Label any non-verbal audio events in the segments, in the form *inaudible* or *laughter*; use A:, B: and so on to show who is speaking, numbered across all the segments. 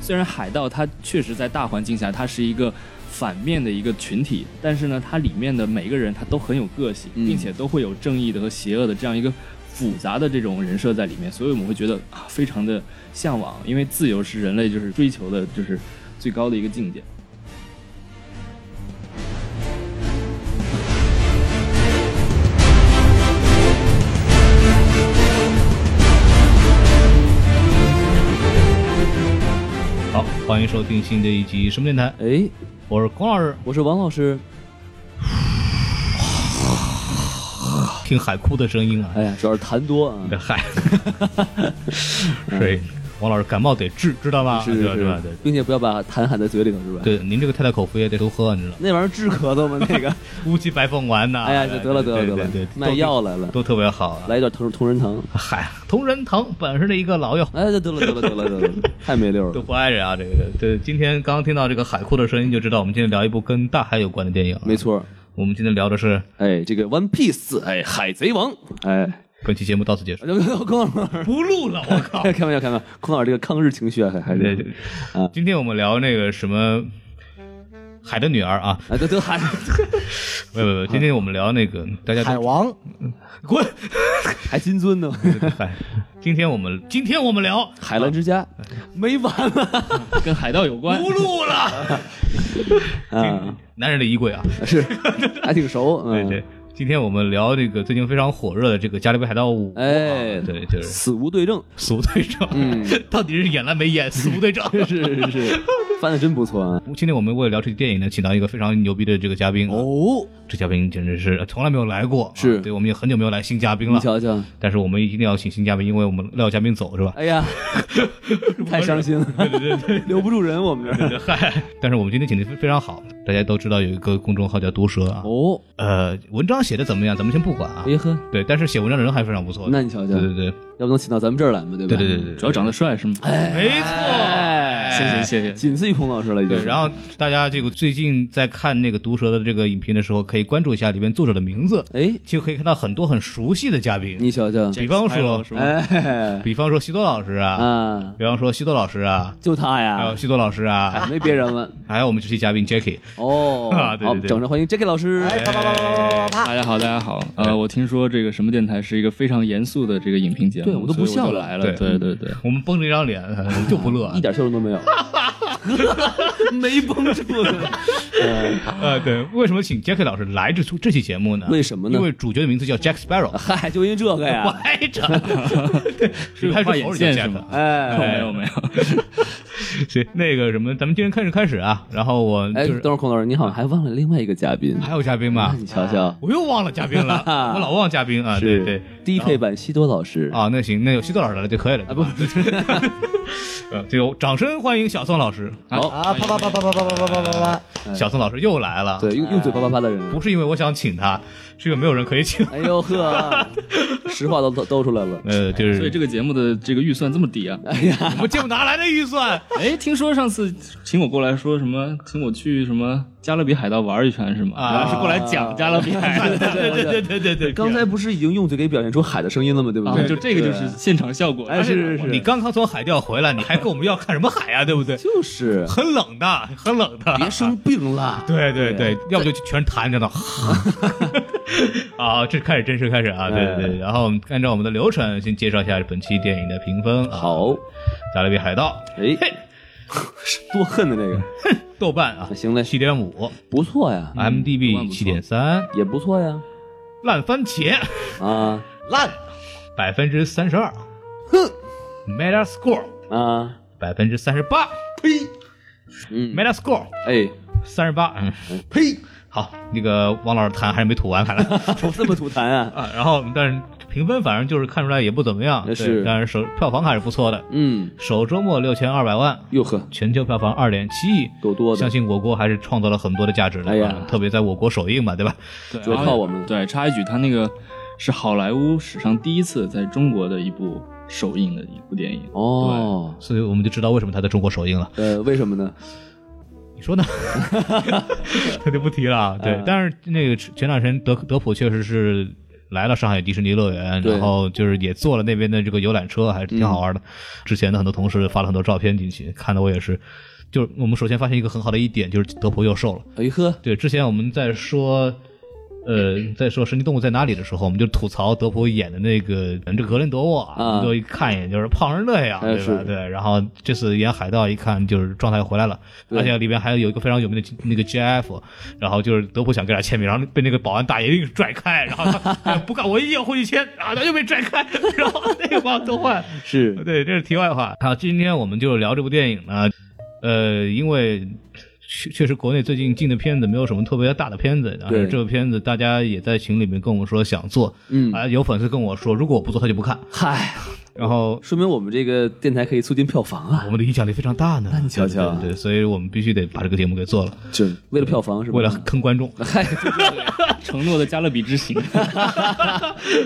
A: 虽然海盗它确实在大环境下，它是一个反面的一个群体，但是呢，它里面的每个人他都很有个性，
B: 嗯
A: 并且都会有正义的和邪恶的这样一个复杂的这种人设在里面，所以我们会觉得啊，非常的向往，因为自由是人类就是追求的，就是最高的一个境界。
C: 好，欢迎收听新的一集什么电台，
A: 哎，
C: 我是孔老师。
A: 我是王老 *laughs* 师，
C: 听海哭的声音啊，
A: 哎呀，主要是痰多啊
C: 这海，嗯所以王老师感冒得治，知道吗？对吧对吧对
A: 并且不要把痰含在嘴里头，是吧？
C: 对，您这个太太口服液得多喝，你知道吗？
A: 那玩意儿治咳嗽吗？那个，哎
C: 乌鸡白凤丸呐，对对对对，对
A: 来了
C: 都都特别好啊。
A: 来一段同同仁堂。
C: 嗨，同仁堂本是一个老药。
A: 哎，得了得了得了得了， *laughs* 太没溜
C: 都。不挨着啊，这个对，今天刚刚听到这个海哭的声音，就知道我们今天聊一部跟大海有关的电影。
A: 没，错，
C: 我们今天聊的是
A: 哎，这个 One Piece，哎，海贼王，哎，
C: 本期节目到此结束，
A: 空老师，
C: 不录了，我靠！
A: *laughs* 开玩笑，开玩笑，空老师这个抗日情绪啊还还是
C: 对对
A: 啊，
C: 今天我们聊那个什么海的女儿啊，
A: 啊，都都
C: *laughs*
A: 还
C: 不不不，今天我们聊那个大家
D: 海
C: 都
A: *laughs*
D: 王，
C: 滚，
A: 还金尊 *laughs* 呢，
C: 嗨，今天我们今天我们聊
A: 海澜之家没完了
C: 跟海盗有关，不录了，
A: 啊，
C: 男人的衣柜啊，
A: *laughs* 是还挺熟，
C: 对
A: 嗯，
C: 对，今天我们聊这个最近非常火热的这个《加勒比海盗五》啊，
A: 哎
C: 对，就是 *laughs*
A: 死无对证，
C: 死无对证，
A: 嗯
C: *laughs* 到底是演了没 *laughs* 演死无对证？
A: 是是是，翻的真不错啊，
C: 今天我们为了聊这个电影呢，请到一个非常牛逼的这个嘉宾啊
D: 哦，
C: 这嘉宾简直是呃从来没有来过，啊
A: 是
C: 对我们也很久没有来新嘉宾
A: 你
C: 了，
A: 瞧瞧，
C: 但是我们一定要请新嘉宾，因为我们廖嘉宾走是
A: *laughs*
C: 吧？
A: 哎呀，太伤心了，对对对，留不住人，我们这儿
C: 嗨， *laughs* 但是我们今天请的非常好，大家都知道有一个公众号叫毒蛇啊，
A: 哦，
C: 呃，文章写的怎么样，咱们先不管啊
A: 哎，呀呵，
C: 对，但是写文章的人还是非常不错
A: 那
C: 的，
A: 你瞧瞧
C: 对，对对，
A: 要不能请到咱们这儿来嘛，对吧？
C: 对对对对
A: 主要长得帅是吗？哎，
C: 没错，哎谢谢谢谢。
A: 仅次于孔老师了，已经。
C: 对，然后大家这个最近在看那个毒蛇的这个影评的时候，可以关注一下里面作者的名字，
A: 哎，
C: 就可以看到很多很熟悉的嘉宾，
A: 你瞧瞧，
C: 比方说，
A: 哎
C: 比方说西多老师啊，
A: 啊，
C: 比方说西多老师啊，
A: 就他
C: 还有
A: 呀，
C: 西多老师啊，
A: 哎没别人了。
C: *laughs* 还有我们这期嘉宾 Jacky，
A: 哦，
C: 啊对对
A: 好，
C: 对
A: 掌声欢迎 Jacky 老师。
D: 哎，啪啪啪啪啪啪啪，
E: 大家好，大
A: *laughs*
E: 家好。
C: 对
A: 哎
E: 呃，我听说这个什么电台是一个非常严肃的这个影评节目，
A: 对我都不
E: 所以
A: 笑
E: 就
A: 了
E: 来了。
C: 对
E: 对对对，
C: 我们绷着一张脸， *laughs* 我们就不乐，
A: 一点笑容都没有，没绷住。 *laughs* 呃
C: 呃，对，为什么请 Jacky 老师来这出这期节目呢？
A: 为什么呢啊
C: 因为主角的名字叫 Jack
A: *laughs*
C: Sparrow，
A: 嗨，就因为这个呀，
C: *laughs* 歪着，对，
E: 是有
C: 开始
E: 画
C: 头
E: 眼
C: 里就
E: 线
C: Jack
E: 是吗？
B: *laughs* 哦
E: 没
A: 哎
E: 有没有，
C: *laughs* 行，那个什么，咱们今天开始开始啊，然后我
A: 哎，
C: 就是哎
A: 等会儿孔老师，你好像还忘了另外一个嘉宾，
C: 还有嘉
B: *laughs*
C: 宾吗？
A: 你瞧瞧，
C: 我又忘了嘉宾了， *laughs* 我老忘嘉宾啊，对对
A: 是低配版西多老师，
C: 啊，那行，那有西多老师来了就可以了啊，不是，呃，就掌声欢迎小宋老师，
A: 好，
D: 啊，啪啪啪啪啪啪啪啪啪啪，
C: 小宋老师又来了，
A: 对，用用嘴啪啪啪的人
C: 不，是因为我想请他，是因为没有人可以请，
A: 哎呦呵， *laughs* 实话都都都出来了，
C: 呃，就是
E: 所以这个节目的这个预算这么
A: *laughs*
E: 低啊？
A: 哎呀，
C: 我们节目哪来的预算？
E: 哎，听说上次请我过来说什么，请我去什么加勒比海盗玩一圈是吗？
C: 啊
E: 然后是过来讲加勒比海盗。
C: 对对对对对对，
A: 刚才不是已经用嘴给表现出海的声音了吗？对不
E: 啊
A: 对？，
E: 就这个就是现场效果，
A: 哎，是是是，
C: 你刚刚从海钓回来，你还跟我们要看什么海啊？对不对？
A: 就是
C: *laughs* 很冷的，很冷的。
A: 别生病了。
C: *laughs* 对对对，要不就全是痰着呢。 *laughs* 啊，这开始真实开始
A: 嗯
C: 啊！对对对，然后按照我们的流程，先介绍一下本期电影的评分。啊，
A: 好，
C: 《加勒比海盗
A: 哎，多恨的这个，》
C: 豆瓣啊，
A: 行嘞
C: 七点五
A: 不错呀，
C: ，MDB 七点三，
A: 也不错呀，
C: 烂番茄
A: 啊，
D: 烂，
C: 百分之三十二， Metascore
B: 啊，
C: 百分之三十八
B: 呸
C: ，Metascore
E: 哎，
C: 三十八，嗯，
B: 呸，
C: 好，那个王老师痰还是没吐完，看来
E: 我这么吐痰啊？
C: 啊，然后但是评分反正就是看出来也不怎么样，对
E: 是
C: 但是首票房还是不错的，
E: *laughs* 嗯，
C: 首周末六千二百万，
E: 哟呵，
C: 全球票房二点七亿，
E: 够多
C: 相
E: 的，
C: 信我国还是创造了很多的价值的，
E: 哎呀
C: 啊特别在我国首映嘛，对吧？
E: 对主要靠我们
A: 对，插一句，他那个是好莱坞史上第一次在中国的一部首映的一部电影。
E: 哦，
C: 所以我们就知道为什么它在中国首映了。
E: 呃，为什么呢？
C: 你
E: *laughs*
C: 说呢？他就不提了啊。
E: 嗯
C: 对，但是那个前两天德德普确实是来了上海迪士尼乐园，
E: 对嗯
C: 然后就是也坐了那边的这个游览车，还是挺好玩的。之前的很多同事发了很多照片进去，看的我也是。就是我们首先发现一个很好的一点，就是德普又瘦了。
E: 哎呵，
C: 对，之前我们在说，呃，在说《神奇动物在哪里》的时候，我们就吐槽德普演的那个这个格林德沃
E: 啊
C: 啊，你都一看一眼就是胖成那样，
E: 哎
C: 啊对吧
E: 是？
C: 对。然后这次演海盗，一看就是状态又回来了，
E: 对
C: 而且里边还有一个非常有名的那个 GF，然后就是德普想跟他签名，然后被那个保安大爷硬拽开，然后他、哎不干，我一定要回去签，然后他就被拽开，然后那个保安都换。
E: 是
C: 对，这是题外话。好，今天我们就聊这部电影呢，呃，因为确确实国内最近进的片子没有什么特别大的片子，但是
E: 对
C: 这个片子大家也在群里面跟我们说想做，
E: 嗯
C: 啊、有粉丝跟我说，如果我不做他就不看，
E: 嗨，
C: 然后。
E: 说明我们这个电台可以促进票房啊，
C: 我们的影响力非常大呢，那你
E: 瞧瞧
C: 对对，所以我们必须得把这个节目给做了，
E: 就为了票房是吧？
C: 为了坑观众。
E: 嗨，
A: 承诺的加勒比之 *laughs*
E: *laughs*
A: 行，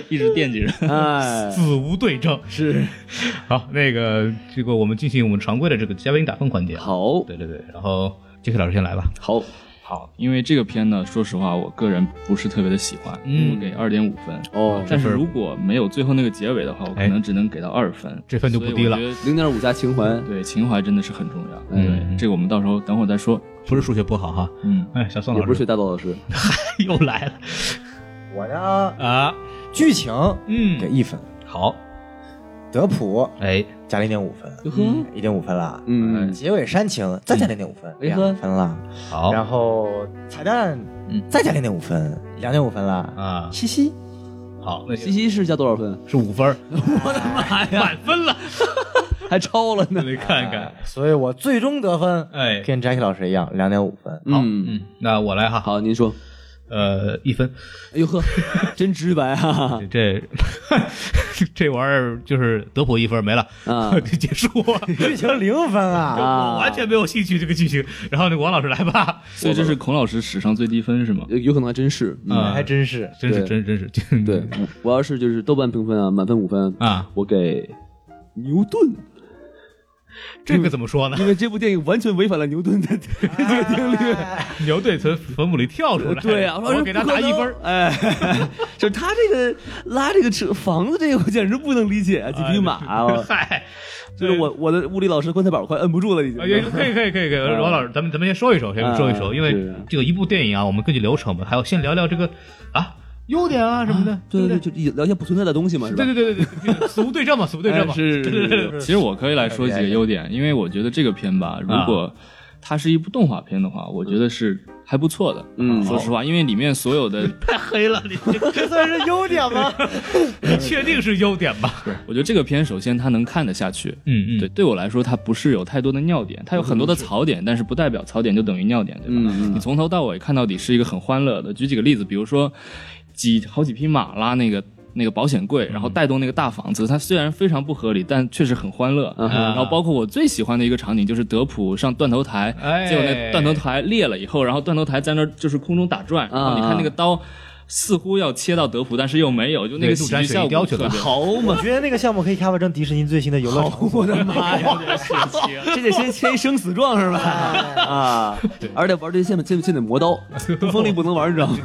A: 一直惦记着。
E: 哎，
C: 死无对证
E: 是
C: *laughs* 好，那个这个我们进行我们常规的这个嘉宾打分环节。，
E: 好
C: 对对对，然后杰克老师先来吧。
E: 好，
A: 好，因为这个片呢，说实话，我个人不是特别的喜欢，
C: 嗯
A: 我给二点五分。
E: 哦，
A: 但是
C: 这份儿
A: 如果没有最后那个结尾的话，我可
C: 哎
A: 能只能给到二分，
C: 这分就不
A: 所以
C: 低
A: 我
C: 了
A: 觉得
E: 零点五加情怀，
A: 对，情怀真的是很重要。
E: 嗯
A: 对，这个我们到时候等会儿再说。
C: 不是数学不好哈，
A: 嗯，
C: 哎，小宋
E: 也
C: 老
E: 不是
C: 师
E: 学大道老师，
C: *laughs* 又来了
D: 我呢，
C: 啊，
D: 剧情
C: 嗯
D: 给一分，
C: 好，
D: 德普
C: 哎，
D: 加零点五分，
E: 哟呵，
D: 一点五分了。
A: 哎
E: 嗯，
D: 结尾煽情再加零点五分，
E: 哎
D: 两
E: 呵
D: 分了。
C: 好
D: 然后彩蛋
C: 嗯
D: 再加零点五分，两点五分了。
C: 啊，
D: 嘻嘻，
C: 好，那
E: 西西是加多少分？ *laughs*
C: 是五分儿，我的妈呀，满分了， *laughs*
E: 还超了呢。
C: 你看看，
D: 哎所以我最终得分
C: 哎，
D: 跟 Jackie 老师一样，两点五分。
E: 嗯，
C: 嗯，那我来哈，
E: 好，您说，
C: 呃，一分，
E: 哎呦呵， *laughs* 真直白啊！
C: 这这玩意儿就是德普一分没了
E: 啊
C: 就结束了。
D: 剧情零分啊！
C: 我
E: 啊
C: 完，全没有兴趣这个剧情，然后那个王老师来吧，
A: *laughs* 所以这是孔老师史上最低分是吗？
E: 呃有有可能还真是，嗯
C: 啊
D: 还真是
C: 真是
E: 对
C: 真真是，
E: 对，我我要是就是豆瓣评分啊，满分五分，
C: 啊，
E: 我给牛顿，
C: 这个怎么说呢？
E: 因为这部电影完全违反了牛顿的定律。 *laughs*
C: 牛顿从坟墓里跳出来，
E: 对啊，
C: 我给他打一分儿，
E: 哎， *laughs* 就是他这个拉这个车房子这个，我简直不能理
C: 哎
E: 解，几匹马啊，我
C: 嗨，
E: 就是我我的物理老师棺材板快摁不住了，已经
C: 啊，也可以可以可以可以，王老师，咱们咱们先说一说，先说一说，
E: 啊
C: 因为
E: 是啊
C: 这个一部电影啊，我们根据流程嘛，还要先聊聊这个啊优点啊什么的，
E: 对
C: 不
E: 对，对，就聊一些不存在的东西嘛，是吧？
C: 对对对对对对，死无对证嘛，死无对证嘛，
E: 哎是是是
C: 对对
A: *laughs*
C: 对
A: 其实我可以来说几个优点，因为我觉得这个片吧，如果它是一部动画片的话，我觉得是还不错的。
E: 嗯
A: 说实话，因为里面所有的，
C: 太黑了，你这
D: *laughs* 这算是优点 *laughs* 吗？
C: 你 *laughs* 确定是优点吧？
A: 我觉得这个片首先它能看得下去。
C: *laughs* 嗯嗯，
A: 对，，对我来说，它不是有太多的尿点，它有很多的槽点，但是不代表槽点就等于尿点，对吧？
E: 嗯
A: 你从头到尾看到底是一个很欢乐的。举几个例子，比如说几好几匹马拉那个那个保险柜，然后带动那个大房子，它虽然非常不合理，但确实很欢乐。
E: 嗯
C: 啊
A: 然后包括我最喜欢的一个场景就是德普上断头台，
C: 哎
A: 结果那断头台裂了以后，然后断头台在那儿就是空中打转，然后你看那个刀。似乎要切到德普，但是又没有，就那
C: 那
A: 个
C: 个
A: 喜
C: 杜
A: 剧
C: 撰水
A: 效
C: 要
A: 果
C: 求
A: 特
C: 的
A: 别
C: 好
D: 我觉得那个项目可以开发成迪士尼最新的游乐场所。
E: 我的妈呀！这得先签一生死状是吧？啊，而且玩这现现现得磨刀，东风力不能玩，你知道吗？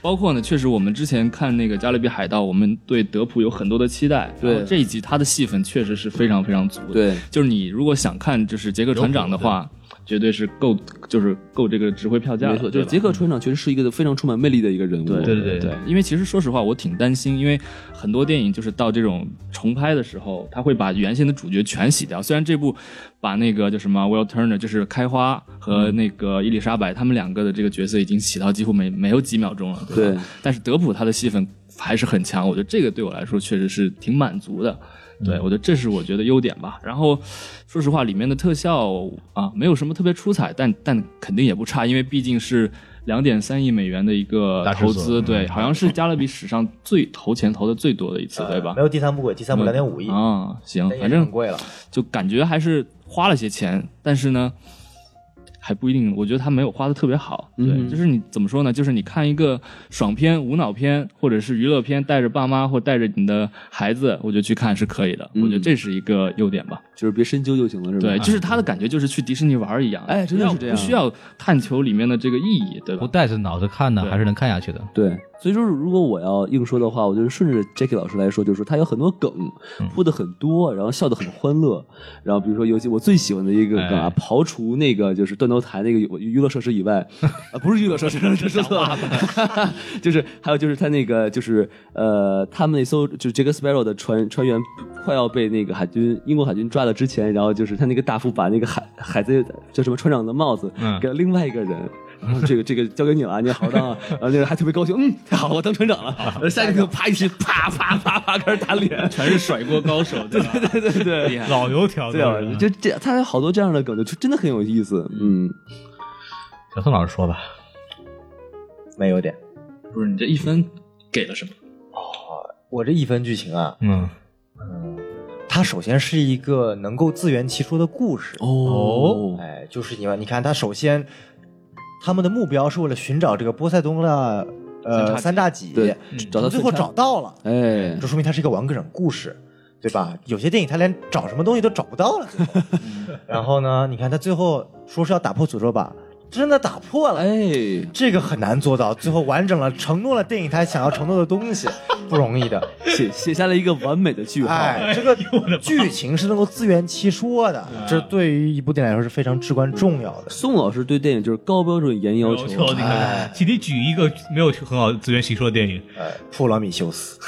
A: 包括呢，确实我们之前看那个《加勒比海盗》，我们对德普有很多的期待。
E: 对
A: 然后这一集他的戏份确实是非常非常足的。，
E: 对，
A: 就是你如果想看就是杰克船长的话，绝对是够，就是够这个值回票价的。
E: 没错，就是
A: 对吧
E: 杰克船长确实是一个非常充满魅力的一个人物。
A: 对
C: 对对
A: 对，因为其实说实话，我挺担心，因为很多电影就是到这种重拍的时候，他会把原先的主角全洗掉。虽然这部把那个叫什么 Will Turner，就是开花
C: 嗯
A: 和那个伊丽莎白他们两个的这个角色已经洗到几乎没没有几秒钟了，吧
E: 对
A: 但是德普他的戏份还是很强。我觉得这个对我来说确实是挺满足的。对，
C: 嗯
A: 我觉得这是我觉得优点吧。然后，说实话，里面的特效啊，没有什么特别出彩，但但肯定也不差，因为毕竟是两点三亿美元的一个
C: 大制
A: 投
C: 作
A: 资，
C: 嗯
A: 对，好像是加勒比史上最投钱投的最多的一
C: 呃
A: 次，对吧
D: 没？有第三部贵，第三部两点五亿，
A: 啊，行
D: 但，也
A: 反
D: 是
A: 正
D: 很贵了。
A: 就感觉还是花了些钱，但是呢，还不一定。我觉得他没有花的特别好。对，
E: 嗯
A: 就是你怎么说呢？就是你看一个爽片、无脑片或者是娱乐片，带着爸妈或带着你的孩子，我觉得去看是可以的。
E: 嗯
A: 我觉得这是一个优点吧。
E: 就是别深究就行了，是吧？
A: 对，就是他的感觉就是去迪士尼玩儿一样。
E: 哎真的是这样
A: 不需要探求里面的这个意义，对
C: 不
A: 吧？
C: 带着脑子看呢，
A: 对
C: 还是能看下去的。
E: 对，所以说如果我要硬说的话，我就是顺着 Jackie 老师来说，就是说他有很多梗铺的很多，然后笑得很欢乐，然后比如说尤其我最喜欢的一个梗啊，
C: 哎
E: 刨除那个就是断头台那个娱娱乐设施
A: *laughs*
E: 以外，啊不是娱乐设施，这说错了， *laughs* 就是还有就是他那个就是呃他们那艘就是 Jack Sparrow 的船船员快要被那个海军英国海军抓了之前，然后就是他那个大副把那个海海贼叫什么船长的帽子
C: 嗯
E: 给了另外一个人。然后这个这个交给你了啊，你好
A: *laughs*
E: 好当啊。然后那人还特别高兴，嗯，太好了，我当船长了。
A: 啊
E: 然后下一个就啪一拳，啪啪啪啪开始打脸，
A: 全是甩锅
E: *laughs*
A: 高手，对吧？
E: 对对对，
A: 厉害。
C: 老油条
E: 对啊，就这他有好多这样的梗，就真的很有意思。嗯，
C: 小宋老师说吧，
D: 没有点，
A: 不是你这一分给了什么？
D: 我这一分剧情啊，
C: 嗯，
D: 它首先是一个能够自圆其说的故事。
C: 哦，
D: 哎，就是你们，你看，他首先他们的目标是为了寻找这个波塞冬的呃三叉戟，嗯
E: 对，找到
D: 最后
E: 分叉
D: 找，到了，
E: 哎
D: 这，说明它是一个完整故事，对吧？有些电影它连找什么东西都找不到了。最
E: *laughs*
D: 后然后呢，你看他最后说是要打破诅咒吧，真的打破了，
E: 哎，
D: 这个很难做到。最后完整了，承诺了电影它想要承诺的东西，不容易的。
E: 写写下了一个完美的句号。
D: 哎，这个剧情是能够自圆其说的，这对于一部电影来说是非常至关重要的。
E: 宋老师对电影就是高标准严要
C: 要
E: 求，
C: 求你看，请你举一个没有很好资源吸收的电影，
D: 呃，普罗米修斯，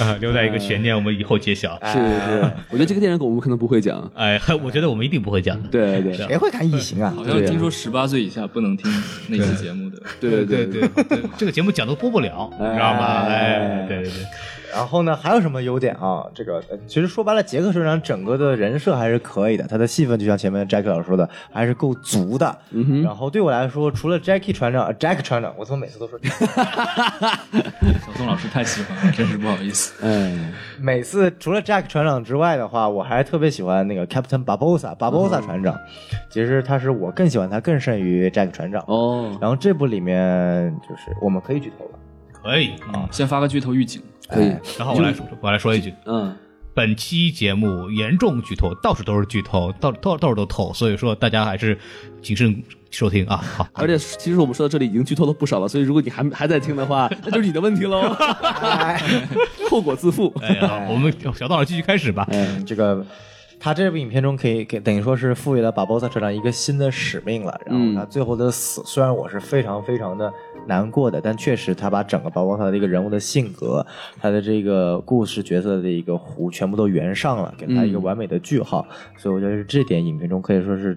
C: 啊，留在一个悬念，我们以后揭晓。
E: 是是是，我觉得这个电影梗我们可能不会讲。
C: 哎，我觉得我们一定不会讲的。
E: 对对对
D: 谁会看异形啊？
A: 好像听说十八岁以下不能听那期节目的。
E: *laughs* 对
C: 对
E: 对，
C: 对， *laughs* 这个节目讲都播不了，你知道吗？哎，对对对，
D: 然后呢，还有什么优点啊？这个呃其实说白了，杰克船长整个的人设还是可以的，他的戏份就像前面 Jack 老师说的，还是够足的。
E: 嗯哼，
D: 然后对我来说，除了 Jackie 船长、呃、Jack 船长，我怎么每次都说， *laughs*
A: 小宋老师太喜欢了，真是不好意思。
E: 哎，
D: 每次除了 Jack 船长之外的话，我还是特别喜欢那个 Captain Barbosa Barbosa 船长。其实他是我更喜欢他，更胜于 Jack 船长。
E: 哦，
D: 然后这部里面就是我们可以剧透了，
C: 可以啊。
A: 先发个剧透预警，
E: 可以
D: 哎，
C: 然后我来说，我来说一句，
E: 嗯，
C: 本期节目严重剧透，到处都是剧透，到到到处都透，所以说大家还是谨慎收听啊。好，
E: 而且其实我们说到这里已经剧透了不少了，所以如果你还还在听的话，那就是你的问题喽， *laughs* 后果自负。
C: 哎呀，我们小道老师继续开始吧。
E: 嗯
D: 这个他这部影片中可以给等于说是赋予了巴博萨船长一个新的使命了。然
E: 嗯
D: 后他最后的死，虽然我是非常非常的难过的，但确实他把整个巴博萨的一个人物的性格，他的这个故事角色的一个弧全部都圆上了，给了他一个
E: 嗯
D: 完美的句号。所以我觉得这点影片中可以说是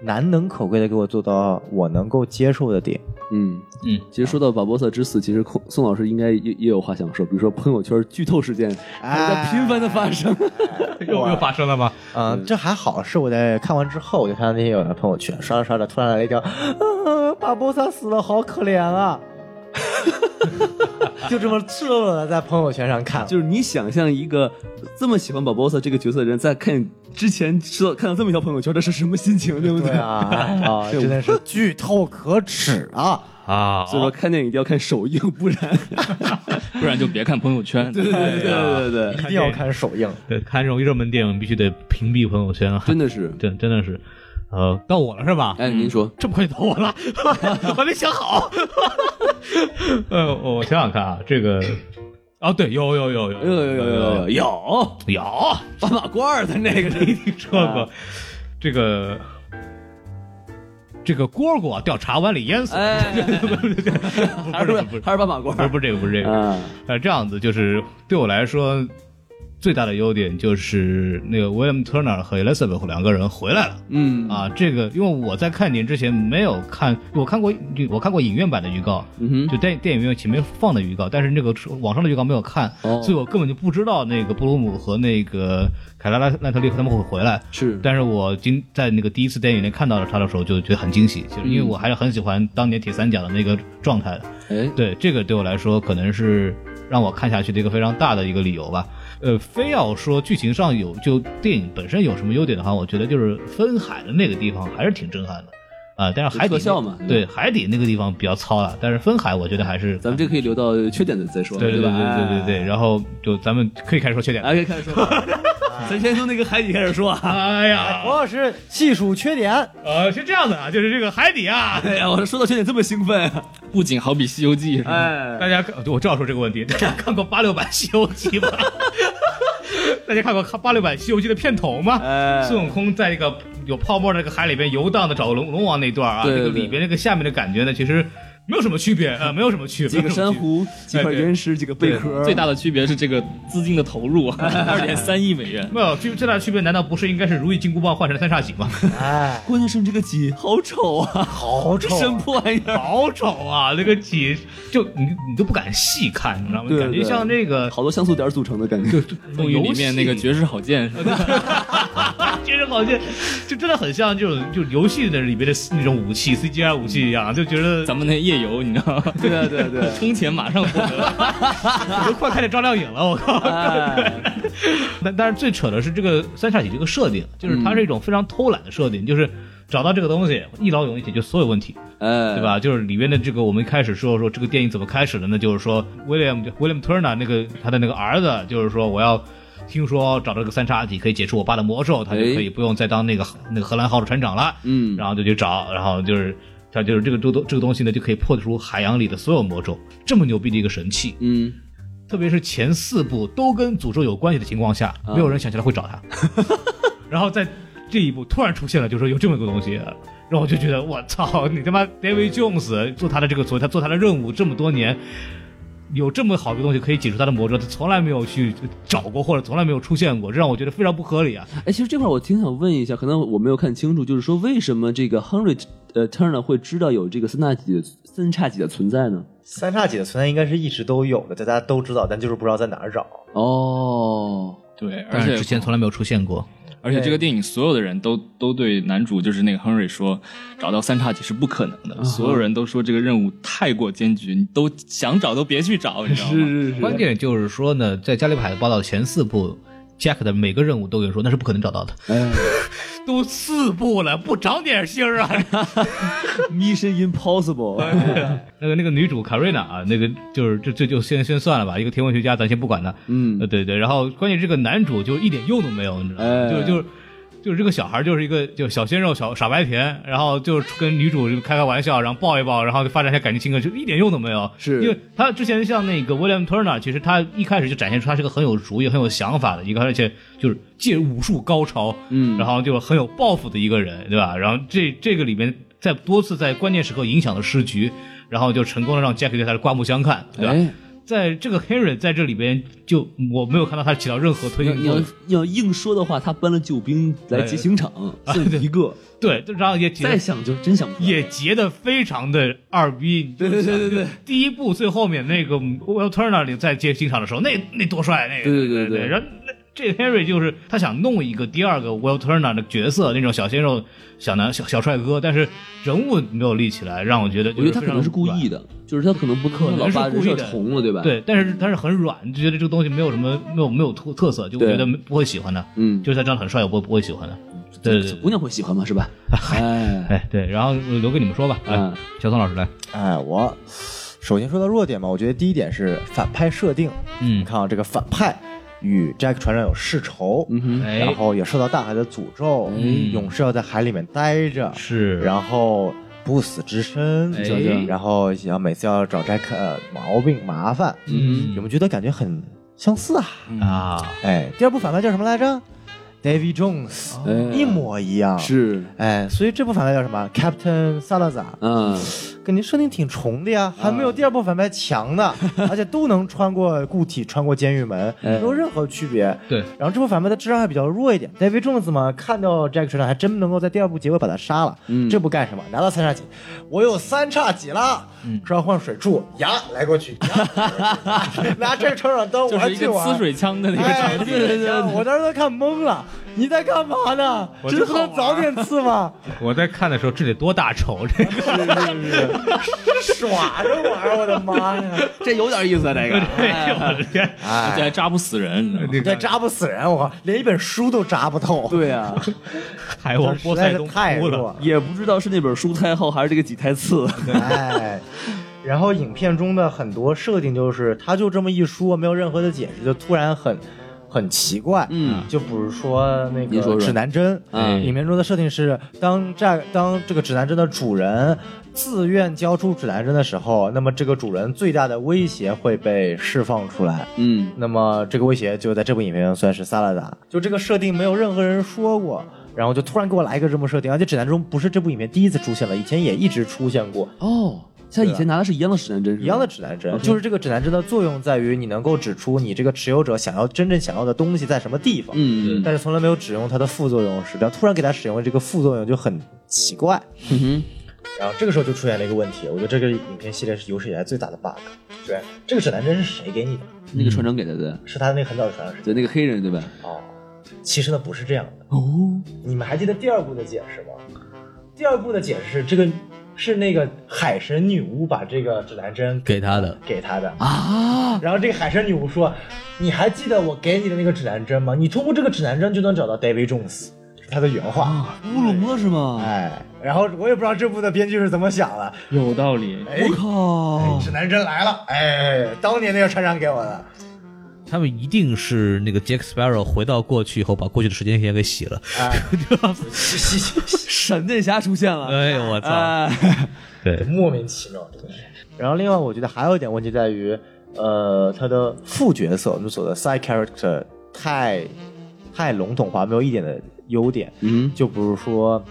D: 难能可贵的，给我做到我能够接受的点。
E: 嗯
C: 嗯，
E: 其实说到巴博萨之死，其实宋宋老师应该也也有话想说，比如说朋友圈剧透事件还
D: 哎
E: 在频繁的发
D: *laughs*
E: 生。
C: *laughs* 又又发生了吗？
D: 嗯，这还好，是我在看完之后，我就看到那些有的朋友圈刷着刷着，突然来了一条，啊，巴博萨死了，好可怜 *laughs* 啊！就这么赤裸裸的在朋友圈上看，
E: 就是你想象一个这么喜欢巴博萨这个角色的人，在看之前知道看到这么一条朋友圈，这是什么心情，对不
D: 对
E: 对？
D: 啊，哎 *laughs* 啊，真的是剧透可耻啊！
C: 啊，
E: 所以说看电影一定要看首映，不然
A: 不然就别看朋友圈。 *laughs* 对
E: 对对对对，
D: 一定要看首映。
C: 对，看这种热门电影必须得屏蔽朋友圈啊，
E: *laughs* 真的是。
C: 真真的是，呃，到我了是吧？
E: 哎，您说，
C: 这么快就到我 *laughs* 了，我还没想好。 *laughs* 呃，我想想看啊，这个，哦，对，有有有有
E: 有有有有有嗯有
C: 有， *laughs*
E: 斑马褂儿的那个
C: 没听说过，这个。这个蝈啊蝈掉茶碗里淹死，
E: 哎
C: *laughs* 不是不是不是
E: 还是
C: 不是
E: 还是斑马褂
C: *laughs* 不是
E: 儿嗯
C: 不是这个不是这个，
E: 啊？
C: 呃，这样子就是对我来说，最大的优点就是那个 William Turner 和 Elizabeth 两个人回来了。
E: 嗯
C: 啊，这个因为我在看年之前没有看，我看过我看过影院版的预告，
E: 嗯
C: 就
E: 哼，
C: 电电影院前面放的预告，但是那个网上的预告没有看，
E: 哦
C: 所以我根本就不知道那个布鲁姆和那个凯拉拉兰特利夫他们会回来。
E: 是，
C: 但是我今在那个第一次电影院看到了他的时候，就觉得很惊喜，就是因为
E: 嗯
C: 我还是很喜欢当年铁三角的那个状态的。
E: 哎，
C: 对，这个对我来说可能是让我看下去的一个非常大的一个理由吧。呃，非要说剧情上有就电影本身有什么优点的话，我觉得就是分海的那个地方还是挺震撼的。啊、但是海底
E: 特效
C: 那
E: 嘛
C: 对海底那个地方比较糙了，但是分海我觉得还是
E: 咱们这可以留到缺点的再说，
C: 对对对啊
E: 吧？
C: 对对对对，
E: 哎
C: 然后就咱们可以开始说缺点了。
E: 啊，可以开始说吧， *laughs* 咱先从那个海底开始说啊。
C: 哎呀，
D: 王老师细数缺点，
C: 呃，是这样的啊，就是这个海底啊，
E: *laughs* 哎呀，我说到缺点这么兴奋 *laughs* 啊，
A: 不仅好比《西游记》是吧？
E: 哎，
C: 大家看，我正要说这个问题， *laughs* 大家看过八六版《西游记》吗？ *laughs* 大家看过八六版《西游记》的片头吗？
E: 哎
C: 孙悟空在那个有泡沫的那个海里边游荡的找龙龙王那段啊，
E: 对对
C: 这个
E: 对
C: 里边那个下面的感觉呢，其实没有什么区别啊、呃没有什么区别。
E: 几个珊瑚，几块原石，几个贝壳，
A: 最大的区别是这个资金的投入，嗯啊 *laughs* 二点三亿美 *laughs* 元。
C: 没有区，最大的区别难道不是应该是如意金箍棒换成三叉戟吗？
D: 哎，
E: 关键是你这个戟好丑啊，
D: 好
E: 这
D: 丑啊，
E: 什么破玩意儿？
C: 哎好丑啊，那个戟就你你都不敢细看，你知道吗？
E: 对
C: 感觉
E: 对
C: 像那个
E: *laughs* 好多像素点组成的感觉，
A: 风云里面那个绝世好 *laughs* 剑，
C: 其实好像就真的很像这种就游戏的里面的那种武器 CGI 武器一样，就觉得
A: 咱们那夜游，你知道吗？
E: 对啊对啊对啊
A: 充钱马上获得。
C: 我都快看见张靓颖了，我 *laughs* 靠！
E: 哎，
C: 但但是最扯的是这个三叉戟这个设定，就是它
E: 嗯
C: 是一种非常偷懒的设定，就是找到这个东西一劳永逸解决所有问题，
E: *laughs* 哎，
C: 对？吧？就是里面的这个我们一开始说说这个电影怎么开始的呢？就是说 William William Turner 那个他的那个儿子，就是说我要。听说找到个三叉戟可以解除我爸的魔咒，他就
E: 哎
C: 可以不用再当那个那个荷兰号的船长了。
E: 嗯，
C: 然后就去找，然后就是它就是这个这个这个东西呢，就可以破除海洋里的所有魔咒，这么牛逼的一个神器，
E: 嗯，
C: 特别是前四部都跟诅咒有关系的情况下，
E: 啊
C: 没有人想起来会找它，然后在这一步突然出现了，就是说有这么一个东西。然后我就觉得，我操，你他妈 David Jones 做他的这个所谓他做他的任务这么多年，有这么好的东西可以解除他的魔咒，他从来没有去找过或者从来没有出现过，这让我觉得非常不合理啊！
E: 哎，其实这块儿我挺想问一下，可能我没有看清楚，就是说为什么这个 Henry 呃 Turner 会知道有这个三叉戟的三叉戟的存在呢？
D: 三叉戟的存在应该是一直都有的，大家都知道，但就是不知道在哪儿找。
E: 哦，
A: *laughs* 对，而
C: 但是
A: 且
C: 之前从来没有出现过。
A: 而且这个电影所有的人都都对男主就是那个 Henry 说，找到三叉戟是不可能的，所有人都说这个任务太过艰巨，你都想找都别去找，你知道
E: 是
A: 吗？
E: 是是，
C: 关键就是说呢，在加利海的报道前四部，Jack 的每个任务都有说那是不可能找到的，
E: 哎
C: 都四部了，不长点心儿啊！
E: ，Mission Impossible，
C: *laughs* 那个那个女主卡瑞娜啊，那个就是这这就先先算了吧，一个天文学家，咱先不管他。
E: 嗯
C: 呃，对对，然后关键这个男主就一点用都没有，你知道吗？
E: 哎
C: 就是就是。就是这个小孩就是一个就小鲜肉小傻白甜，然后就跟女主就开开玩笑，然后抱一抱，然后就发展一下感情情感，就一点用都没有。
E: 是
C: 因为他之前像那个 William Turner，其实他一开始就展现出他是个很有主意、很有想法的一个，而且就是借武术高超，
E: 嗯
C: 然后就很有抱负的一个人，对吧？然后这这个里面在多次在关键时刻影响了时局，然后就成功的让 Jack 对他是刮目相看，对吧？
E: 哎，
C: 在这个 Henry 在这里边就我没有看到他起到任何推进
E: 你要你
C: 作
E: 要
C: 用，
E: 你要硬说的话，他搬了救兵来劫刑场，就一个，
C: 对，就然后也
E: 哎再
C: 结
E: 想就真想不出来
C: 也结的非常的二逼。
E: 对对对对对，
C: 第一部最后面那个 Will Turner 里在接进场的时候，那那多帅那个，
E: 对对对
C: 对
E: 对
C: 然后那这 Henry 就是他想弄一个第二个 Will Turner 的角色，那种小鲜肉、小男小小帅哥，但是人物没有立起来，让我觉得
E: 我觉得他可能是故
C: 的。
E: 意的，就是他可能不
C: 可能
E: 他老爸
C: 是故
E: 人
C: 意的
E: 设重了，对吧？，
C: 对，但是但是很软，就觉得这个东西没有什么没有没有特特色，就我
E: 对
C: 觉得没不会喜欢的。
E: 嗯，
C: 就是他长得很帅，我不不会喜欢的。对对
E: 小
C: 对
E: 姑
C: 对，
E: 娘会喜欢吗？
C: *laughs*
E: 是吧？哎，
C: 哎对，然后我留给你们说吧。哎
E: 嗯，
C: 小宋老师来，
D: 哎，我首先说到弱点吧，我觉得第一点是反派设定。你
C: 嗯，
D: 看啊，这个反派与 Jack 船长有世仇，
E: 嗯哼，
C: 哎
D: 然，后也受到大海的诅咒，
C: 嗯
D: 勇士要在海里面待着，
C: 是，
D: 然后不死之身，
C: 哎
D: 然后也要每次要找 Jack 呃毛病麻烦，
C: 嗯
D: 有没有觉得感觉很相似啊？
C: 啊，
D: 哎，第二部反派叫什么来着？David Jones，、
E: 哎
D: 一模一样。
E: 是，
D: 哎，所以这部反派叫什么？Captain Salazar。
E: 嗯，
D: 感觉设定挺重的
A: 啊
D: 呀，还没有第二部反派
A: *laughs*
D: 强呢，而且都能穿过固体，穿过监狱门，
A: 哎
D: 没有任何区别。
C: 对，
D: 然后这部反派的智商还比较弱一点，David Jones 嘛，看到 Jack 船长还真能够在第二部结尾把他杀了。
E: 嗯
D: 这部干什么？拿到三叉戟，我有三叉戟啦！
A: 嗯
D: 召唤水柱，呀，来过去，
A: *laughs*
D: 呀拿 Jack 船长当
A: *laughs* 就
D: 玩
A: 是一
D: 具
A: 个呲
D: 玩。
A: 水枪的那个
D: 哎，
A: 场
D: 对
A: 景。
D: 对
A: *laughs*
D: 对，我当时都看懵了，你在干嘛呢？
C: 我
D: 这
C: 真
D: 不
C: 好
D: 能早点
A: *laughs*
D: 刺吗？
C: 我在看的时候，这得多大仇？这个
D: 耍着玩儿，我的妈呀！
E: *laughs* 这有点意思啊，这个
C: *laughs* 哎呦我的天！
A: 而且还扎不死人， *laughs* 你知道吗
C: 这
D: 这
C: 个
D: 扎不死人，我靠，连一本书都扎不透。
E: 对啊，
C: 海王
D: 这
C: 波
D: 实在
C: 塞
D: 是
C: 冬
D: 太
C: 哭
D: 弱
C: 了，
D: 了。
E: 也不知道是那本书太厚还是这个几太次。
D: 哎，然后影片中的很多设定就是，他就这么一说，没有任何的解释，就突然很很奇怪。
E: 嗯，
D: 就比如说那
E: 您说
D: 个
E: 说
D: 指南针，
E: 嗯
D: 影片中的设定是，当这当这个指南针的主人自愿交出指南针的时候，那么这个主人最大的威胁会被释放出来。
E: 嗯，
D: 那么这个威胁就在这部影片中算是萨拉达，就这个设定没有任何人说过，然后就突然给我来一个这么设定，而且指南中不是这部影片第一次出现了，以前也一直出现过
E: 哦，像以前拿的是一样的指南针，是吧
D: 一样的指南
E: 嗯
D: 针，就是这个指南针的作用在于你能够指出你这个持有者想要真正想要的东西在什么地方，
E: 嗯，
D: 但是从来没有使用它的副作用是这样，突然给它使用了这个副作用就很奇怪，
E: 嗯哼，
D: 然后这个时候就出现了一个问题，我觉得这个影片系列是有史以来最大的 bug，对，这个指南针是谁给你的？
E: 那个船长给的对，
D: 是他那个很早的船长是
E: 对那个黑人对吧？
D: 哦，其实呢不是这样的。
E: 哦，
D: 你们还记得第二部的解释吗？第二部的解释是这个是那个海神女巫把这个指南针
F: 给他的，
D: 给他的。
E: 啊，
D: 然后这个海神女巫说：“你还记得我给你的那个指南针吗？你通过这个指南针就能找到 David Jones。”他的原话，
E: 乌龙了是吗？
D: 哎，然后我也不知道这部的编剧是怎么想的。
A: 有道理。
D: 哎
E: 我，靠
D: 哎，指南针来了，哎，当年那个船长给我的， *laughs*
F: 他们一定是那个 Jack Sparrow 回到过去以后，把过去的时间线给洗了。
D: 哎，嘻嘻嘻
E: 闪电侠出现了，
F: 哎呦我操！
E: 哎，
F: 对，
D: 莫名其妙，对。然后另外我觉得还有一点问题在于，呃，他的副角色，我们所谓的 side character 太太笼统化，没有一点的优点。
E: 嗯，
D: 就比如说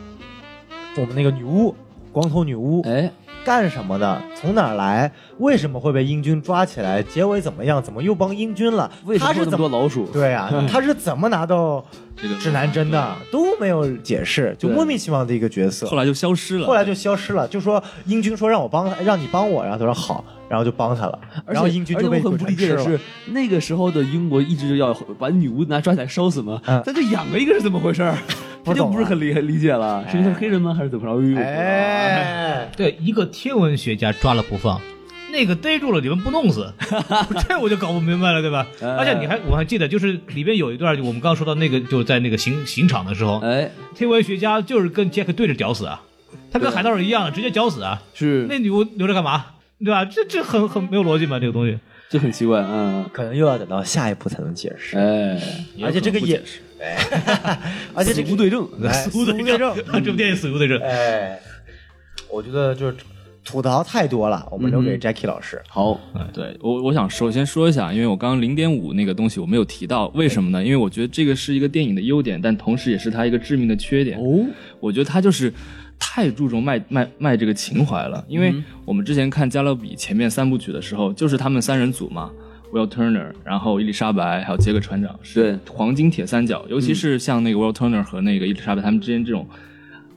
D: 我们那个女巫，光头女巫，
E: 哎，
D: 干什么的？从哪儿来？为什么会被英军抓起来？结尾怎么样？怎么又帮英军了？
E: 为什
D: 他
E: 么会
D: 是
E: 有那么
D: 怎
E: 多
D: 么？
E: 老鼠？
D: 对啊，
E: *laughs*
D: 他是怎么拿到
A: 这个
D: 指南针的？都没有解释，就
E: 对
D: 莫名其妙的一个角色。
A: 后来就消失了。
D: 后来就消失了，就说英军说让我帮他，让你帮我，然后他说好，然后就帮他了，
E: 而
D: 然后
E: 且
D: 英军
E: 而且
D: 就
E: 我
D: 被
E: 很
D: 鬼
E: 不
D: 城
E: 理解
D: 吃
E: 的
D: 了。
E: 是，那个时候的英国一直要把女巫拿抓起来烧死嘛，
D: 嗯
E: 但这养了一个是怎么回事儿？
D: *laughs* 不
E: 这就
D: 懂
E: 不是
D: 啊
E: 很理理解了，是因为他是黑人吗？还是怎么着？哎呦，
D: 哎，
C: 对，一个天文学家抓了不放，那个逮住了你们不弄死，这我就搞不明白了，对吧？
E: 哎
C: 而且你还我还记得，就是里边有一段，就我们刚刚说到那个，就是在那个刑刑场的时候，
E: 哎，
C: 天文学家就是跟杰克对着绞死啊，他跟海盗一样，直接绞死啊。
E: 是，
C: 那女巫留着干嘛？对吧？这这很很没有逻辑嘛，这个东西。
E: 就很奇怪，嗯，
D: 可能又要等到下一步才能解释，
E: 哎，
D: 而且这个也，而且这
E: *laughs* 死无
D: 个
E: 对证，
D: *laughs* 哎
C: 死无对证， *laughs* 这部电影死无对证。
D: 哎，我觉得就是吐槽太多了，我们留
A: 嗯
D: 给 Jackie 老师。
E: 好，
A: 对我，我想首先说一下，因为我刚刚零点五那个东西我没有提到，为什么呢？因为我觉得这个是一个电影的优点，但同时也是它一个致命的缺点。
E: 哦，
A: 我觉得它就是太注重卖卖卖这个情怀了。因
E: 嗯
A: 为我们之前看《加勒比》前面三部曲的时候，就是他们三人组嘛，Will Turner，然后伊丽莎白还有杰克船长，是黄金铁三角。尤其
E: 嗯
A: 是像那个 Will Turner 和那个伊丽莎白他们之间这种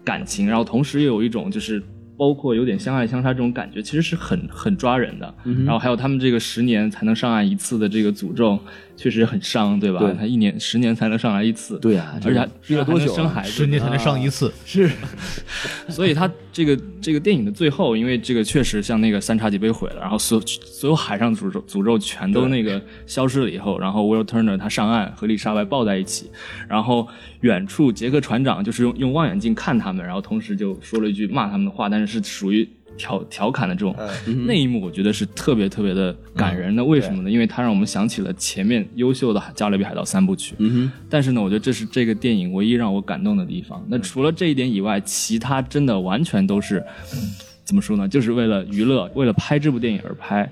A: 感情，然后同时又有一种就是。包括有点相爱相杀这种感觉，其实是很很抓人的。
E: 嗯
A: 然后还有他们这个十年才能上岸一次的这个诅咒，确实很伤，对吧？
E: 对
A: 他一年十年才能上来一次，
E: 对呀
A: 而且还
E: 这个多
A: 还
E: 久啊
A: 能生孩子？
C: 十年才能上一次，
E: 是，
A: 所以他这个这个电影的最后，因为这个确实像那个三叉戟被毁了，然后所有所有海上诅咒诅咒全都那个消失了以后，然后 Will Turner 他上岸和丽莎白抱在一起，然后远处杰克船长就是用用望远镜看他们，然后同时就说了一句骂他们的话，但是是属于。调调侃的这种、那一幕，我觉得是特别特别的感人的。为什么呢？因为它让我们想起了前面优秀的《加勒比海盗》三部曲。
E: 嗯
A: 但是呢，我觉得这是这个电影唯一让我感动的地方。
E: 嗯
A: 那除了这一点以外，其他真的完全都是
E: 嗯
A: 怎么说呢？就是为了娱乐，为了拍这部电影而拍。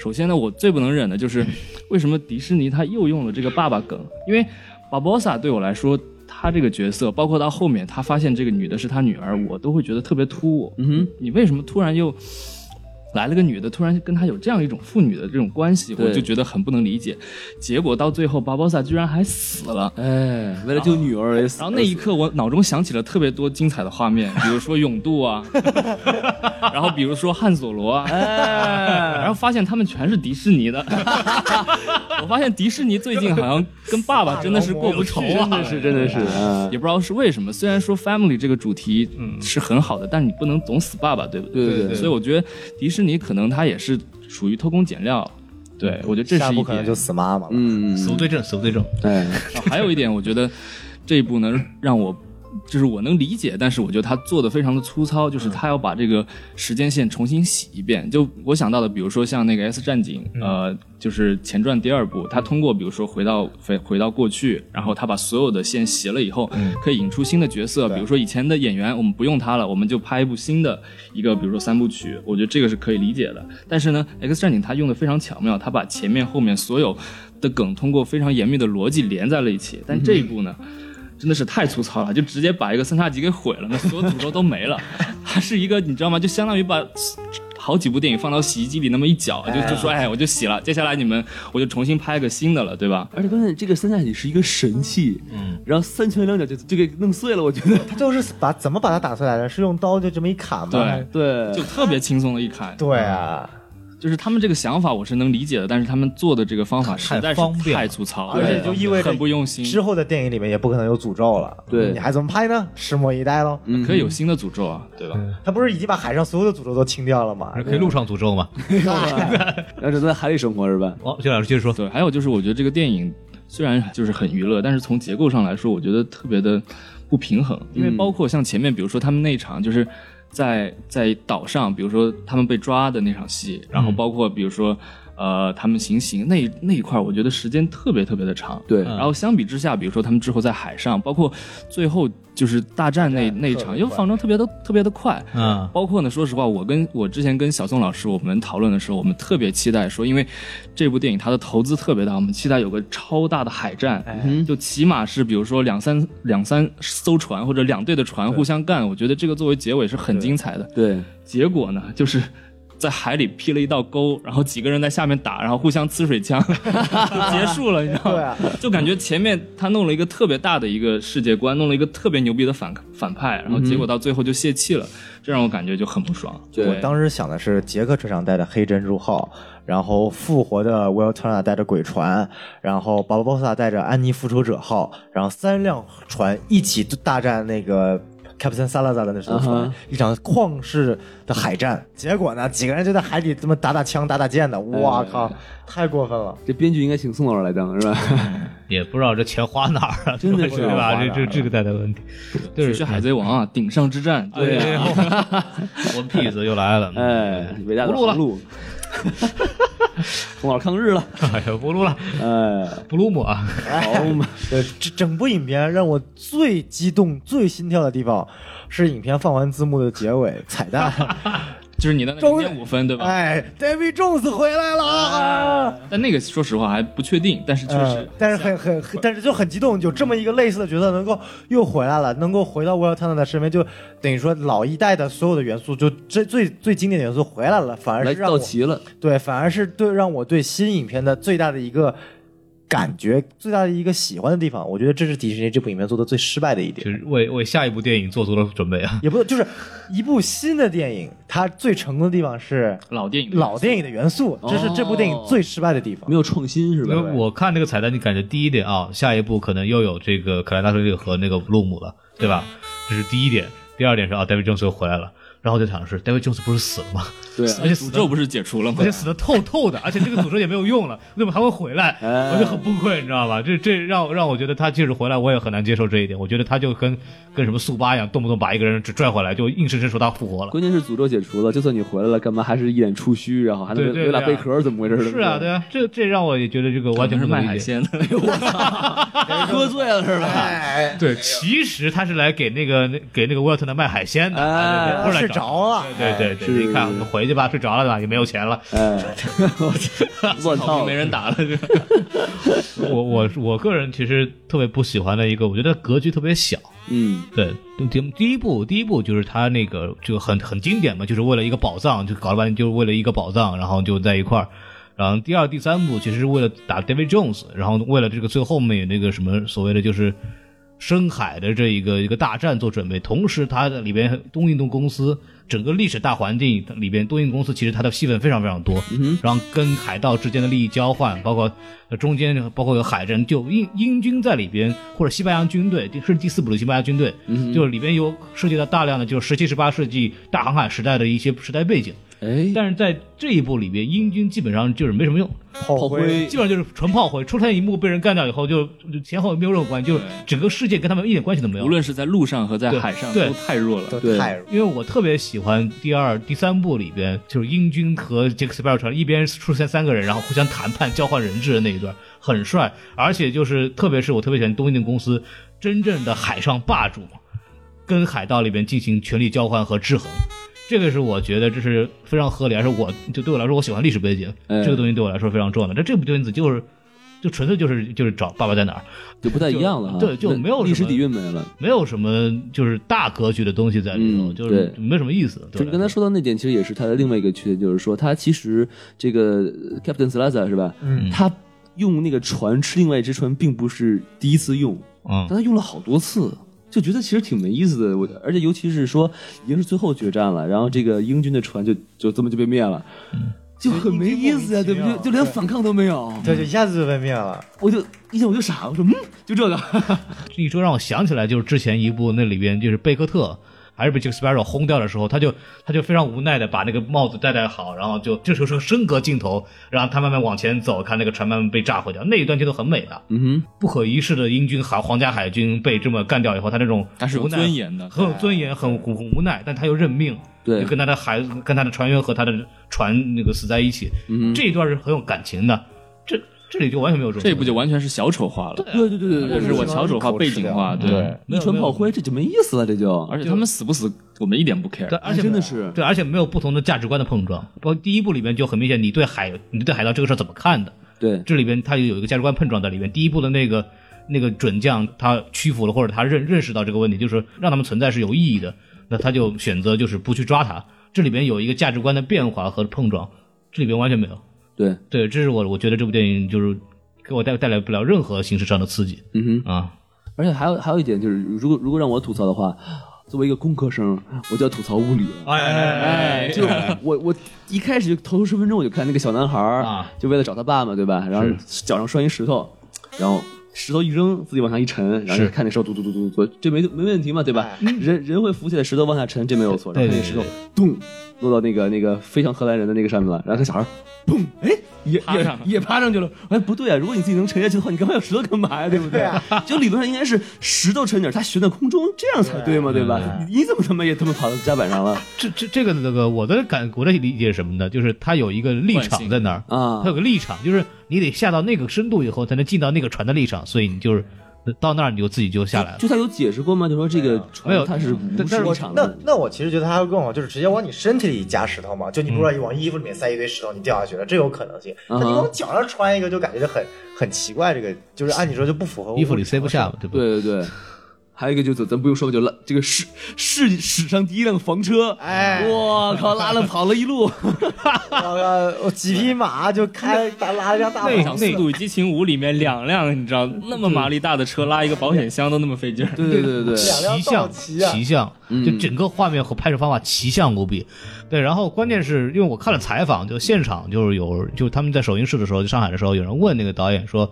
A: 首先呢，我最不能忍
E: 嗯
A: 的就是为什么迪士尼它又用了这个爸爸梗？因为巴博萨对我来说。他这个角色，包括到后面他发现这个女的是他女儿，我都会觉得特别突兀。
E: 嗯哼，
A: 你为什么突然又来了个女的，突然跟他有这样一种父女的这种关系，
E: 对
A: 我就觉得很不能理解。结果到最后，巴博萨居然还死了。
E: 哎，为了救女儿而死。
A: 然后那一刻，我脑中想起了特别多精彩的画
E: *laughs*
A: 面，比如说勇度啊，然后比如说汉索罗啊，
E: 哎
A: 然后发现他们全是迪士尼
E: *laughs*
A: 的。我发现迪士尼最近好像跟爸爸真的是
E: 哎
A: 过不去，
E: 真的是，真的是，啊，
A: 也不知道是为什么。虽然说 family 这个主题是很好的，但是你不能总死爸爸，对不
E: 对对对
A: 所以我觉得迪士尼可能它也是属于偷工减料。对，我觉得这
D: 下
A: 是
D: 一
A: 一
D: 步可能
A: 点
D: 就。死妈妈了。
E: 嗯，
C: 死无对证，死无对证。
E: 哎，
A: 然后还有一点，我觉得这一部能让我。就是我能理解，但是我觉得他做的非常的粗糙，就是他要把这个时间线重新洗一遍。就我想到的，比如说像那个《S 战警》，呃，就是前传第二部，他通过比如说回到回回到过去，然后他把所有的线洗了以后，可以引出新的角色，比如说以前的演员我们不用他了，我们就拍一部新的一个，比如说三部曲，我觉得这个是可以理解的。但是呢，《X 战警》它用的非常巧妙，它把前面后面所有的梗通过非常严密的逻辑连在了一起。但这一部呢，真的是太粗糙了，就直接把一个三叉戟给毁了，那所有诅咒都没了。 *laughs* 它是一个你知道吗？就相当于把。好几部电影放到洗衣机里那么一搅，就就说哎，我就洗了。接下来你们我就重新拍个新的了，对吧？
E: 而且关键这个三下戟是一个神器，嗯，然后三拳两脚就就给弄碎了，我觉得，
D: 他最后是把怎么把它打碎来的？是用刀就这么一砍吗？
A: 对
E: 对，
D: 哎
A: 就特别轻松的一砍。
D: 对啊，
A: 就是他们这个想法我是能理解的，但是他们做的这个方法实在是
C: 方便了
A: 太粗糙，
D: 而且就意味着
A: 很不用心。
D: 之后的电影里面也不可能有诅咒了。
E: 对
D: 你还怎么拍呢？拭目以待喽。
E: 嗯
A: 可以有新的诅咒啊，对吧？
D: 他不是已经把海上所有的诅咒都清掉了吗？
C: 可以路上诅咒嘛？
E: 然后只能在海里生活是吧？
C: 哦，薛老师接着说，
A: 对，还有就是我觉得这个电影虽然就是很娱乐，但是从结构上来说，我觉得特别的不平衡，因
D: 嗯
A: 为包括像前面，比如说他们那场就是。在在岛上，比如说他们被抓的那场戏，然
D: 嗯
A: 后包括比如说，呃，他们行刑那那一块儿，我觉得时间特别特别的长。
E: 对，
A: 然后相比之下，比如说他们之后在海上，包括最后就是大战那
D: 大战
A: 那一
D: 特别
A: 场，又
D: 快
A: 放成特别的特别的快。
C: 嗯，
A: 包括呢，说实话，我跟我之前跟小宋老师我们讨论的时候，我们特别期待说，因为这部电影它的投资特别大，我们期待有个超大的海战，就起码是比如说两三两三艘船或者两队的船互相干，我觉得这个作为结尾是很精彩的。
E: 对，
A: 结果呢，就是。在海里劈了一道沟，然后几个人在下面打，然后互相呲水枪， *laughs* 就结束了，你知道吗？
D: 对啊，
A: 就感觉前面他弄了一个特别大的一个世界观，弄了一个特别牛逼的反反派，然后结果到最后就泄气了，这让我感觉就很不爽。
E: 对
D: 我当时想的是杰克船长带的黑珍珠号，然后复活的 Will Turner 带着鬼船，然后巴巴波萨带着安妮复仇者号，然后三辆船一起大战那个。Captain Salazar 的那艘船
E: 嗯哼
D: 一场旷世的海战，结果呢，几个人就在海里这么打打枪、打打剑的，哇
E: 嗯
D: 靠，太过分了！
E: 这编剧应该请宋老师来当是吧？
C: 也不知道这钱花哪儿了，
E: 真的是
C: 对
D: 花
C: 吧？
D: 哪
C: 这
D: 儿
C: 这
D: 了
C: 这个带来问题，嗯
A: 去学海贼王啊，顶上之战，对啊，
C: *laughs* 我们痞子又来
A: *laughs*
C: 了，
E: 哎，伟大的航 *laughs* 路，宋老师抗日了，
C: *laughs* 哎呀，不录了，
E: 哎，
C: 不录我啊，
E: 好嘛，
D: 对，这整部影片让我最激动、最心跳的地方是影片放完字幕的结尾彩蛋，
E: *laughs*
A: 就是你的零
D: 终于
A: 点五分对吧？
D: 哎，David Jones 回来了啊！
A: 但那个说实话还不确定，但是确
D: 嗯
A: 实，
D: 但是很很很，但是就很激动，有这么一个类似的角色能够又回来了，能够回到 Will Turner 的身边，就等于说老一代的所有的元素，就这最最经典的元素回来了，反而
E: 哎来
D: 是让我
E: 到齐了，
D: 对，反而是对让我对新影片的最大的一个感觉，最大的一个喜欢的地方，我觉得这是迪士尼这部影片做的最失败的一
C: *laughs*
D: 点
C: 就。是为为下一部电影做足了准备啊。
D: 也不就是一部新的电影，它最成功的地方是
A: 老电影
D: 老电影的元素，这是这部电
E: 哦
D: 影最失败的地方
E: 没。有创新是
C: 因为
E: 吧？
C: 我看那个彩蛋，你感觉第一点啊，下一步可能又有这个克莱纳特利和那个布鲁姆了，对吧？这是第一点。第二点是啊，David Jones 又回来了。然后我就想的是，David Jones 不是死了吗？
E: 对
C: 而且死
A: 诅
C: 的
A: 咒不是解除了吗
C: 而？且死的透透的，而且这个诅咒也没有用了， *laughs* 为什么还会回来？
E: 哎
C: 我就很崩溃，你知道吧？这这让让我觉得他即使回来，我也很难接受这一点。我觉得他就跟跟什么速八一样，动不动把一个人只拽回来，就硬生生说他复活了。
E: 关键是诅咒解除了，就算你回来了，干嘛还是一脸触须，然后还能
C: 对对
E: 有俩
C: 对啊
E: 贝壳，怎么回事？
C: 是啊，对啊，这这让我也觉得这个完全
A: 是
C: 不
A: 卖
C: 能理
A: 海
C: 解。
A: 鲜的，
E: 喝醉了是吧？
D: 哎，
C: 对，其实他是来给那个那给那个沃特纳卖海鲜的，啊
E: 哎
C: 对对对或者来
D: 是着了。
C: 对对对，你看回去吧，睡着了吧，也没有钱了，
E: 哎，
C: 啊 *laughs*
E: 乱套
C: 没人打了。这个 *laughs* 我我我个人其实特别不喜欢的一个，我觉得格局特别小。
E: *laughs* 嗯，
C: 对，第第一步，第一步就是他那个就很很经典嘛，就是为了一个宝藏，就搞了半天，就是为了一个宝藏，然后就在一块儿。然后第二、第三步其实是为了打 David Jones，然后为了这个最后面那个什么所谓的就是深海的这一个一个大战做准备。同时，它的里边东印度公司整个历史大环境里边，东印度公司其实它的戏份非常非常多，然后跟海盗之间的利益交换，包括呃中间包括有海战，就英英军在里边，或者西班牙军队，是第四部的西班牙军队，就是里边有涉及到大量的就是十七、十八世纪大航海时代的一些时代背景。
E: 哎，
C: 但是在这一部里边，英军基本上就是没什么用，
D: 炮
E: *laughs* 炮灰
C: 基本上就是纯炮灰。出现一幕被人干掉以后，就就前后也没有任何关系，就是整个世界跟他们一点关系都没有
A: 无。论是在路上和在
C: 对
A: 海上
C: 对
A: 都太弱了。
D: 都
E: 对嗯
D: 太
C: 因为我特别喜欢第二、第三部里边，就是英军和杰克斯 r 尔船一边出现三个人，然后互相谈判、交换人质的那一段，很帅。而且就是特别是我特别喜欢东印度公司真正的海上霸主，跟海盗里边进行权力交换和制衡。这个是我觉得这是非常合理，而且我就对我来说，我喜欢历史背景，
E: 哎
A: 嗯
C: 这个东西对我来说非常重要的。那这部电子就是就纯粹就是就是找《爸爸在哪儿》，
E: 就不太一样了哈，
C: 就对就
E: 那
C: 没有什么
E: 历史底蕴没了。
C: 没有什么就是大格局的东西在里头，
E: 嗯
C: 就是
E: 对
C: 没什么意思。对
E: 就
C: 吧
E: 你刚才说到那点，其实也是它的另外一个缺点，就是说它其实这个呃 Captain Slaza 是吧？
D: 嗯
E: 他用那个船吃另外一只船，并不是第一次用，
C: 嗯
E: 但，他用了好多次，就觉得其实挺没意思的。我而且尤其是说已经是最后决战了，然后这个英军的船就就这么就被灭了，就很没意思呀、对不对？就连反抗都没有，
D: 对，就一下子就被灭了。
E: 我就一下我就傻，我说嗯，就这个， *laughs*
C: 这一说让我想起来，就是之前一部那里边就是贝克特还是被 Jack Sparrow 轰掉的时候，他就他就非常无奈的把那个帽子戴戴好，然后就这时候说升格镜头，然后他慢慢往前走，看那个船慢慢被炸毁掉，那一段其实很美的，
E: 嗯
C: 不可一世的英军海皇家海军被这么干掉以后，他那种
A: 它是有
C: 无奈
A: 尊严的，
C: 很有尊严，很很很无奈，但他又认命，
E: 对
C: 就跟他的孩子、跟他的船员和他的船那个死在一起，
A: 嗯
C: 这一段是很有感情的，这这里就完全没有这种
A: 这一部就完全是小丑化了，
E: 哼，对对啊对对
A: 或
E: 对
A: 者是
E: 对，
A: 我小丑化、背景化，
D: 对
A: 对。
C: 没
E: 一
C: 有
E: 船
C: 没有
E: 炮灰这就没意思了，这就
A: 而且他们死不死，我们一点不 care
C: 对，。而且
E: 真的是
C: 对，而且没有不同的价值观的碰撞。包括第一部里面就很明显，你对海，你对海盗这个事儿怎么看的？
E: 对
C: 这里边它有一个价值观碰撞在里面。第一部的那个那个准将他屈服了，或者他认认识到这个问题，就是让他们存在是有意义的，那他就选择就是不去抓他。这里边有一个价值观的变化和碰撞，这里边完全没有。
E: 对，
C: 对，这是我我觉得这部电影就是给我带带来不了任何形式上的刺激
E: 嗯哼。
C: 啊。
E: 而且还有还有一点就是，如果如果让我吐槽的话，作为一个工科生，我就要吐槽物理了。
C: 哎
E: 就我我一开始就头十分钟我就看那个小男孩儿
C: 啊
E: 就为了找他爸嘛，对吧？然后脚上拴一石头，然后石头一扔，自己往下一沉，然后
C: 是
E: 就看那石头嘟嘟嘟嘟嘟，这没没问题嘛，对吧？人人会浮起来，石头往下沉，这没有错。然后
C: 对对
E: 看那石头咚落到那个那个飞向荷兰人的那个上面了，然后那小孩儿砰，哎，也
A: 爬上
E: 也也爬上去了。哎，不对啊，如果你自己能沉下去的话，你干嘛要石头干嘛呀？对不对？就理论上应该是石头沉点儿，它悬在空中，这样才对嘛，对吧？你你怎么他妈也他妈跑到甲板上了
C: 这这这个那个我的感我的理解是什么呢？就是他有一个立场在那儿，
E: 啊
C: 它？有个立场，就是你得下到那个深度以后，才能进到那个船的立场，所以你就是到那儿你就自己就下来了。
E: 就他有解释过吗？就说这个
C: 没有
E: 船它是无
C: 但但是
E: 视
D: 我
E: 场
D: 那
E: 的，
D: 那我其实觉得他会更好，就是直接往你身体里夹石头嘛，就你不知道往衣服里面塞一堆石头，你掉下去了，这有可能性。那
E: 嗯哼
D: 你往脚上穿一个，就感觉就很很奇怪，这个就是按你说就不符合
C: 衣服里
D: 物理
C: 塞不下嘛，对不？
E: 对对对。还有一个就是咱不用说吧，就拉这个世世史上第一辆房车，
D: 哎
E: 我靠，拉了跑了一路，
D: 呃，我几匹马就开拉拉了一辆大
A: 那
D: 马
A: 场《速度与激情五》里面两辆，你知道那么马力大的车拉一个保险箱都那么费劲儿，
E: 对对对 *laughs* 对对，
D: 两辆
C: 奇
D: 道
C: 像，
D: 奇啊，
C: 奇像，
E: 嗯
C: 就整个画面和拍摄方法奇像无比。对，然后关键是因为我看了采访，就现场就是有，就他们在首映式的时候，就上海的时候，有人问那个导演说：“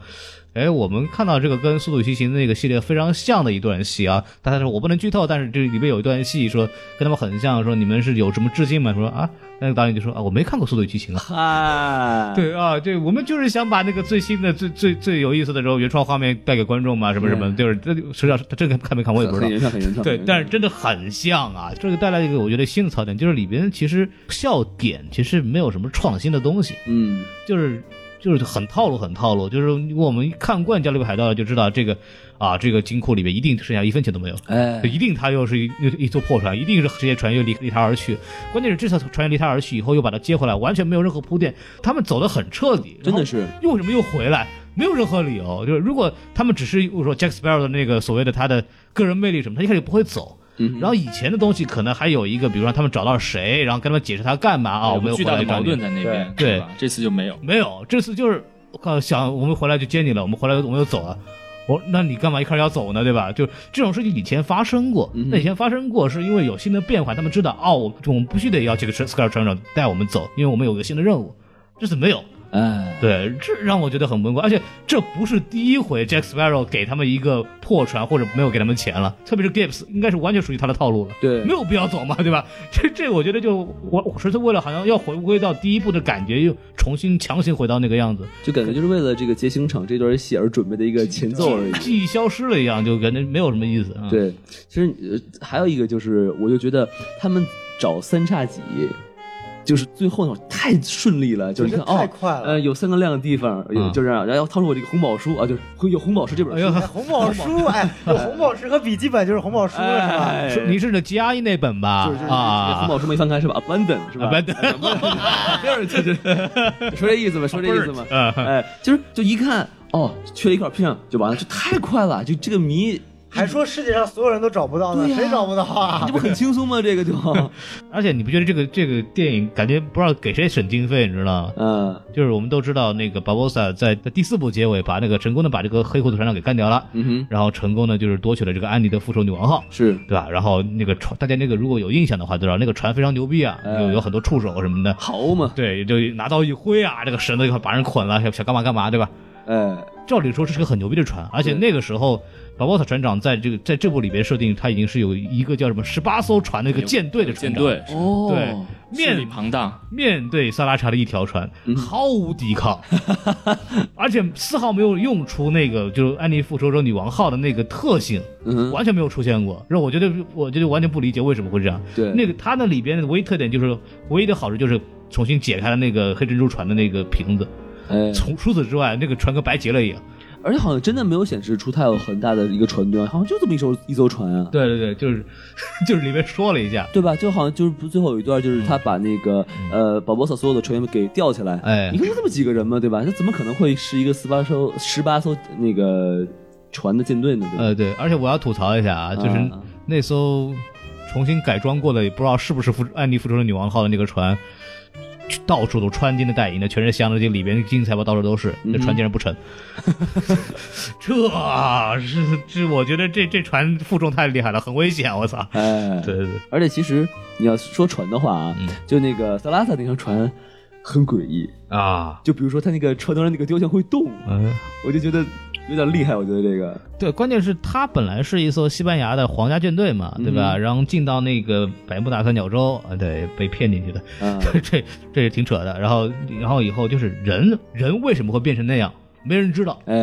C: 哎，我们看到这个跟《速度与激情》那个系列非常像的一段戏啊。”但他说我不能剧透，但是这里面有一段戏说跟他们很像，说你们是有什么致敬吗？说啊，那个导演就说啊，我没看过《速度与激情》啊。*laughs*
E: 嗨，
C: 对啊，对，我们就是想把那个最新的、最最最有意思的时候原创画面带给观众嘛，什么什么，就是这实际上他真的看没看我也不知道
E: 很。原创，很原创。
C: 对，但
E: 是
C: 是真的很像啊！这个带来一个我觉得新的槽点，就是里边其实笑点其实没有什么创新的东西，
E: 嗯，
C: 就是就是很套路，很套路。就是如果我们看惯《加勒比海盗》就知道这个啊，这个金库里面一定剩下一分钱都没有，
E: 哎
C: 一定他又是一又一艘破船，一定是这些船又离离他而去。关键是这艘船离他而去以后又把他接回来，完全没有任何铺垫，他们走得很彻底，
E: 真
C: 然
E: 的
C: 后
E: 是
C: 又为什么又回来？没有任何理由，就是如果他们只是我说 Jack Sparrow 的那个所谓的他的个人魅力什么，他一开始不会走。
A: 嗯
C: 然后以前的东西可能还有一个，比如说他们找到谁，然后跟他们解释他干嘛啊，我们
A: 有
C: 又
A: 巨
C: 回
A: 大
C: 来
A: 的
C: 找
A: 矛
C: 你
A: 盾在那边，
C: 对
A: 是吧？这次就没有。
C: 没有，这次就是我靠，想我们回来就接你了，我们回来我们就走了。我那你干嘛一开始要走呢？对吧？就这种事情以前发生过，
A: 嗯
C: 那以前发生过是因为有新的变化，他们知道哦，我我们必须得要这个 Scar 船长带我们走，因为我们有个新的任务。这次没有，
E: 哎，
C: 对，这让我觉得很崩溃，而且这不是第一回 Jack Sparrow 给他们一个破船或者没有给他们钱了，特别是 Gibbs 应该是完全属于他的套路了。
E: 对
C: 没有必要走嘛，对吧？这这，我觉得就我我纯粹为了好像要回归到第一部的感觉，又重新强行回到那个样子，
E: 就感觉就是为了这个结星场这段戏而准备的一个前奏而已。
C: 记忆消失了一样，就感觉没有什么意思啊。，
E: 对，其实呃还有一个就是，我就觉得他们找三叉戟，就是最后那种太顺利了，就是你看
D: 这太
E: 哦。
D: 快了。
E: 呃，有三个亮的地方，有
C: 嗯
E: 就是这样，然后掏出我这个红宝书啊，就是有红宝书这本
C: 哎
E: 书
C: 呦，，
D: 哎红宝书，哎，有红宝石和笔记本就是红宝书了，是吧？
E: *laughs* 哎
C: 是你是那吉阿伊那本吧？
E: 就是这红
C: 啊，
E: 宝书没翻开是吧？Abandon 是吧？
C: 啊，Abandon
E: *laughs* 就是就是，说这意思吧，说这意思吧。
C: 嗯
E: 哎，就是就一看哦，缺一块拼上就完了，这太快了，就这个谜，
D: 还说世界上所有人都找不到呢，谁找不到啊
E: 这？不很轻松吗？这
C: *laughs*
E: 个就，
C: *laughs* 而且你不觉得这个这个电影感觉不知道给谁省经费，你知道吗？
E: 嗯
C: 就是我们都知道，那个 Barbosa 在在第四部结尾把那个成功的把这个黑胡子船长给干掉了，
E: 嗯哼，
C: 然后成功的就是夺取了这个安妮的复仇女王号，
E: 是
C: 对吧？然后那个船，大家那个如果有印象的话，都知道那个船非常牛逼啊，
E: 哎
C: 有有很多触手什么的，
E: 好嘛，
C: 对，就拿刀一挥啊，这个绳子就快把人捆了，想想干嘛干嘛，对吧？
E: 哎，
C: 照理说这是个很牛逼的船，而且
E: 对
C: 那个时候。巴博萨船长在这个在这部里边设定，他已经是有一个叫什么十八艘船的一个舰队的船
A: 舰
C: 长，
A: 队
E: 哦
C: 对
A: 势力
C: 面
A: 庞大，
C: 面对萨拉查的一条船，毫无抵 *laughs* 抗，而且丝毫没有用出那个就是安妮复仇者女王号的那个特性，
E: 嗯哼，
C: 完全没有出现过。让我觉得，我觉得完全不理解为什么会这样。
E: 对
C: 那个它那里边的唯一特点就是，唯一的好处就是重新解开了那个黑珍珠船的那个瓶子。
E: 哎，
C: 从除此之外，那个船跟白结了一样。
E: 而且好像真的没有显示出它有很大的一个船队，好像就这么一艘一艘船啊。
C: 对对对，就是 *laughs* 就是里面说了一下，
E: 对吧？就好像就是不最后有一段，就是他把那个、呃，保博萨所有的船员给吊起来。
C: 哎
E: 你看就这么几个人嘛，对吧？那怎么可能会是一个十八艘十八艘那个船的舰队呢？对吧？
C: 呃对，而且我要吐槽一下啊，就是
E: 啊
C: 那艘重新改装过的，也不知道是不是复安妮复仇者女王号的那个船，到处都穿金的戴银的，全是镶着金，里边金银财宝到处都是，那船竟然不沉。 *laughs* 这啊是这，我觉得这这船负重太厉害了，很危险，我操！
E: 哎，
C: 对。对对，
E: 而且其实你要说船的话啊，就那个萨拉萨那条船很诡异，
C: 啊，
E: 就比如说他那个船头上那个雕像会动，
C: 嗯。
E: 我就觉得有点厉害。我觉得这个，
C: 对，关键是它本来是一艘西班牙的皇家舰队嘛，对吧？然后进到那个百慕大三角洲，啊，对，被骗进去的，
E: 嗯
C: *laughs* 这这也挺扯的。然后，然后以后就是人人为什么会变成那样，没人知道，
E: 哎，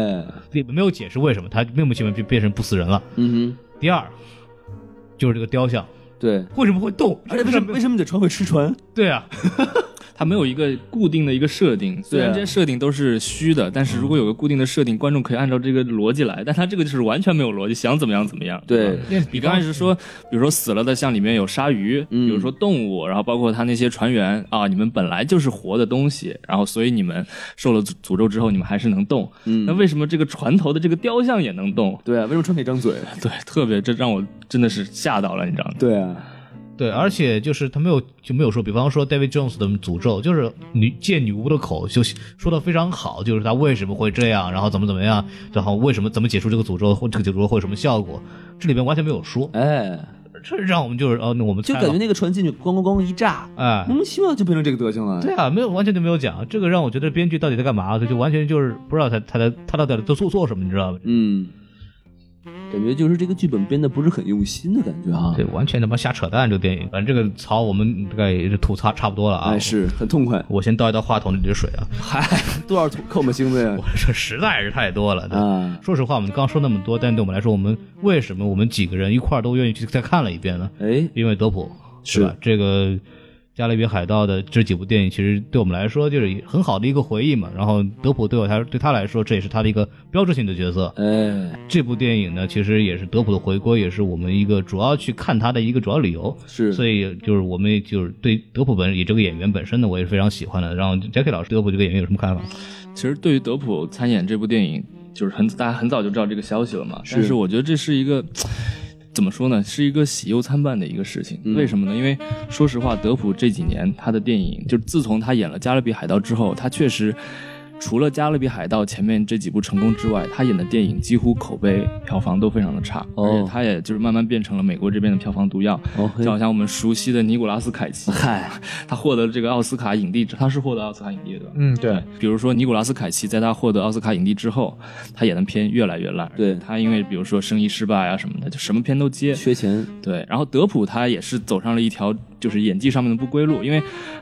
C: 也没有解释为什么他莫名其妙就变成不死人了。
E: 嗯
C: 第二，就是这个雕像
E: 哼，对。
C: 为什么会动？
E: 而且为什么为什么你的船会吃船？
C: 对啊，
A: 它没有一个固定的一个设定，虽然这些设定都是虚的，但是如果有个固定的设定，观众可以按照这个逻辑来，但它这个就是完全没有逻辑，想怎么样怎么样。
E: 对
A: 吧你刚开始说，比如说死了的像里面有鲨鱼，
E: 嗯
A: 比如说动物，然后包括他那些船员啊，你们本来就是活的东西，然后所以你们受了诅诅咒之后，你们还是能动。
E: 嗯
A: 那为什么这个船头的这个雕像也能动？ *laughs*
E: 对啊，为什么船可以张嘴？
A: 对，特别这让我真的是吓到了，你知道吗？
E: 对啊，
C: 对，而且就是他没有就没有说，比方说 David Jones 的诅咒，就是女借女巫的口就说的非常好，就是他为什么会这样，然后怎么怎么样，然后为什么怎么解除这个诅咒，或这个解除会有什么效果，这里边完全没有说，
E: 哎，
C: 这让我们就是哦，那我们
E: 就
C: 猜
E: 感觉
C: 了
E: 那个船进去咣咣咣一炸，
C: 哎
A: 嗯
E: 莫，名其妙就变成这个德行
C: *laughs*
E: 了。
C: 对啊，没有完全就没有讲，这个让我觉得编剧到底在干嘛，啊就完全就是不知道他他在他到底在做做什么，你知道吗？
E: 嗯，感觉就是这个剧本编的不是很用心的感觉哈。
C: 对，完全他妈瞎扯淡，这个电影，反正这个槽我们大概也是吐槽差不多了啊。
E: 哎，是很痛快。 *laughs*
C: 我先倒一倒话筒里的水啊， *laughs*
E: 嗨，多少扣我们星子呀
C: 我？这实在是太多了。对
E: 啊，
C: 说实话，我们刚说那么多，但对我们来说，我们为什么我们几个人一块儿都愿意去再看了一遍呢？
E: 哎，
C: 因为德普，是吧？这个加勒比海盗》的这几部电影，其实对我们来说就是很好的一个回忆嘛。然后德普对我他对他来说，这也是他的一个标志性的角色。
E: 哎，
C: 这部电影呢，其实也是德普的回归，也是我们一个主要去看他的一个主要理由。
E: 是
C: 所以就是我们就是对德普本也这个演员本身呢，我也是非常喜欢的。然后 Jackie 老师，德普这个演员有什么看法？
A: 其实对于德普参演这部电影，就是很大家很早就知道这个消息了嘛。
E: 是
A: 但是我觉得这是一个怎么说呢，是一个喜忧参半的一个事
E: 嗯
A: 情。为什么呢？因为说实话，德普这几年他的电影，就是自从他演了《加勒比海盗》之后，他确实。除了《加勒比海盗》前面这几部成功之外，他演的电影几乎口碑、票房都非常的差，
E: 哦
A: 而且他也就是慢慢变成了美国这边的票房毒药，
E: 哦嘿
A: 就好像我们熟悉的尼古拉斯凯奇，
E: 嗨，
A: *laughs* 他获得了这个奥斯卡影帝，他是获得奥斯卡影帝的，对吧？
D: 嗯，对，
A: 比如说尼古拉斯凯奇在他获得奥斯卡影帝之后，他演的片越来越烂。
E: 对
A: 他因为比如说生意失败啊什么的，就什么片都接。
E: 缺钱，
A: 对，然后德普他也是走上了一条就是演技上面的不归路，因为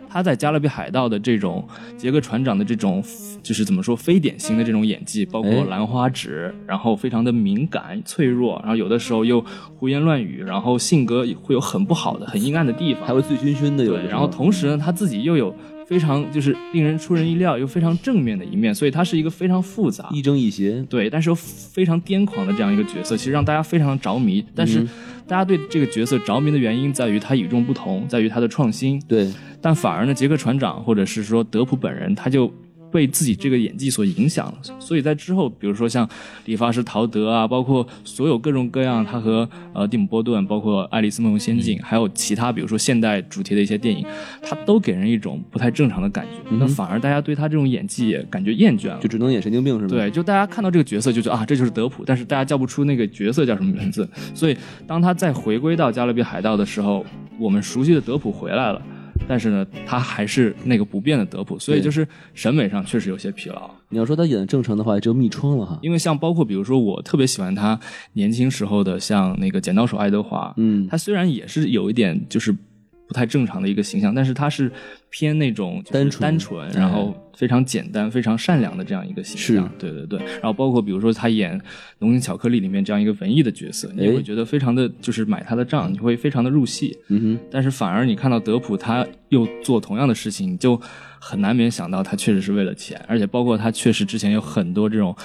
A: 他在《加勒比海盗》的这种杰克船长的这种就是怎么说非典型的这种演技，包括
E: 哎
A: 兰花指，然后非常的敏感脆弱，然后有的时候又胡言乱语，然后性格会有很不好的、很阴暗的地方，
E: 还会醉醺醺的有的时
A: 对，嗯
E: 候，
A: 然后同时呢，他自己又有非常就是令人出人意料又非常正面的一面，所以他是一个非常复杂，
E: 亦正亦邪，
A: 对，但是又非常癫狂的这样一个角色，其实让大家非常着迷。但是大家对这个角色着迷的原因在于他与众不同，在于他的创新，
E: 对，
A: 但反而呢，杰克船长或者是说德普本人，他就被自己这个演技所影响了，所以在之后，比如说像理发师陶德啊，包括所有各种各样，他和呃蒂姆波顿，包括《爱丽丝梦游仙境》，还有其他比如说现代主题的一些电影，他都给人一种不太正常的感觉，那反而大家对他这种演技也感觉厌倦了
E: 就。只能演神经病是吗？
A: 对，就大家看到这个角色就觉得啊，这就是德普，但是大家叫不出那个角色叫什么名字。所以当他再回归到《加勒比海盗》的时候，我们熟悉的德普回来了，但是呢，他还是那个不变的德普，所以
E: 对
A: 就是审美上确实有些疲劳。
E: 你要说他演的正常的话，也只有密窗了哈。
A: 因为像包括比如说我特别喜欢他年轻时候的，像那个《剪刀手爱德华》，
E: 嗯，
A: 他虽然也是有一点就是不太正常的一个形象，但是他是偏那种就是
E: 单纯哎
A: 单纯，然后非常简单、非常善良的这样一个形象
E: 是。
A: 对对对。然后包括比如说他演《浓情巧克力》里面这样一个文艺的角色，你
E: 哎
A: 会觉得非常的就是买他的账，你会非常的入戏。
E: 嗯
A: 但是反而你看到德普他又做同样的事情，你就很难免想到他确实是为了钱，而且包括他确实之前有很多这种。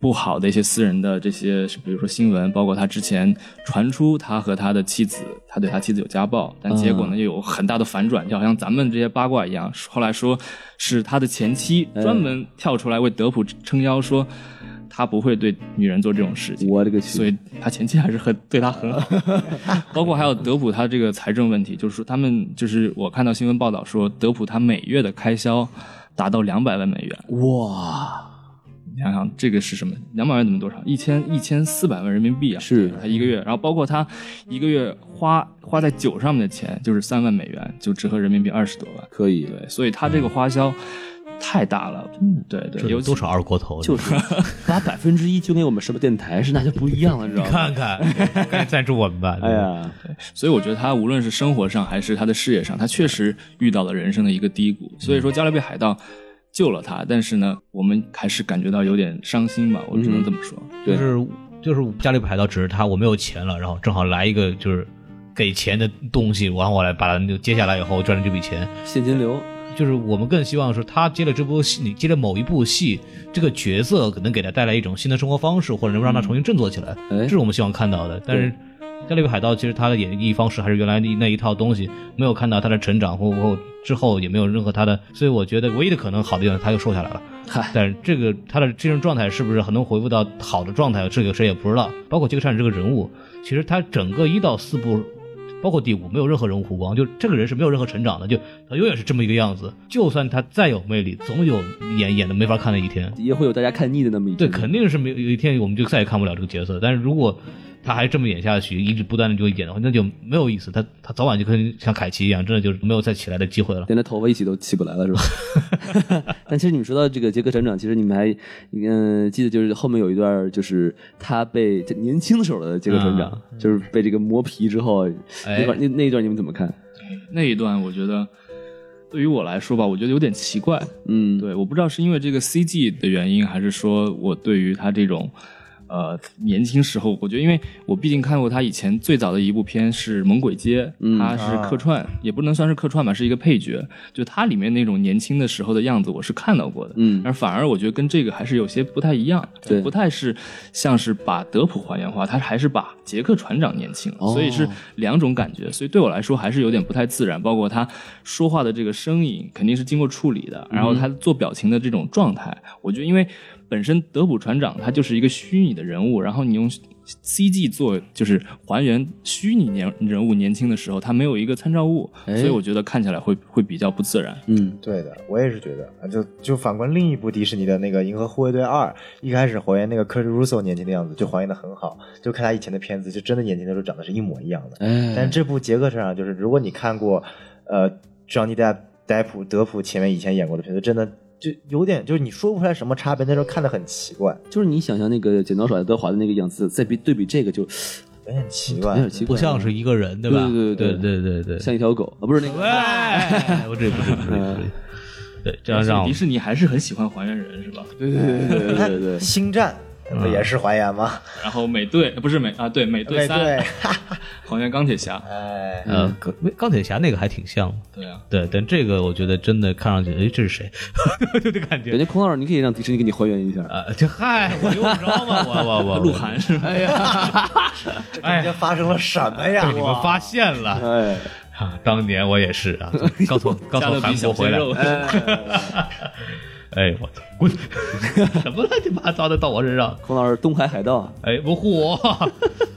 A: 不好的一些私人的这些，比如说新闻，包括他之前传出他和他的妻子，他对他妻子有家暴，但结果呢又有很大的反转，就好像咱们这些八卦一样。后来说是他的前妻专门跳出来为德普撑腰，说他不会对女人做这种事情
E: 哼，。我勒个去！
A: 所以他前期还是很对他很好，
E: *laughs*
A: 包括还有德普他这个财政问题，就是说他们就是我看到新闻报道说德普他每月的开销达到两百万美元，
E: 哇，
A: 你想想这个是什么？两百万等于多少？一千一千四百万人民币啊！
E: 是
A: 他一个月，然后包括他一个月花花在酒上面的钱就是三万美元，就折合人民币二十多万，
E: 可以，
A: 对，所以他这个花销太大了，
E: 嗯
A: 对对，尤
F: 这
A: 其
F: 多少二锅头？
E: 就是把百分之一捐给我们什么电台是那就不一样了，你知道吗？
C: *laughs* 看看，赶紧赞助我们吧！
E: *laughs* 哎呀，
A: 所以我觉得他无论是生活上还是他的事业上，他确实遇到了人生的一个低谷。所以说《加勒比海盗》救了他，但是呢，我们还是感觉到有点伤心吧，我只能这么说。
E: 对
F: 就是就是家里排到只是他我没有钱了，然后正好来一个就是给钱的东西，然后我来把它就接下来以后赚了这笔钱。
E: 现金流，
F: 就是我们更希望是他接了这部戏，你接了某一部戏，这个角色可能给他带来一种新的生活方式，或者能让他重新振作起来，
E: 哎
F: 这是我们希望看到的。但是《加勒比海盗》其实他的演绎方式还是原来的那一套东西，没有看到他的成长或或之后也没有任何他的，所以我觉得唯一的可能好的地方他又瘦下来了。
E: 嗨，
F: 但是这个他的精神状态是不是很能恢复到好的状态，这个谁也不知道。包括杰克船长这个人物，其实他整个一到四部，包括第五，没有任何人物弧光，就这个人是没有任何成长的，就他永远是这么一个样子。就算他再有魅力，总有演演的没法看的一天。
E: 也会有大家看腻的那么一
F: 对，
C: 嗯
E: 天
F: 肯定是没有有一天我们就再也看不了这个角色。但是如果他还这么演下去，一直不断的就演的话，那就没有意思。他他早晚就跟像凯奇一样，真的就是没有再起来的机会了。
E: 连他头发一起都起不来了，是吧？但其实你们说到这个杰克船长，其实你们还嗯、记得就是后面有一段，就是他被这年轻的时候的杰克船长，就是被这个磨皮之后，
F: 哎
E: 那段那那一段你们怎么看？
A: 那一段我觉得对于我来说吧，我觉得有点奇怪。
E: 嗯，
A: 对，我不知道是因为这个 CG 的原因，还是说我对于他这种呃年轻时候，我觉得因为我毕竟看过他以前最早的一部片是《猛鬼街》，
E: 嗯
A: 他是客串，也不能算是客串吧，是一个配角，就他里面那种年轻的时候的样子，我是看到过的。
E: 嗯
A: 而反而我觉得跟这个还是有些不太一样，
E: 对
A: 不太是像是把德普还原化，他还是把杰克船长年轻了，
E: 哦
A: 所以是两种感觉，所以对我来说还是有点不太自然，包括他说话的这个声音肯定是经过处理的，然后
E: 嗯
A: 他做表情的这种状态，我觉得因为本身德普船长他就是一个虚拟的人物，然后你用 CG 做就是还原虚拟年人物年轻的时候，他没有一个参照物，
E: 哎
A: 所以我觉得看起来会会比较不自然。
E: 嗯，
D: 对的，我也是觉得，啊就就反观另一部迪士尼的那个《银河护卫队二》，一开始还原那个 Kurt Russell 年轻的样子就还原的很好，就看他以前的片子，就真的年轻的时候长得是一模一样的。
E: 哎，
D: 但这部《杰克船长》就是，如果你看过，呃，Johnny Depp、戴普、德普前面以前演过的片子，真的就有点就是你说不出来什么差别，那时候看的很奇怪，
E: 就是你想象那个剪刀手爱德华的那个样子，再比对比这个就
D: 有点奇
E: 有
D: 怪。
E: 点奇怪，
C: 不像是一个人，对吧？哎
E: 对对
C: 对
E: 对
C: 对对对
E: 像一条狗啊，不是那个。
C: 喂，
F: 哎
C: 不对不对不对不对，对，这样让我
A: 迪
C: 们
A: 士尼还是很喜欢还原人是吧？
E: 对对对对对对嗯对，
D: 星战不也是还原吗？
A: 然后美队呃不是美啊对美队
D: 对
A: 三
D: 对，
A: 还原钢铁侠，
D: 哎，
C: 呃，钢钢铁侠那个还挺像的，
A: 对啊，
C: 对，但这个我觉得真的看上去，哎，这是谁？ *laughs* 就这感觉
E: 感觉孔老师，你可以让迪士尼给你还原一下。
F: 呃
C: 啊，这嗨，我用不着吗？我我我，
A: 鹿晗 *laughs* 是吧？哎呀，
F: 哎
D: 中间发生了什么呀？
C: 被你们
D: 哇
C: 发现了
E: 哎，
C: 啊！当年我也是
E: *laughs*
C: 啊，刚从刚从韩国回来， *laughs*
A: 嗯
C: 哎，我操，滚！ *laughs* 什么乱七八糟的到我身上？
E: 孔老师，东海海盗，啊
C: 哎，我护
E: *laughs*
C: 我，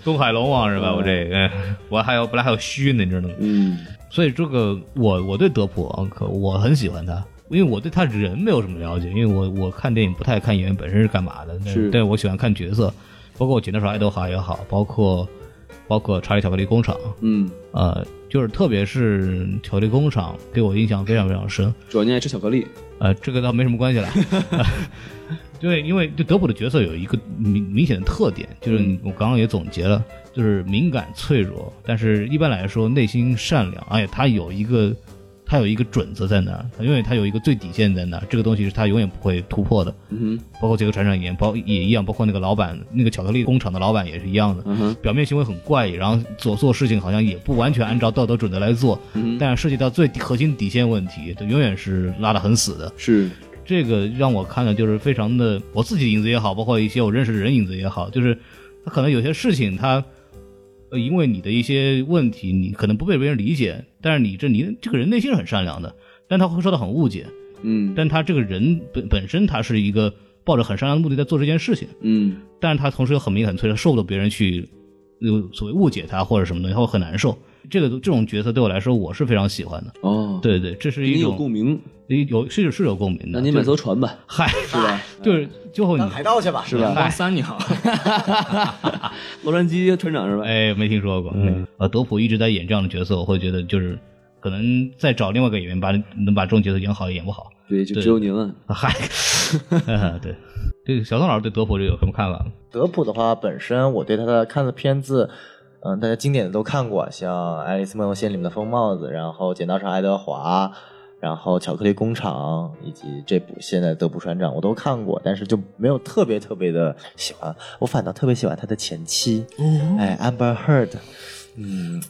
C: 东海龙王是吧？我这个，哎我还有本来还有虚呢，你知道吗？
E: 嗯，
C: 所以这个我我对德普昂克我很喜欢他，因为我对他人没有什么了解，因为我我看电影不太看演员本身是干嘛的，但
E: 是
C: 但我喜欢看角色，包括我剪刀手爱德华也好，包括包括查理巧克力工厂，
E: 嗯，
C: 呃，就是特别是巧克力工厂给我印象非常非常深，
E: 主要你爱吃巧克力，
C: 呃，这个倒没什么关系了。 *laughs* 对，因为就德普的角色有一个明明显的特点，就是
E: 嗯
C: 你我刚刚也总结了，就是敏感脆弱，但是一般来说内心善良，而且他有一个他有一个准则在那儿，因为他有一个最底线在那儿，这个东西是他永远不会突破的。
E: 嗯哼，
C: 包括杰克船长也包也一样，包括那个老板，那个巧克力工厂的老板也是一样的，
E: 嗯哼，
C: 表面行为很怪异，然后所做事情好像也不完全按照道德准则来做，
E: 嗯哼，
C: 但涉及到最核心底线问题，它永远是拉得很死的。
E: 是，
C: 这个让我看的就是非常的我自己的影子也好，包括一些我认识的人影子也好，就是他可能有些事情他，呃，因为你的一些问题，你可能不被别人理解，但是你这你这个人内心是很善良的，但他会受到很误解，
E: 嗯
C: 但他这个人本本身他是一个抱着很善良的目的在做这件事情，
E: 嗯
C: 但是他同时又很敏感很脆弱，受不了别人去有所谓误解他或者什么东西，他会很难受。这个这种角色对我来说，我是非常喜欢的。
E: 哦，，
C: 对对，这是
E: 你
C: 一
E: 有
C: 种
E: 共鸣，
C: 有是是有共鸣的。
E: 那你
C: 就
E: 买
C: 是
E: 艘船吧，
C: 嗨，
E: 是吧？
C: *laughs* 就是最后你
D: 当海盗去吧，
E: 是 *laughs* 吧？
A: 王三你好，
E: 洛杉矶船长是吧？
C: 哎，没听说过。嗯，呃，德普一直在演这样的角色，我会觉得就是可能再找另外一个演员把能把这种角色演好也演不好。
E: 对，就只有您了。
C: 啊嗨， *laughs* 对，这个小宋老师对德普这个有什么看法？
D: 德普的话，本身我对他的看的片子，嗯，大家经典的都看过，像《爱丽丝梦游仙境》里面的疯帽子，然后《剪刀手爱德华》，然后《巧克力工厂》，以及这部现在《德普船长》，我都看过，但是就没有特别特别的喜欢。我反倒特别喜欢他的前妻，哎，Amber Heard，嗯，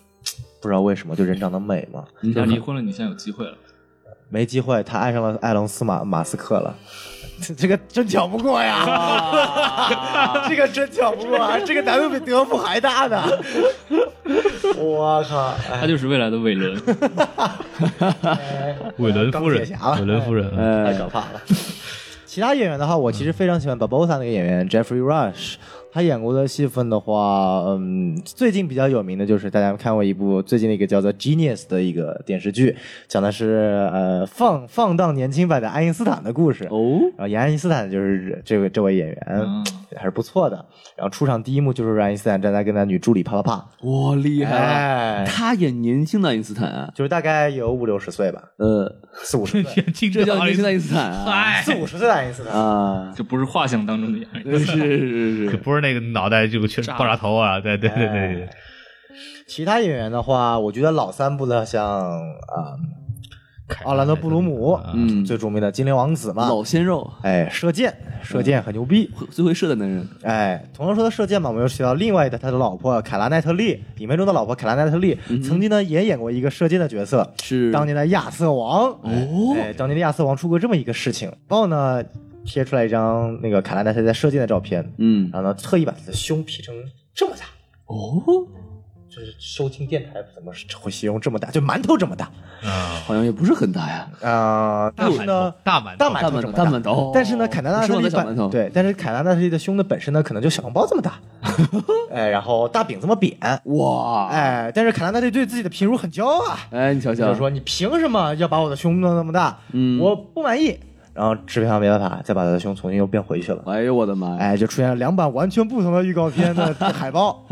D: 不知道为什么，就人长得美嘛，
C: 嗯
E: 你
A: 要离婚了，你现在有机会了。
D: 没机会，他爱上了埃隆斯马马斯克了。 *laughs* 这这个真抢不过呀， *laughs* 这个真抢不过啊，这个难度比德普还大呢。我靠，
C: 哎
A: 他就是未来的伟伦， *laughs*
C: 韦伦夫人
D: 钢铁侠吧，
C: 韦伦夫人，
E: *laughs*
C: 嗯
D: 太
E: 哎，
D: 可怕了。其他演员的话，我其实非常喜欢 Barbosa 那个演员 Jeffrey Rush，他演过的戏份的话，嗯，最近比较有名的就是大家看过一部最近的一个叫做《Genius》的一个电视剧，讲的是呃放放荡年轻版的爱因斯坦的故事。
E: 哦，
D: 然后演爱因斯坦就是这位这位演员、
A: 嗯
D: 还是不错的。然后出场第一幕就是爱因斯坦站在跟他女助理啪啪啪，
E: 哇，厉害了！
D: 哎，
E: 他演年轻的爱因斯坦啊，
D: 就是大概有五六十岁吧，
E: 呃，
D: 四五十
C: *laughs*
D: 岁，
C: 青
E: 这
C: 春
E: 叫
C: 爱
E: 年
C: 丽
E: *laughs* 轻的
C: 丝，
E: 爱因斯坦啊，
C: 嗨，
D: 四五十岁的爱因斯坦。
E: 啊，
A: 这不是画像当中的演员。
E: 是是
C: 可 *laughs*
E: 是，
C: 不是那个脑袋这个全
A: 炸了
C: 爆炸头啊！对对对对对，
D: 其他演员的话，我觉得老三部的像啊、
F: 凯
D: 奥兰德·布鲁姆
F: 啊，
E: 嗯，
D: 最著名的精灵王子嘛。
E: 老鲜肉，
D: 哎，射箭，
F: 嗯
D: 射箭很牛逼。
E: 最会射的男人，
D: 哎，同样说到射箭嘛，我们又提到另外的他的老婆凯拉奈特利，李梅中的老婆凯拉奈特利，曾经呢也演过一个射箭的角色，
E: 嗯是
D: 当年的亚瑟王。
E: 哦
D: 哎，当年的亚瑟王出过这么一个事情，然后呢贴出来一张那个凯拉奈特利在射箭的照片，
E: 嗯，
D: 然后呢特意把他的胸 P 成这么大，
E: 哦，
D: 就是收听电台怎么会形容这么大，就馒头这么大
F: 啊，
E: 好像也不是很大呀，
D: 啊、
F: 大
D: 但是
F: 馒头
D: 呢，。
F: 大馒头，
D: 大馒头
E: 大馒
D: 这
E: 头，
D: 么
E: 大馒头，
D: 但是呢，凯南纳特
E: 我
D: 利
E: 吃完的小馒
D: 本
E: 头
D: 对，但是凯南纳特利的胸的本身呢，可能就小笼包这
E: *laughs*
D: 么大，哎，然后大饼这么扁，
E: 啊哇，
D: 哎，但是凯南纳特利对自己的评如很骄傲啊，
E: 哎，你瞧
D: 就
E: 瞧，
D: 是说你凭什么要把我的胸弄那么大？
E: 嗯
D: 我不满意。然后制片方没办法，再把他的胸重新又变回去了。
E: 哎呦我的妈呀，
D: 哎，就出现了两版完全不同的预告片 *laughs* 的海报。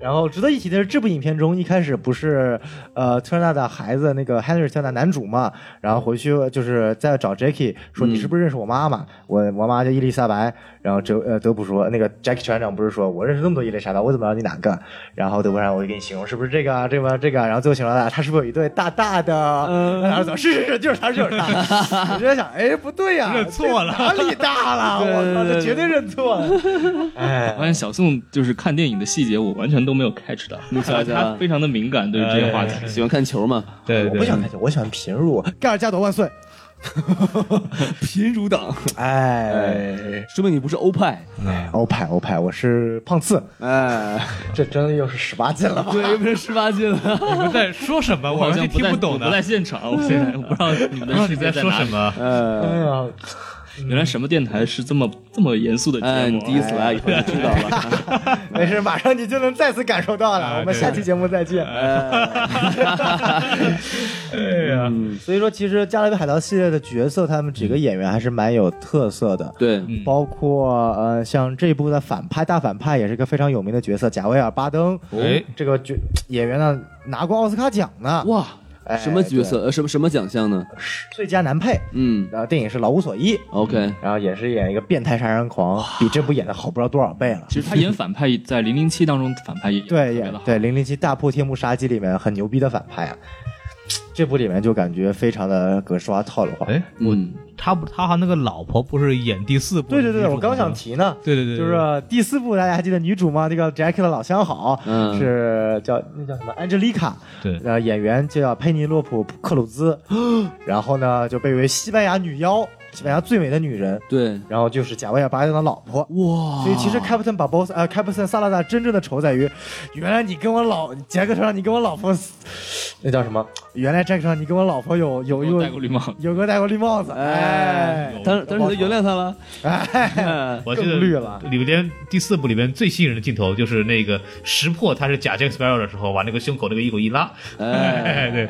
D: 然后值得一提的是，这部影片中一开始不是呃特纳的孩子那个 Henry 特纳男主嘛，然后回去就是在找 Jackie 说你是不是认识我妈妈？我我妈叫伊丽莎白。然后德呃德普说那个 Jackie 船长不是说我认识那么多伊丽莎白，我怎么知道你哪个？然后德普船长我就给你形容是不是这个啊这个啊这个啊，然后最后形容了他是不是有一对大大的？然后怎么是是是就是他就是他。 *laughs* 我就在想哎不对呀、
C: 认错了
D: 这哪里大 *laughs* 了？我操，这绝对认错了。哎
A: 我发现小宋就是看电影的细节，我完全都没有
C: *laughs*
A: catch 到，
E: 你瞧
A: 他
E: 瞧，
A: 非常的敏感对于这些话
C: 哎
A: 题。
E: 喜欢看球嘛，
C: 对
D: 我不想看球，我喜欢贫乳。盖尔加朵万岁！
E: *laughs* 贫乳党，
D: 哎，
E: 说明你不是欧派，
D: 欧派欧派，我是胖次，
E: 哎，
D: *laughs* 这真的又是十八禁了吧？
E: 对，又不是十八
A: *laughs*
E: 禁了，
C: 你们在说什么？我
A: 好
C: 完
A: 像
C: 全听
A: 不
C: 不懂
A: 在
C: 的
A: 我不，在现场，我现在我不知道 *laughs* 你们
C: 不知道
A: 的
C: 你
A: 世
C: 在
A: 界
C: 说
A: 哪
C: 什
A: 里。
C: 么。
E: 哎。
D: 哎呀，
A: 原来什么电台是这么这么严肃的
E: 哎，
A: 节
E: 你
A: 目？啊
E: 第一次来以后
D: 哎
E: 就知道了。
D: *laughs* 没事，马上你就能再次感受到了。
C: 哎
D: 我们下期节目再见。 *laughs*
C: 对呀，
D: 嗯所以说，其实《加勒比海盗》系列的角色，他们几个演员还是蛮有特色的。
E: *laughs* 对，
D: 包括呃，像这一部的反派大反派也是个非常有名的角色，贾维尔·巴登，
C: 哎
D: 这个角演员呢拿过奥斯卡奖呢，
E: 哇，
D: 哎
E: 什么角色？呃，什么什么奖项呢？
D: 最佳男配，
E: 嗯
D: 然后电影是《老无所依》，
E: ，OK，
D: 然后也是演一个变态杀人狂，比这部演的好不知道多少倍了。
A: 其实他演反派在《零零七》当中，反派也演得哎
D: 对，
A: 特别
D: 演
A: 的好。
D: 对《零零七大破天幕杀机》里面很牛逼的反派啊，这部里面就感觉非常的格式化套路化。
C: 哎，
E: 嗯，
F: 他不他和那个老婆不是演第四部？
D: 对对对，我刚想，提呢，
C: 对对对，
D: 就是第四部大家还记得女主吗？那个 Jackie 的老相好，
E: 嗯
D: 是叫那叫什么 Angelica，
F: 对
D: 呃，演员就叫佩妮洛普·克鲁兹，然后呢就被誉为西班牙女妖，西班牙最美的女人，
E: 对，
D: 然后就是贾维尔·巴登的老婆。
E: 哇，
D: 所以其实 Captain Barbosa 呃 Captain 萨拉达真正的仇在于，原来你跟我老杰克船长，你跟我老婆，那叫什么？原来杰克船长，你跟我老婆有有
A: 我
D: 有
A: 戴过绿帽，
D: 有个戴过绿帽子，哎
E: 哎，，当当时原谅他了，哎，
C: 我记得
D: 更绿了
C: 里边第四部里边最吸引人的镜头就是那个识破他是假 Jack Sparrow 的时候，把那个胸口那个衣口一拉，
E: 哎，
C: 哎，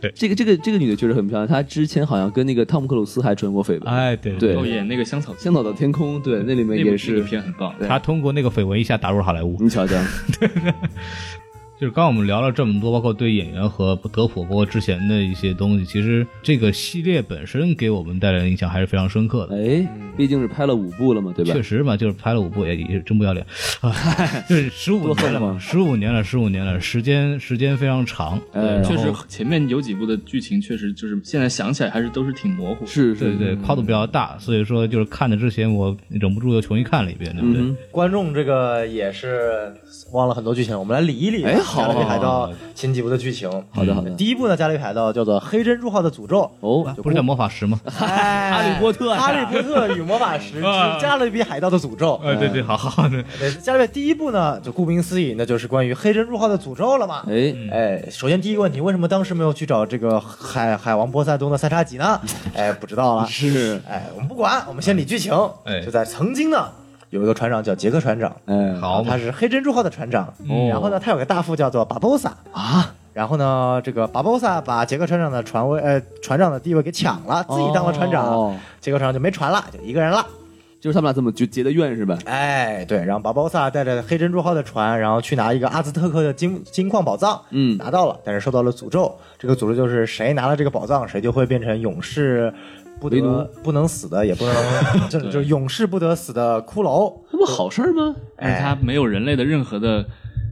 C: 对，
E: 这个这个这个女的确实很漂亮，她之前好像跟那个汤姆克鲁斯还传过绯闻，
C: 啊
F: 哎对，
A: 然后
E: 对，
A: 演那个香草鸡
E: 香。草的天空，对，那里面
A: 那部
E: 也
A: 那
E: 是
A: 部，片很棒，
F: 他通过那个绯闻一下打入好莱坞。
E: 你瞧瞧，
F: 就是刚刚我们聊了这么多，包括对演员和德普，包括之前的一些东西，其实这个系列本身给我们带来的影响还是非常深
C: 嗯
F: 刻的。
E: 哎，毕竟是拍了五部了嘛，对吧
F: 确？实嘛，就是拍了五部也也是真不要脸，啊，就是十五年
E: 多恨
F: 了，
E: 嘛
F: 十五年了，十五年了，时间时间非常长，
E: 哎，
A: 确实前面有几部的剧情确实就是现在想起来还是都是挺模糊的。
E: 是
F: 对
E: 是，
F: 对，跨度比较大，所以说就是看的之前我忍不住又重新看了一遍，对不对？
E: 嗯
D: 观众这个也是忘了很多剧情，我们来理一理
E: 哎
D: 《
E: 好
D: 加勒比海盗》前几部的剧情。
E: 好的好的
D: 第一部呢，《加勒比海盗》叫做《黑珍珠号的诅咒》。
E: 哦，
F: 不是叫魔法石
E: *laughs*
F: 吗？
D: 哎
E: 哈利波特呀
D: 哈利波特与魔法
E: *laughs*
D: 石之
C: 啊
D: 加勒比海盗的诅咒。
F: 哎
E: 哎
C: 呃，对对，好好的，
D: 对，加勒比第一部呢，就顾名思义，那就是关于黑珍珠号的诅咒了嘛。
E: 哎，
D: 哎，首先第一个问题，为什么当时没有去找这个海海王波塞冬的三叉戟
E: *laughs*
D: 呢？哎，不知道了。
E: 是，
D: 哎，我们不管，我们先理剧情。
F: 哎
D: 就在曾经呢，有一个船长叫杰克船长，
E: 哎，
F: 好嘛
D: 啊他，是黑珍珠号的船长。
A: 哦
D: 然后呢，他有个大副叫做巴博萨
E: 啊。
D: 然后呢，这个巴博萨把杰克船长的船位，呃，船长的地位给抢了，自己当了船长，
E: 哦
D: 杰克船长就没船了，就一个人了。
E: 就是他们俩这么就结的怨是吧？
D: 哎，对，然后巴博萨带着黑珍珠号的船，然后去拿一个阿兹特克的金金矿宝藏，
E: 嗯
D: 拿到了，但是受到了诅咒。这个诅咒就是谁拿了这个宝藏，谁就会变成勇士。不
E: 唯独
D: 得不能死的，也不
E: *laughs*
D: 能，这就是勇士不得死的骷髅，
E: 这不好事儿吗？
A: 但是他没有人类的任何的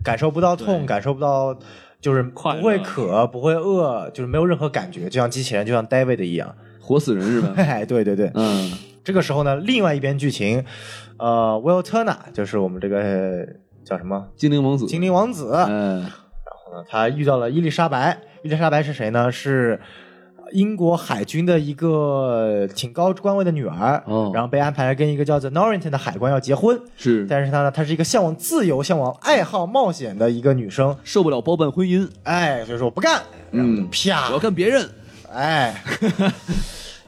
D: 感受不到痛，
A: 对
D: 感受不到就是
A: 快乐
D: 不会渴，不会饿，就是没有任何感觉，就像机器人，就像 David 一样。
E: 活死人是吧？
D: *laughs* 哎，对对对，
E: 嗯，
D: 这个时候呢，另外一边剧情，呃，Will Turner 就是我们这个呃叫什么
E: 精灵王子，
D: 精灵王子，
E: 嗯，
D: 他遇到了伊丽莎白。伊丽莎白是谁呢？是英国海军的一个挺高官位的女儿，
E: 哦
D: 然后被安排跟一个叫做 Norrington 的海关要结婚。
E: 是
D: 但是她呢，她是一个向往自由、向往爱好冒险的一个女生，
E: 受不了包办婚姻，
D: 哎，所以说我不干，然后就
E: 嗯
D: 啪
E: 我要，干别人，
D: 哎，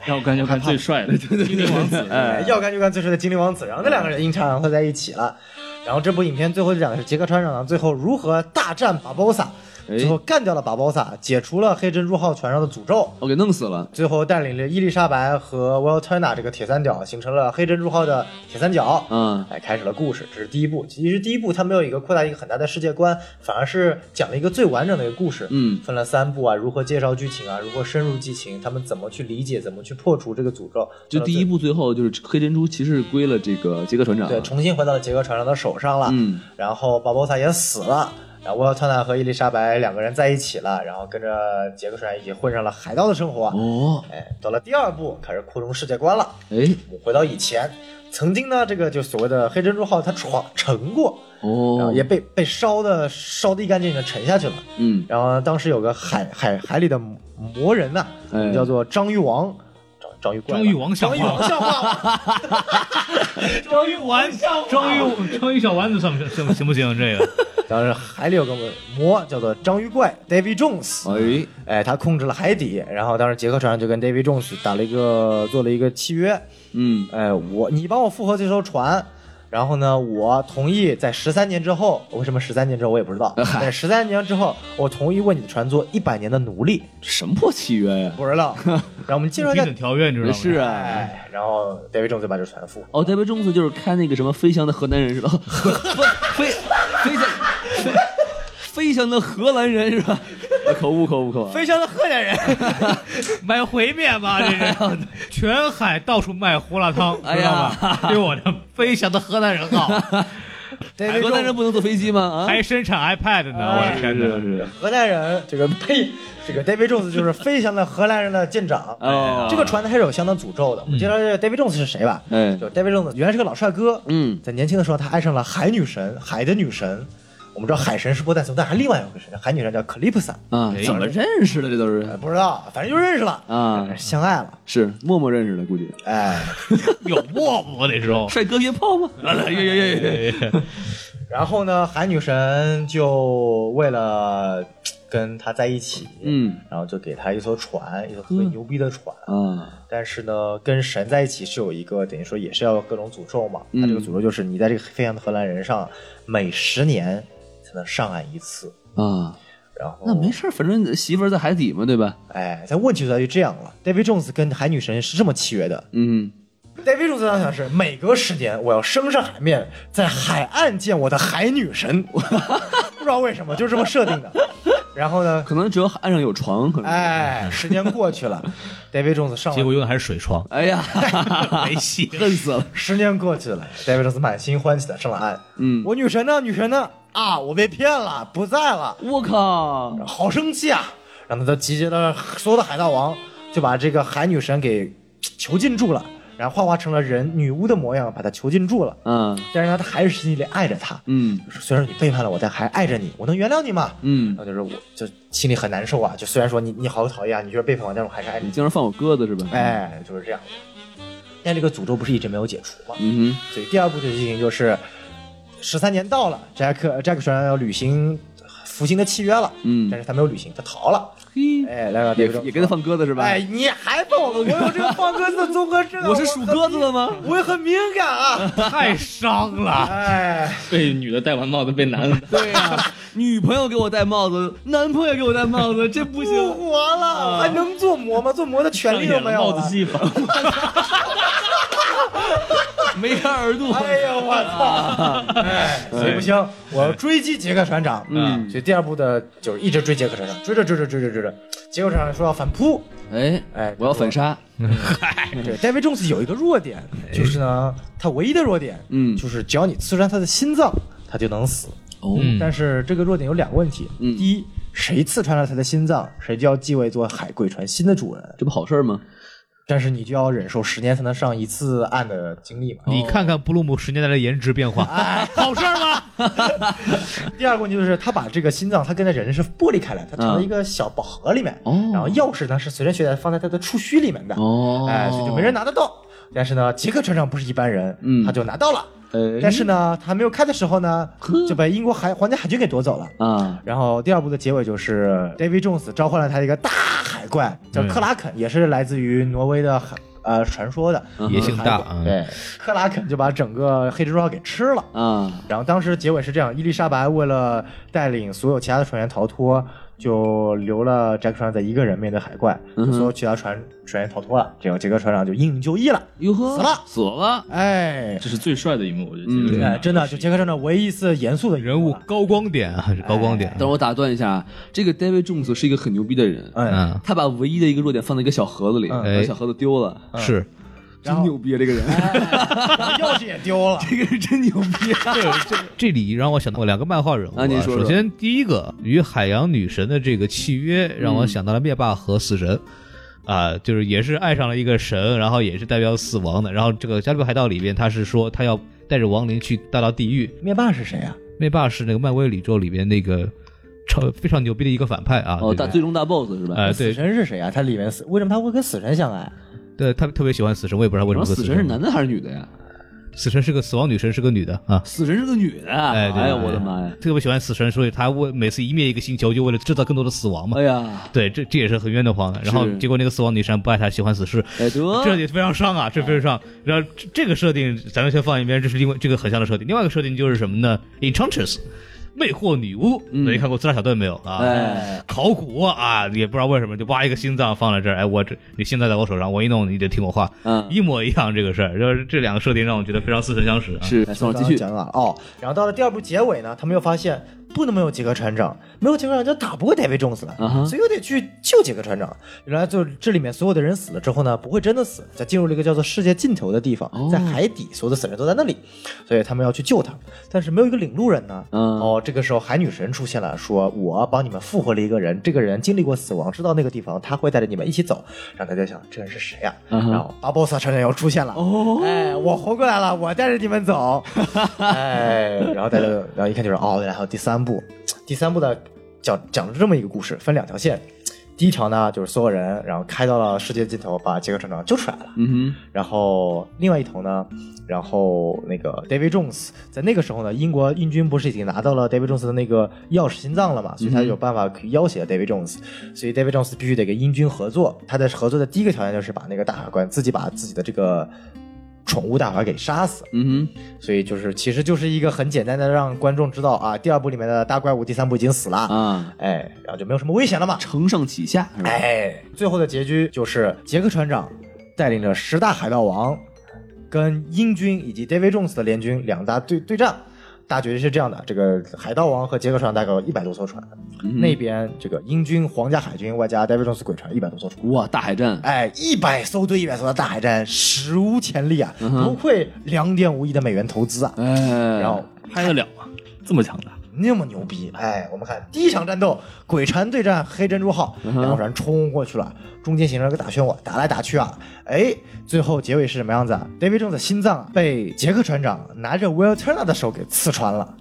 A: 让我感觉看最帅的精灵王子，
D: 哎要干就干最帅的精灵王子，然后那两个人阴差阳错在一起了。然后这部影片最后就讲的是杰克船长最后如何大战巴博萨，
E: 哎
D: 最后干掉了巴博萨，解除了黑珍珠号船上的诅咒，
E: 我给弄死了，
D: 最后带领了伊丽莎白和 w i l t e r n a 这个铁三角，形成了黑珍珠号的铁三角。
E: 嗯
D: 哎，开始了故事，这是第一部。其实第一部它没有一个扩大一个很大的世界观，反而是讲了一个最完整的一个故事。
E: 嗯
D: 分了三部啊，如何介绍剧情啊，如何深入剧情，他们怎么去理解，怎么去破除这个诅咒。
E: 就第一部最后就是黑珍珠骑士归了这个杰克船长，
D: 对，重新回到了杰克船长的手上了。
E: 嗯，
D: 然后巴博萨也死了，然后沃尔特纳和伊丽莎白两个人在一起了，然后跟着杰克船长一起混上了海盗的生活。
E: 哦，
D: 哎，到了第二部开始扩充世界观了，
E: 哎，
D: 我们回到以前，曾经呢，这个就所谓的黑珍珠号它闯沉过，然后
E: 哦
D: 也，被被烧的烧的一干净净的沉下去了。
E: 嗯，
D: 然后当时有个海海海里的魔人呐、我
E: 哎
D: 们叫做章鱼王，章章鱼怪吧，
C: 章鱼王像
D: 章
C: 话
D: 鱼王像话吗？ *laughs*
C: 章鱼丸，章鱼章鱼小丸子算不行行不行？这个
E: *laughs*
D: 当时海里有个魔叫做章鱼怪 David Jones，
E: 哎，
D: 哎，他控制了海底，然后当时杰克船长就跟 David Jones 打了一个做了一个契约，
E: 嗯，
D: 哎，我你帮我复活这艘船，然后呢，我同意在十三年之后，为什么十三年之后我也不知
E: *laughs*
D: 道，在十三年之后，我同意为你的船做一百年的奴隶，
E: 什么破契约呀？
D: 不知 *laughs* 道。然后我们介绍一
C: 批
D: 下
C: 准条约你知道吗？
E: 是啊。
D: 哎，然后 David Jones 就把这船复活。
E: 哦，戴维·中子就是开那个什么飞翔的荷兰人是吧？ *laughs* 荷飞飞翔飞飞翔的荷兰人是吧？啊口误口误口误。
D: 飞
E: *laughs*
D: 翔的荷兰人，
C: *laughs* 买烩面吧，这是全海到处卖胡辣汤，
E: 哎
C: 知道
E: 呀
C: 吧？对我这飞翔的河南人
E: *laughs*
C: 好，
D: David
E: 荷兰人
D: Jones，
E: 不能坐飞机吗？啊，
C: 还生产 iPad 呢，我的
E: 是
C: 天哪！
E: 是是。
D: 荷兰人，这个呸，这个 David Jones 就是飞翔的荷兰人的舰
E: *laughs*
D: 长。
E: 哦，
D: 这个船它是有相当诅咒的。我们介绍一下 David Jones 是谁吧。
E: 嗯哎
D: 就 David Jones 原来是个老帅哥，
E: 嗯
D: 在年轻的时候他爱上了海女神，海的女神。我们知道海神是波塞冬，但还另外有个神，海女神叫克里普萨，
E: 啊，怎么认识的？这都
D: 呃
E: 是
D: 不知道，反正就认识了，
E: 啊，
D: 相爱了。
E: 是默默认识的，估计。
D: 哎，
C: 有沫沫那时候，
E: 帅哥约炮 *laughs* 吗？来来约约约约约。
D: 然后呢，海女神就为了跟他在一起，
E: 嗯
D: 然后就给他一艘船，一艘特别牛逼的船。
E: 啊，
D: 但是呢，跟神在一起是有一个等于说也是要各种诅咒嘛。
E: 嗯
D: 他这个诅咒就是你在这个飞翔的荷兰人上，每十年才能上岸一次。
E: 啊，
D: 然后
E: 那没事儿，反正媳妇儿在海底嘛，对吧？
D: 哎，但问题就在于这样了。David Jones 跟海女神是这么契约的。
E: 嗯，
D: David Jones 当想是每隔十年我要升上海面，在海岸见我的海女神， *laughs* 不知道为什么就这么设定的。 *laughs* 然后呢，
E: 可能只有岸上有床，可能。
D: 哎，时间过去了，David Jones 上
F: 结
D: 了
F: 果用的还是水床，
E: 哎
D: *laughs*
E: 呀，没戏， *laughs* 恨死了。
D: 十年过去了，David Jones 满心欢喜的上了岸。
E: 嗯，
D: 我女神呢？女神呢？啊，我被骗了，不在了，
E: 我靠，
D: 好生气啊！然后他集结了所有的海盗王，就把这个海女神给囚禁住了，然后幻化成了人女巫的模样，把她囚禁住了。
E: 嗯
D: 但是呢，他还是心里爱着她。
E: 嗯
D: 就是虽然你背叛了我，但还爱着你，我能原谅你吗？然
E: 嗯，
D: 后就是我就心里很难受啊，就虽然说你你好讨厌啊，你就是背叛我，但是我还是爱着
E: 你
D: 你。
E: 经常放我鸽子是吧？，
D: 哎，就是这样。但这个诅咒不是一直没有解除吗？
E: 嗯
D: 所以第二部的剧情就是，十三年到了，杰克杰克船长要履行服刑的契约了，
E: 嗯
D: 但是他没有履行，他逃了，
E: 哼，嘿，
D: 哎，来
E: 也也跟他
D: 放，
E: 放鸽子是吧？，
D: 哎，，你还放我鸽子？我有这个放鸽子的综合症我
E: 我是属鸽子的吗？
D: 我也很敏感啊，
C: 太伤了。
D: 哎，
A: *laughs* 被女的戴完帽子被男
E: *laughs*
A: 的，
E: 对呀，女朋友给我戴帽子，男朋友给我戴帽子，这不
D: 不
E: *laughs* 行。
D: 活
E: 啊
D: 了，我还能做魔吗？做魔的权利都没有啊
A: 帽
D: 了
A: 子。戏法，
E: *laughs* 梅开二度，
D: 哎呀，我操！哎，所以不行，我要追击杰克船长。
E: 嗯
D: 所以第二部的就是一直追杰克船长，追着追着追着追着，杰克船长说要反扑，
E: 哎
D: 哎
E: 我要反杀，
D: 对，David Jones 有一个弱点，就是呢，他唯一的弱点，
E: 嗯
D: 就是只要你刺穿他的心脏，他就能死。
E: 哦
D: 但是这个弱点有两个问题，
E: 嗯
D: 第一，谁刺穿了他的心脏，谁就要继位做海鬼船新的主人。
E: 这不好事儿吗？
D: 但是你就要忍受十年才能上一次岸的经历嘛。
E: 哦
G: 你看看布鲁姆十年来的颜值变化，好事儿吗？
D: 第二个问题就是，他把这个心脏，他跟那人是剥离开来，他藏在一个小宝盒里面，
E: 嗯哦
D: 然后钥匙呢是随身携带放在他的触须里面的，
E: 哦
D: 哎，所以就没人拿得到。但是呢，杰克船长不是一般人，
E: 嗯
D: 他就拿到了。
E: 哎
D: 但是呢，他还没有开的时候呢，就被英国海皇家海军给夺走了。
E: 啊，
D: 然后第二部的结尾就是 David Jones 召唤了他一个大海怪，
E: 嗯
D: 叫克拉肯，也是来自于挪威的海呃传说的
E: 嗯
C: 野性大啊，
D: 对，克拉肯就把整个黑蜘蛛号给吃了。
E: 啊，
D: 然后当时结尾是这样：伊丽莎白为了带领所有其他的船员逃脱，就留了杰克船长一个人面对海怪，就所有其他船船员逃脱了，这个杰克船长就英勇就义了。
E: 哟呵，
D: 死了
E: 死了，
D: 哎，
A: 这是最帅的一幕，我觉得
E: 嗯
A: 这个
E: 对
D: 哎，真的就杰克船长唯一一次严肃的一
G: 人物
D: 了
G: 高光点啊，是高光点。
E: 等会儿我打断一下，啊这个 David Jones 是一个很牛逼的人，
D: *laughs* 嗯，
G: 嗯，
E: 他把唯一的一个弱点放在一个小盒子里，
D: 嗯
C: 哎
E: 把小盒子丢了，
G: 是
D: 然
E: 真
D: 后
E: 牛逼啊！这个人，
D: 然后钥匙也丢了。
E: *laughs* 这个人真牛逼啊！
C: 这里让我想到两个漫画人物、
E: 啊您说说
C: 首先第一个与海洋女神的这个契约，让
E: 嗯
C: 我想到了灭霸和死神。啊，就是也是爱上了一个神，然后也是代表死亡的。然后这个《加勒比海盗》里边，他是说他要带着亡灵去带到地狱。
D: *laughs* 灭霸是谁啊？
C: 灭霸是那个漫威宇宙里边那个超非常牛逼的一个反派啊。
E: 哦，
C: 对
E: 大最终大 boss 是吧？
C: 哎
D: 死
C: 对
D: 神是谁啊？他里面死为什么他会跟死神相爱？啊
C: 对，他特别喜欢死神，我也不知道为什
E: 然后
C: 么。
E: 哦死神是，男的还是女的呀？
C: 死神是个死亡女神，是个女的啊。
E: 死神是个女的，哎
C: 哎对
E: 呀，
C: 对
E: 我的妈呀！
C: 特别喜欢死神，所以他为每次一灭一个星球，就为了制造更多的死亡嘛。
E: 哎呀，
C: 对，这这也是很冤得慌的。然后
E: 是
C: 结果那个死亡女神不爱他，喜欢死侍，
E: 哎得，
C: 这也非常伤啊，这非常伤。然后这这个设定咱们先放一边，这是另外这个很像的设定。另外一个设定就是什么呢？Enchantress，魅惑女巫。
E: 嗯
C: 没看过《自杀小队》没有啊？
E: 哎，
C: 考古啊，也不知道为什么就挖一个心脏放在这儿。哎，我这你现在在我手上，我一弄你得听我话，
E: 嗯，
C: 一模一样这个事儿。就是这两个设定让我觉得非常似曾相识啊。
E: 是，宋老继续，
D: 讲哪了？哦，然后到了第二部结尾呢，他们又发现不能没有杰克船长，没有杰克船长就打不过 David Jones 了，
E: 啊哈
D: 所以又得去救杰克船长。原来就这里面所有的人死了之后呢，不会真的死，在进入了一个叫做世界尽头的地方，在海底，所有的死人都在那里，所以他们要去救他，但是没有一个领路人呢。
E: 嗯
D: 哦，这个时候海女神出现了，说我帮你们复活了一个人，这个人经历过死亡，知道那个地方，他会带着你们一起走。然后大家想，这人是谁呀、
E: 嗯哼
D: 然后巴博萨船长要出现了。
E: 哦
D: 哎，我活过来了，我带着你们
E: *laughs*
D: 走。哎，然后大家就，然后一看就是哦，然后第三部，第三部的讲讲了这么一个故事，分两条线。第一条呢，就是所有人，然后开到了世界尽头，把杰克船长救出来了。
E: 嗯
D: 然后另外一头呢，然后那个 David Jones 在那个时候呢，英国印军不是已经拿到了 David Jones 的那个钥匙心脏了嘛，
E: 嗯
D: 所以他有办法可以要挟 David Jones，、所以 David Jones 必须得跟英军合作。他的合作的第一个条件就是把那个大法官自己把自己的这个宠物大法官给杀死。
E: 哼，嗯
D: 所以就是其实就是一个很简单的让观众知道啊，第二部里面的大怪物第三部已经死了，
E: 哼，啊，
D: 哎，然后就没有什么危险了嘛。
E: 承上启下是吧？
D: 哎，最后的结局就是杰克船长带领着十大海盗王，跟英军以及 David Jones 的联军两大对对战。大决战是这样的：这个海盗王和杰克船大概有一百多艘船，那边这个英军、皇家海军外加 David Jones 鬼船一百多艘船。
E: 哇，大海战，
D: 哎，一百艘对一百艘的大海战，史无前例啊！不愧两点五亿的美元投资啊！
E: 哎，
D: 然后
A: 拍得了吗？这么强大，
D: 那么牛逼！
E: 嗯
D: 哎，我们看第一场战斗，鬼船对战黑珍珠号，
E: 嗯
D: 两船冲过去了，中间形成了个大漩涡，打来打去啊，哎，最后结尾是什么样子啊？David Jones 的心脏啊被杰克船长拿着 Will Turner 的手给刺穿了，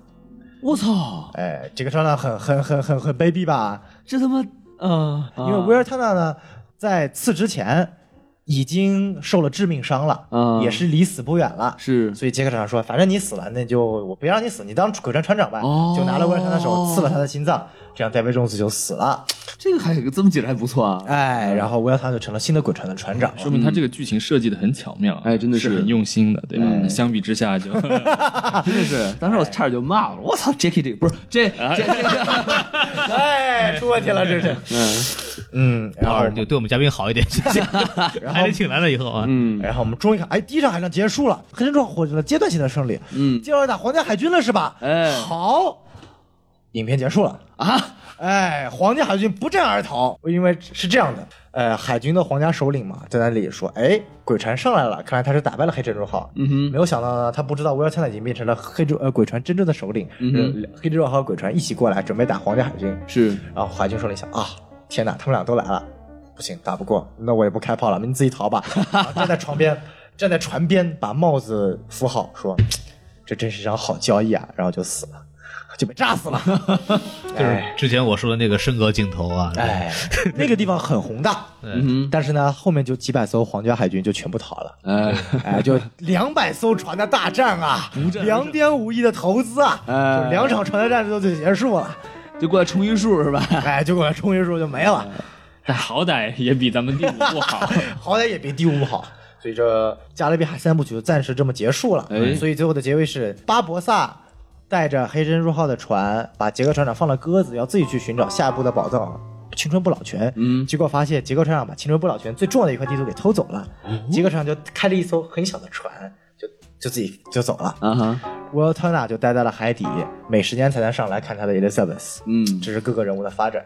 E: 我操，
D: 哎，杰克船长很很很很很卑鄙吧？
E: 这他妈啊，
D: 因为 Will Turner 呢，在刺之前已经受了致命伤了，
E: 啊
D: 也是离死不远了，
E: 是
D: 所以杰克船长说：“反正你死了，那就我不让你死，你当鬼船船长吧。
E: 哦
D: 就拿了威尔山的手刺了他的心脏，这样戴维·琼斯就死了。
E: 这个还这么解释还不错啊，
D: 哎，然后威尔山就成了新的鬼船的船长。
A: 说明他这个剧情设计的很巧妙，
E: 嗯
A: 啊
E: 哎真的
A: 是
E: 是哎
A: 很用心的，对吧？相比之下就
E: 真的是，当时我差点就骂了，我操，Jacky 这不是这这这，
D: 哎，出问题了，这是。嗯，然后
C: 二就对我们嘉宾好一
E: *laughs*
C: 点，谢谢。还得请来了以后啊，
E: 嗯
D: 然后我们终于看，哎，第一场海战结束了，黑神壮获得了阶段性的胜利。
E: 嗯
D: 第二打皇家海军了是吧？
E: 哎
D: 好，影片结束了。
E: 啊，
D: 哎，皇家海军不战而逃，因为是这样的，呃，海军的皇家首领嘛，在那里说，哎，鬼船上来了，看来他是打败了黑珍珠号。
E: 嗯哼，
D: 没有想到呢，他不知道威尔特纳已经变成了黑珍呃鬼船真正的首领，
E: 嗯哼
D: 呃黑珍珠号和鬼船一起过来准备打皇家海军。
E: 是
D: 然后海军首领想啊，天哪，他们俩都来了，不行，打不过，那我也不开炮了，你们自己逃吧。然后站在床边， *laughs* 站在船边，把帽子扶好，说这真是一场好交易啊，然后就死了，就被炸死
E: *laughs*
D: 了。
F: 就是
D: 哎
F: 之前我说的那个升格镜头啊，
D: 哎，那个地方很宏大，
E: 嗯
D: 但是呢，后面就几百艘皇家海军就全部逃了。
E: 哼，哎
D: 哎，就两百艘船的大战啊，两点五亿的投资啊，
E: 哎
D: 就两场船的战争就结束
E: *laughs*
D: 了，
E: *laughs* 就过来冲一数是吧？
D: 哎，结果冲一数就没了。
E: 哎
A: 但好歹也比咱们第五不
E: *laughs*
A: 好。
D: 好歹也比第五好。所以这加勒比海三部曲就暂时这么结束了。
E: 哎
D: 所以最后的结尾是巴博萨带着黑珍珠号的船，把杰克船长放了鸽子，要自己去寻找下一步的宝藏——青春不老泉。
E: 嗯
D: 结果发现杰克船长把青春不老泉最重要的一块地图给偷走了。
E: 哦
D: 杰克船长就开了一艘很小的船，就就自己就走了。
E: 啊哈，
D: 维尔特纳就待在了海底，每十年才能上来看他的 Elizabeth。
E: 嗯，
D: 这是各个人物的发展。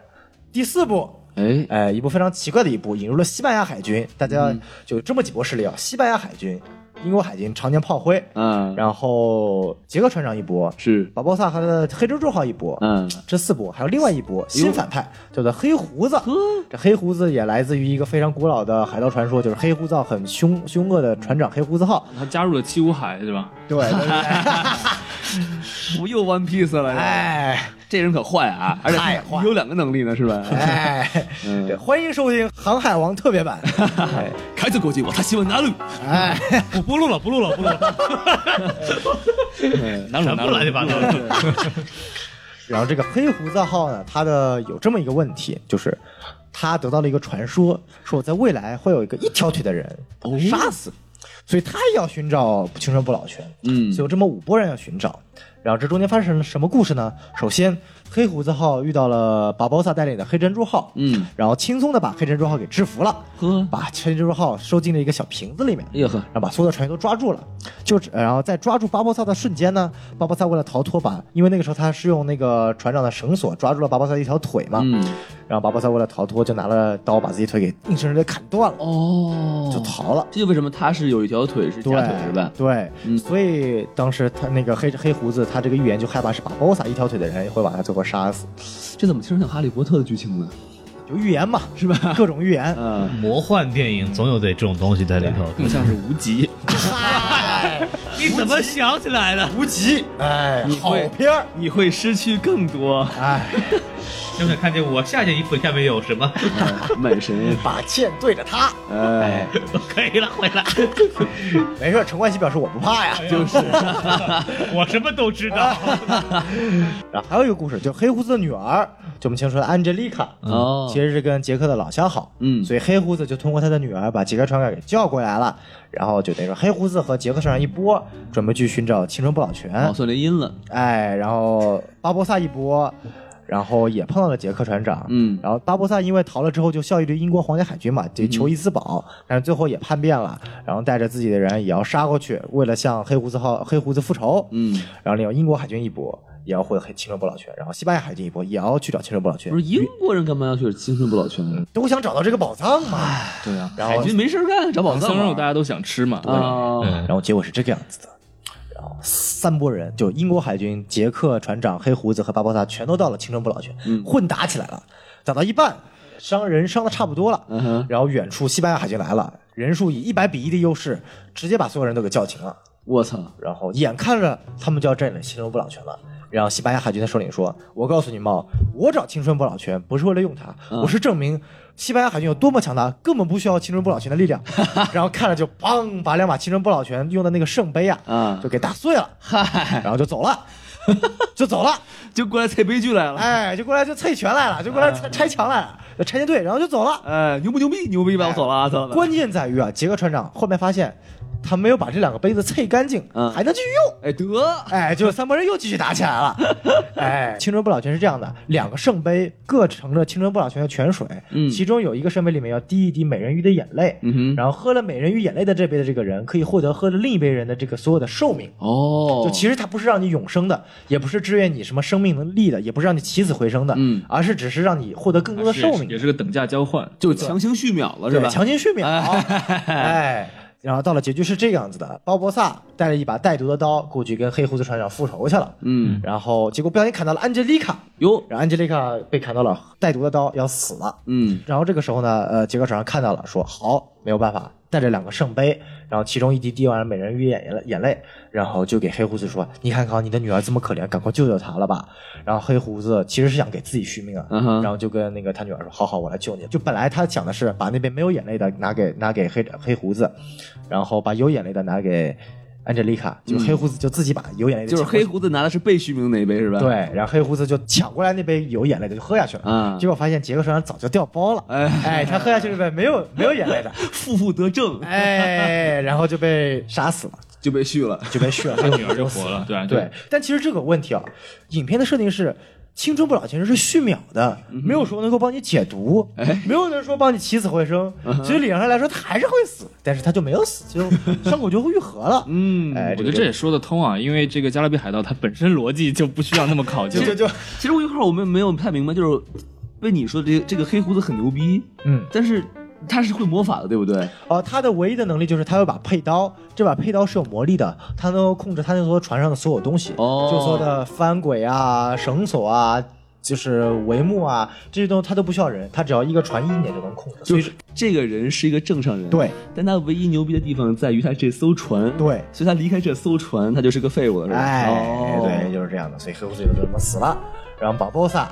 D: 第四部
E: 哎，
D: 哎，一部非常奇怪的一部，引入了西班牙海军。大家就这么几波势力啊，西班牙海军、英国海军常年炮灰，
E: 嗯，
D: 然后杰克船长一波，
E: 是，
D: 巴博萨和他的黑珍珠号一波，
E: 嗯，
D: 这四波还有另外一波新反派，叫做黑胡子。这黑胡子也来自于一个非常古老的海盗传说，就是黑胡子号很凶凶恶的船长黑胡子号。
A: 他加入了七武海，对吧？
D: 对，对对
E: 我又 One Piece 了，
D: 哎
E: 这人可坏啊，而且
D: 太坏
E: 有两个能力呢，是 *laughs* 吧？
D: 哎，对，欢迎收听《航海王》特别版。哎
E: 开着国际，我他喜欢拿路，
D: 哎。
C: 我不录了，不录了，不录了，
A: 南鲁
C: 全
A: 南
C: 部
A: 鲁
C: 乱七八糟的。
D: 然后这个黑胡子号呢，它的有这么一个问题，就是他得到了一个传说，说在未来会有一个一条腿的人把
E: 哦
D: 他杀死，所以他也要寻找青春不老泉。
E: 嗯
D: 所以有这么五拨人要寻找。然后这中间发生了什么故事呢？首先，黑胡子号遇到了巴博萨带领的黑珍珠号，
E: 嗯，
D: 然后轻松的把黑珍珠号给制服了，
E: 呵，
D: 把黑珍珠号收进了一个小瓶子里面。
E: 哎呦呵，
D: 然后啊把所有的船员都抓住了，就呃然后在抓住巴博萨的瞬间呢，巴博萨为了逃脱把，因为那个时候他是用那个船长的绳索抓住了巴博萨的一条腿嘛，
E: 嗯，
D: 然后巴博萨为了逃脱就拿了刀把自己腿给硬生生的砍断了，
E: 哦，
D: 就逃了。
E: 这就为什么他是有一条腿是
D: 对
E: 假腿是吧？
D: 对，
E: 嗯
D: 所以当时他那个黑黑胡子，他这个预言就害怕是巴博萨一条腿的人会把他最后杀死，
E: 这怎么听着像哈利波特的剧情呢？
D: 就预言嘛，是吧？各种预言，
E: 嗯，
F: 魔幻电影总有得这种东西在里头。
A: 更像是无极。
E: 哎
F: 你怎么想起来的？
D: 无极，哎，好
E: 会
D: 片儿，
E: 你会失去更多，
D: 哎，
F: 想想看见我下件衣服下面有什么？
E: 满神，
D: 把剑对着他，
E: 哎，
F: 可以了，回来，
D: 没事，陈冠希表示我不怕呀，
E: 就是，
C: *laughs* 我什么都知
F: 啊
C: 道。
D: *laughs* 然后还有一个故事，就是黑胡子的女儿，就我们前说的安吉丽卡，
E: 哦
D: 其实是跟杰克的老相好，
E: 嗯
D: 所以黑胡子就通过他的女儿把杰克船长给叫过来了，然后就等于说黑胡子和杰克船长一波，准备去寻找青春不老泉，
E: 哦，算联姻了，
D: 哎，然后巴博萨一波。然后也碰到了杰克船长，
E: 嗯
D: 然后巴博萨因为逃了之后就效力于英国皇家海军嘛，就求一自保，但是最后也叛变了，然后带着自己的人也要杀过去，为了向黑胡子号黑胡子复仇，
E: 嗯，
D: 然后另有英国海军一波也要获得青春不老泉，然后西班牙海军一波也要去找青春不老泉
E: 不，是英国人干嘛要去青春不老泉？
D: 都想找到这个宝藏嘛。
A: 对啊，
D: 然
E: 海
D: 后，
E: 军没事儿干，找宝
A: 唐
E: 藏
A: 僧肉
E: 嘛
A: 大家都想吃嘛。
E: 啊，
D: 然后结果是这个样子的。然后三波人，就英国海军、杰克船长、黑胡子和巴博萨，全都到了青春不老泉，
E: 嗯
D: 混打起来了。打到一半，伤人伤的差不多了，
E: 嗯哼
D: 然后远处西班牙海军来了，人数以一百比一的优势，直接把所有人都给叫停了。
E: 我操，
D: 然后眼看着他们就要占领青春不老泉了，然后西班牙海军的首领说：“我告诉你们，我找青春不老泉不是为了用它，我是证明西班牙海军有多么强大，根本不需要青春不老泉的力量。”然后看着就砰，把两把青春不老泉用的那个圣杯啊，
E: 啊
D: 就给打碎了，然后就走了。 *laughs* 就走了，
E: 就过来猜悲剧来了，
D: 哎，就过来就凑拳来了，就过来拆拆墙来了，就拆迁队，然后就走了。
E: 哎哎，牛不牛逼？牛逼吧，我走了啊，走了，
D: 关键在于啊，杰克船长后面发现他没有把这两个杯子蹭干净，
E: 嗯
D: 还能继续用。
E: 哎得，
D: *laughs* 哎，就是三拨人又继续打起来
E: *laughs*
D: 了。哎，青春不老泉是这样的，两个圣杯各盛着青春不老泉的泉水，
E: 嗯
D: 其中有一个圣杯里面要滴一滴美人鱼的眼泪，
E: 嗯哼，
D: 然后喝了美人鱼眼泪的这杯的这个人，可以获得喝了另一杯人的这个所有的寿命。
E: 哦，
D: 就其实它不是让你永生的，也不是支援你什么生命能力的，也不是让你起死回生的，
E: 嗯
D: 而是只是让你获得更多的
A: 是也
D: 寿
A: 是
D: 命，
A: 也是个等价交换。
E: 就强行续秒了是
D: 对
E: 吧？
D: 强行续秒，哎。然后到了结局是这个样子的，鲍博萨带着一把带毒的刀过去跟黑胡子船长复仇去了，
E: 嗯，
D: 然后结果不小心砍到了安吉丽卡，
E: 哟，
D: 然后安吉丽卡被砍到了带毒的刀，要死了。
E: 嗯
D: 然后这个时候呢，呃，杰克手上看到了，说好，没有办法，带着两个圣杯，然后其中一滴滴完了美人鱼眼眼眼泪，然后就给黑胡子说：“你看看你的女儿这么可怜，赶快救救她了吧。”然后黑胡子其实是想给自己续命啊，
E: 嗯哼
D: 然后就跟那个他女儿说：“好好，我来救你。”就本来他想的是把那边没有眼泪的拿给拿给黑呃黑胡子，然后把有眼泪的拿给安吉丽卡，就黑胡子就自己把有眼泪的
E: 就是
D: 抢过去
E: 黑胡子拿的是被续命那一杯是吧？
D: 对，然后黑胡子就抢过来那杯有眼泪的就喝下去了。
E: 啊
D: 结，果发现杰克船长早就掉包了，
E: 哎
D: 哎，他喝下去这杯没有没有眼泪
E: *laughs*
D: 的，
E: 负负得正
D: 哎，然后就被杀死了，
E: 就被续了。
D: 就被血
E: *laughs*
D: 了，
A: 女儿就活了，对啊
D: 对，，但其实这个问题啊，影片的设定是。青春不老其实是续秒的，
E: 嗯
D: 没有说能够帮你解毒，
E: 哎
D: 没有人说帮你起死回生，
E: 嗯
D: 所以理论上来说他还是会死，但是他就没有死，
E: *laughs*
D: 就伤口就愈合了。
E: 嗯
D: 哎，
A: 我觉
D: 个
A: 得这也说得通啊，因为这个《加勒比海盗》它本身逻辑就不需要那么考究
D: *laughs* 就，就就
E: 其实我一会儿我们没有太明白，就是被你说的这个这个黑胡子很牛逼，
D: 嗯
E: 但是他是会魔法的，对不对？
D: 哦，他的唯一的能力就是他有把佩刀，这把佩刀是有魔力的，他能够控制他那艘船上的所有东西，
E: 哦
D: 就说的翻轨啊、绳索啊。就是帷幕啊，这些东西他都不需要人，他只要一个船一点就能控制。所
E: 就
D: 以
E: 是这个人是一个正常人，
D: 对，
E: 但他唯一牛逼的地方在于他这艘船，
D: 对
E: 所以他离开这艘船，他就是个废物了，是吧？
D: 哎，
E: 哦、
D: 对，就是这样的。所以黑胡子就这么死了。然后保波萨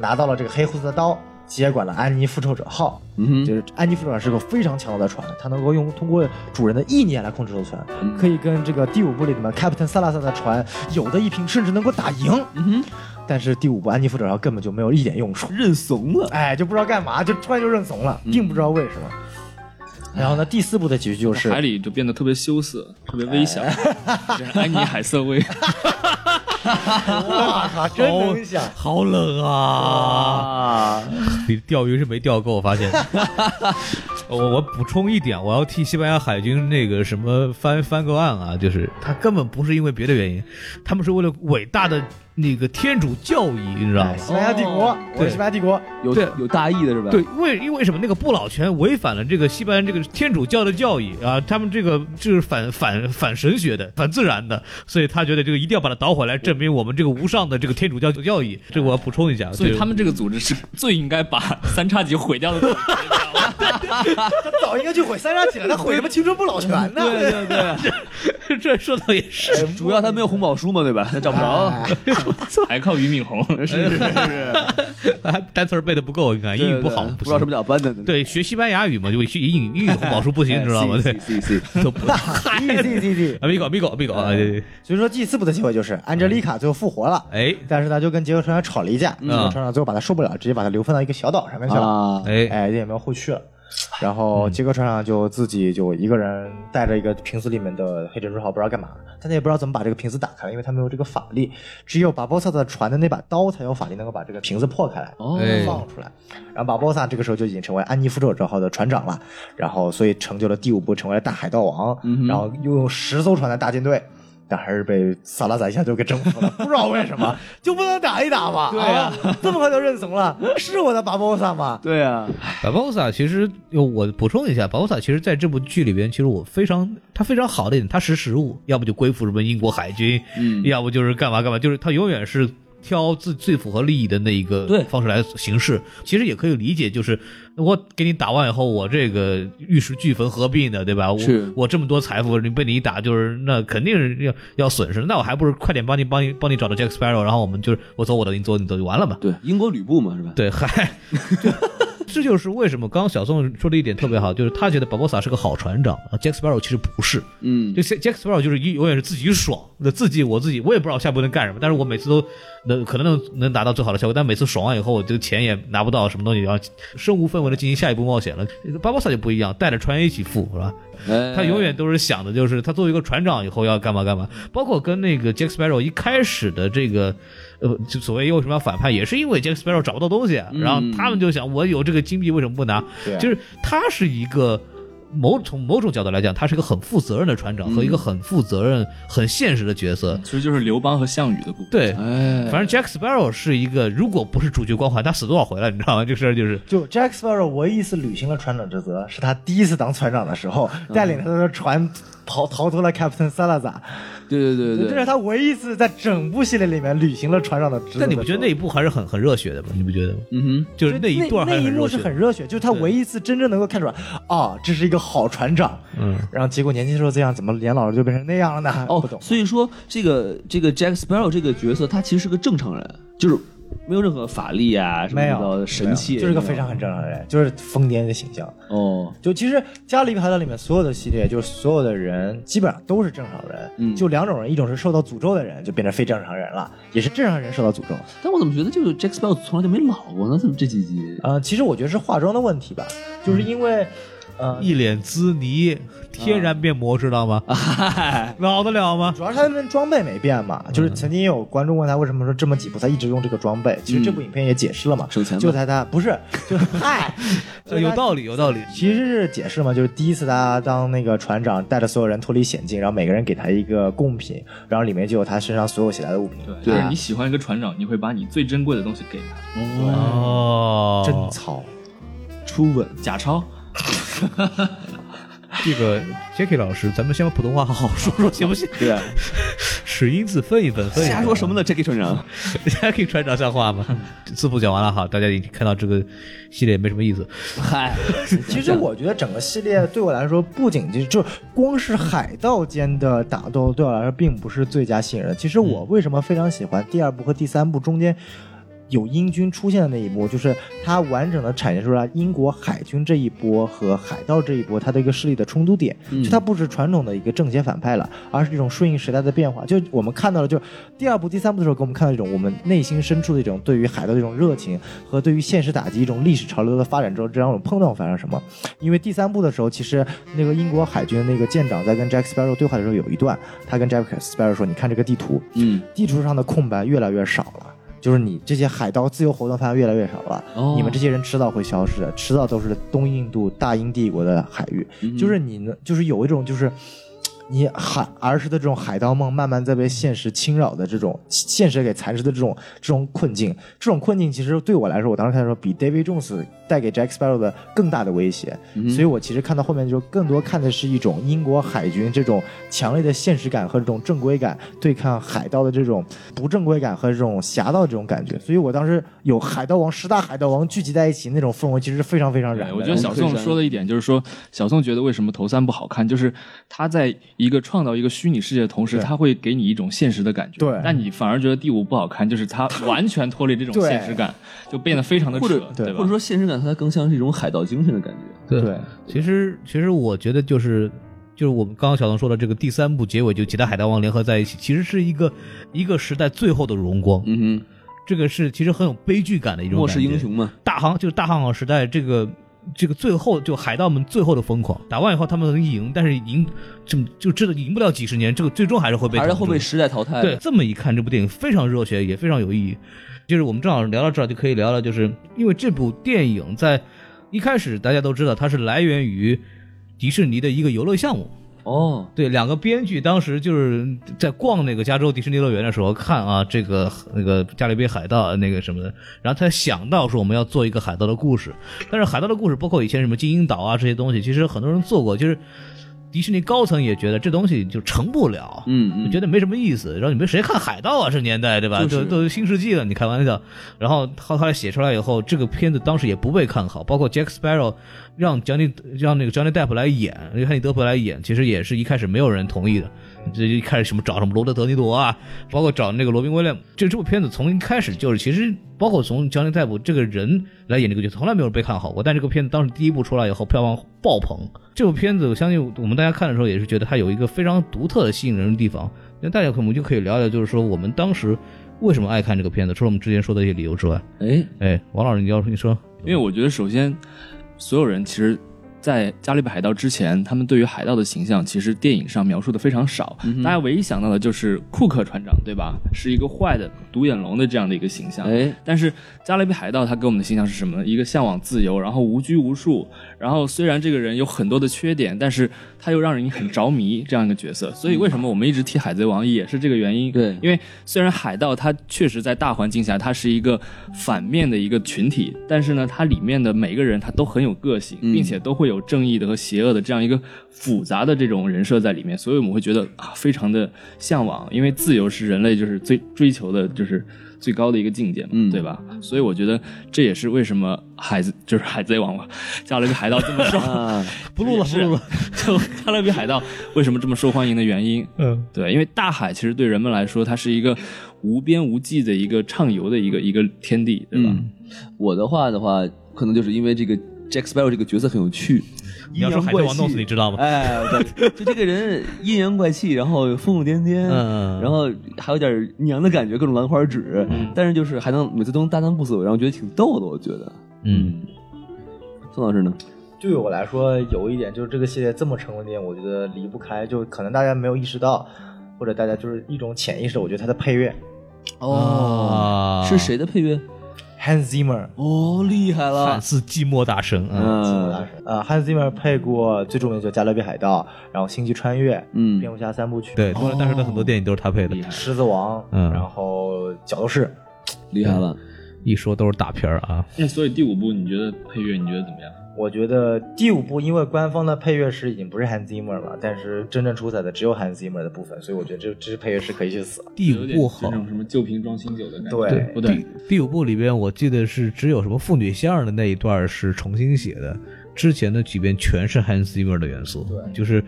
D: 拿到了这个黑胡子的刀，接管了安妮复仇者号。
E: 嗯哼
D: 就是安妮复仇者是个非常强大的船，它能够用通过主人的意念来控制这艘船，
E: 嗯
D: 可以跟这个第五部里面 Captain 萨拉萨的船有的一拼，甚至能够打赢。
E: 嗯哼，
D: 但是第五部安妮复仇者号根本就没有一点用处，
E: 认怂了，
D: 哎，就不知道干嘛，就突然就认怂了，并不知道为什么。然后呢，第四部的结局就是
A: 海里就变得特别羞涩，特别微小，就是安妮海瑟薇。 *laughs*
D: 哇靠，真能想，
F: 好冷啊！
C: 你钓鱼是没钓够，
F: *laughs*
C: 发现。我我补充一点，我要替西班牙海军那个什么翻翻个案啊，就是他根本不是因为别的原因，他们是为了伟大的那个天主教义，你知道吗
D: 哎，？西班牙帝国，我是西班牙帝国，
E: 有
C: 对
E: 有大意的是吧？
C: 对，，为因为什么那个不老泉违反了这个西班牙这个天主教的教义啊？他们这个就是反反反神学的、反自然的，所以他觉得这个一定要把它捣毁来证明我们这个无上的这个天主教教义。这个我要补充一下，
A: 所以
C: 对
A: 他们这个组织是最应该把 *laughs* 三叉戟毁掉的组织。
D: 他早应该去毁三杀起来，他毁什么青春不老泉呢？ *laughs*
E: 对对
C: *laughs*
E: 对，
C: 这说的也是。
D: 哎
E: 主要他没有红宝书嘛，对吧？他找不着，
A: 还靠俞敏洪。
E: 是
D: *laughs*
E: 是是，
A: 哎
C: 还单词儿背的不够，你看英语不好，
E: 对对对不
C: 不
E: 知道什
C: 行
E: 么叫哎班的，
C: 对，学西班牙语嘛，就学英语英语
A: *laughs*
C: 的红宝书不
A: 哎
C: 行，你知道吗？对，
E: ，C C，
C: 都不
D: ，Z Z Z。
C: 没搞没搞没搞，啊对对
D: 哎 *laughs* 所以说第四部的结尾就是安吉丽卡最后复活了，
C: 哎
D: 但是呢就跟杰克船长吵了一架，杰
E: 嗯
D: 克船长最后把他受不了，直接把他流放到一个小岛上面去
C: *laughs*
D: 了，
E: 啊，
C: 哎，
D: 哎，这也没有后续了。然后杰克船长就自己就一个人带着一个瓶子里面的黑珍珠号，不知道干嘛，但他也不知道怎么把这个瓶子打开，因为他没有这个法力，只有把波萨的船的那把刀才有法力能够把这个瓶子破开来。
E: 哦
C: 哎
D: 放出来。然后巴博萨这个时候就已经成为安妮复仇者号的船长了，然后所以成就了第五部成为了大海盗王，
E: 嗯哼
D: 然后拥有十艘船的大舰队。但还是被萨拉宰一下就给征服了，不知道为什么，就不能打一打
E: *laughs*
D: 吗？对
E: 啊
D: 呀、这么快就认怂了，是我的巴博萨吗？
E: 对啊，
C: 巴博萨其实呃我补充一下，巴博萨其实在这部剧里边，其实我非常他非常好的一点，他识时务，要不就归附什么英国海军，
E: 嗯
C: 要不就是干嘛干嘛，就是他永远是挑自最符合利益的那一个
E: 对
C: 方式来行事。其实也可以理解，就是我给你打完以后，我这个玉石俱焚合并的，对吧？我
E: 是
C: 我这么多财富，你被你一打，就是那肯定是要要损失。那我还不如快点帮你帮你帮你找到 Jack Sparrow，然后我们就是我走我的，你走你的，就完了嘛。
E: 对，英国吕布嘛，是吧？
C: 对，嗨，这就是为什么刚刚小宋说的一点特别好，就是他觉得 Barbossa 是个好船长啊，Jack Sparrow 其实不是。
E: 嗯
C: 就 Jack Sparrow 就是一永远是自己爽，那自己我自己我也不知道下步能干什么，但是我每次都能可能能能达到最好的效果，但每次爽完以后，我这个钱也拿不到什么东西，然后身无分文的进行下一步冒险了。巴博萨就不一样，带着船员一起赴，是吧？他
E: 他
C: 永远都是想的就是他作为一个船长以后要干嘛干嘛，包括跟那个 Jack Sparrow 一开始的这个，呃，就所谓为什么要反叛，也是因为 Jack Sparrow 找不到东西，然后他们就想我有这个金币为什么不拿？
D: 对
C: 就是他是一个。某从某种角度来讲，他是一个很负责任的船长和一个很负责任、很现实的角色。
A: 其实就是刘邦和项羽的故事。
C: 对，
E: 哎，
C: 反正 Jack Sparrow 是一个，如果不是主角光环，他死多少回了，你知道吗？这个事儿就是
D: 就 Jack Sparrow 唯一一次履行了船长职责，是他第一次当船长的时候，
C: 嗯
D: 带领他的船逃逃脱了 Captain Salazar，
E: 对对对
D: 这是
E: 对，
D: 他唯一一次在整部系列里面履行了船长的职责的时候。
C: 但你不觉得那一部还是很很热血的吗？你不觉得吗？
E: 嗯
C: 就是那一段还是
D: 那一
C: 很热
D: 幕
C: 血
D: 是
C: 的
D: 很热血，就是他唯一一次真正能够看出来，啊，这是一个好船长。
C: 嗯，
D: 然后结果年轻时候这样，怎么年老了就变成那样了呢？
E: 哼，哦
D: 不懂，。
E: 所以说这个这个 Jack Sparrow 这个角色，他其实是个正常人，就是没有任何法力啊什
D: 没
E: 么
D: 有
E: 的神器，啊
D: 就是个非常很正常的人，就是疯癫的形象。
E: 哦，
D: 就其实《加勒比海盗》里面所有的系列，就是所有的人基本上都是正常人，
E: 嗯
D: 就两种人，一种是受到诅咒的人，就变成非正常人了，也是正常人受到诅咒。
E: 但我怎么觉得这个 Jack Sparrow 从来就没老过呢？怎么这几集？
D: 呃，其实我觉得是化妆的问题吧，
E: 嗯
D: 就是因为，呃，
C: 一脸滋泥，天然面膜，知道吗？
E: 啊
C: *laughs* 老得了吗？
D: 主要是他们装备没变嘛，
E: 嗯
D: 就是曾经有观众问他为什么说这么几部他一直用这个装备，其实这部影片也解释了嘛，
E: 嗯省钱
D: 就
E: 吧。
D: 在他不
E: *laughs*
D: 是就嗨，就
C: 有
D: 他
C: 道理，有道理。
D: 其实是解释嘛，就是第一次他当那个船长，带着所有人脱离险境，然后每个人给他一个贡品，然后里面就有他身上所有携带的物品，
A: 对，就是你喜欢一个船长，你会把你最珍贵的东西给他。
C: 哦，
D: 贞操。
A: 初吻，假钞，
C: 这个 Jacky 老师，咱们先把普通话好好说说，行不行？
E: 对啊，
C: *laughs* 使音字分一分，分一分。
E: 瞎说什么呢？Jack
C: *laughs*
E: 船长，
C: ？Jacky 船长像话吗？字幕讲完了哈，大家已经看到这个系列没什么意思。
E: 嗨，
D: 其实我觉得整个系列对我来说，不仅仅就光是海盗间的打斗对我来说并不是最佳吸引人的。其实我为什么非常喜欢第二部和第三部中间有英军出现的那一幕，就是它完整的展现出来英国海军这一波和海盗这一波它的一个势力的冲突点。就它不是传统的一个正邪反派了，而是这种顺应时代的变化。就我们看到了，就是第二部、第三部的时候，给我们看到一种我们内心深处的一种对于海盗的一种热情和对于现实打击一种历史潮流的发展之后，这两种碰撞发生什么？因为第三部的时候，其实那个英国海军那个舰长在跟 Jack Sparrow 对话的时候，有一段他跟 Jack Sparrow 说：“你看这个地图，
E: 嗯，
D: 地图上的空白越来越少了。”就是你这些海盗自由活动范围越来越少了，
E: 哦
D: 你们这些人迟早会消失的，迟早都是东印度大英帝国的海域。就是你呢，就是有一种就是。你海儿时的这种海盗梦，慢慢在被现实侵扰的这种现实给蚕食的这种这种困境，这种困境其实对我来说，我当时看的时候，比 David Jones 带给 Jack Sparrow 的更大的威胁。
A: 嗯
D: 所以我其实看到后面就更多看的是一种英国海军这种强烈的现实感和这种正规感对抗海盗的这种不正规感和这种侠盗这种感觉。所以我当时有海盗王十大海盗王聚集在一起那种氛围，其实是非常非常燃
A: 对，
D: 的。
A: 我觉得小宋说的一点就是说，小宋觉得为什么头三不好看，就是他在一个创造一个虚拟世界的同时，
D: 对
A: 他会给你一种现实的感觉。
D: 对
A: 但你反而觉得第五不好看，就是他完全脱离这种
D: 对
A: 现实感，就变得非常的
E: 或
A: 扯
E: 者，
D: 对
A: 对
E: 或者
A: 吧？
E: 说现实感，它更像是一种海盗精神的感觉。
C: 对
D: 对。
C: 呃其实，其实我觉得就是，就是我们刚刚小唐说的这个第三部结尾，就几大海盗王联合在一起，其实是一个一个时代最后的荣光。
E: 嗯
C: 这个是其实很有悲剧感的一
E: 哼，
C: 种
E: 末
C: 感
E: 世英
C: 觉
E: 雄嘛，
C: 大航就是大航海时代这个这个最后就海盗们最后的疯狂，打完以后他们能赢，但是赢就就真的赢不了几十年，这个最终还是会被
E: 还是
C: 挡住
E: 会被时代淘汰。
C: 对，，这么一看，这部电影非常热血，也非常有意义。就是我们正好聊到这儿，就可以聊聊，就是因为这部电影在一开始大家都知道，它是来源于迪士尼的一个游乐项目。
E: 哦，
C: 对，两个编剧当时就是在逛那个加州迪士尼乐园的时候，看啊这个那个加勒比海盗那个什么的，然后他想到说我们要做一个海盗的故事，但是海盗的故事包括以前什么金银岛啊这些东西，其实很多人做过，就是迪士尼高层也觉得这东西就成不了，
E: 嗯
C: 就
E: 嗯，
C: 觉得没什么意思。然后你们谁看海盗啊？这年代对吧？
E: 就是
C: 都都是新世纪了，你开玩笑。然后他后来写出来以后，这个片子当时也不被看好，包括 Jack Sparrow 让 Johnny 让那个 Johnny Depp 来演，汉尼德普来演，其实也是一开始没有人同意的。这一开始什么找什么罗德·德尼罗啊，包括找那个罗宾·威廉姆，就这部片子从一开始就是，其实包括从强尼戴普这个人来演这个角色，从来没有人被看好过。但这个片子当时第一部出来以后，票房爆棚。这部片子我相信我们大家看的时候也是觉得它有一个非常独特的吸引人的地方。那大家可我们就可以聊聊，就是说我们当时为什么爱看这个片子，除了我们之前说的一些理由之外，
A: 哎，
C: 哎，王老师，你要你说，
A: 因为我觉得，首先，所有人其实，在《加勒比海盗》之前，他们对于海盗的形象，其实电影上描述的非常少。
E: 嗯
A: 大家唯一想到的就是库克船长，对吧？是一个坏的独眼龙的这样的一个形象。
E: 哎，
A: 但是《加勒比海盗》它给我们的形象是什么呢？一个向往自由，然后无拘无束，然后虽然这个人有很多的缺点，但是他又让人很着迷这样一个角色。所以为什么我们一直提《海贼王》也是这个原因。
E: 对
A: 因为虽然海盗它确实在大环境下它是一个反面的一个群体，但是呢，它里面的每个人他都很有个性，并
E: 嗯
A: 且都会有正义的和邪恶的这样一个复杂的这种人设在里面，所以我们会觉得啊，非常的向往，因为自由是人类就是最追求的，就是。最高的一个境界嘛，
E: 嗯
A: 对吧？所以我觉得这也是为什么海贼就是海贼王嘛，加勒比海盗这么受，
E: *laughs* 啊，
A: *laughs* 不录了，不录了，就加勒比海盗为什么这么受欢迎的原因，
H: 嗯，
A: 对，因为大海其实对人们来说，它是一个无边无际的一个畅游的一个一个天地，对吧？
E: 嗯我的话的话，可能就是因为这个 Jack Sparrow 这个角色很有趣，
C: 你要说海贼王弄死你知道吗？
E: 哎，对，就这个人阴阳怪气，然后疯疯癫癫，
C: 嗯嗯
E: 然后还有点娘的感觉，各种兰花指，但是就是还能每次都能大难不死，然后觉得挺逗的，我觉得。
C: 嗯，
E: 宋老师呢？
D: 对我来说，有一点就是这个系列这么成功的点，我觉得离不开，就可能大家没有意识到，或者大家就是一种潜意识，我觉得它的配乐
A: 哦
C: 啊
E: 是谁的配乐？
D: ，Hans Zimmer，
E: 哦，厉害
C: 反
E: 了，
C: 思寂寞大神啊，
E: 嗯
D: 呃，Hans Zimmer 配过最著名的就是《加勒比海盗》，然后《星际穿越》、
E: 嗯
D: 蝙蝠侠三部曲，
C: 对，当时大神的很多电影都是他配的
A: 厉，害，
D: 狮子王，
C: 嗯
D: 然后角斗士，
E: 厉害了，
C: 一说都是大片儿啊。
A: 那所以第五部你觉得配乐你觉得怎么样？
D: 我觉得第五部因为官方的配乐师已经不是 Hans Zimmer 了，但是真正出彩的只有 Hans Zimmer 的部分，所以我觉得这这配乐师可以去死。
C: 第
A: 有
C: 五
A: 点
C: 部好
A: 那，种什么旧瓶装新酒的感觉，
D: 对
A: 不对？
C: 第五部里边我记得是只有什么妇女像的那一段是重新写的，之前的几遍全是 Hans Zimmer 的元素，对，就是。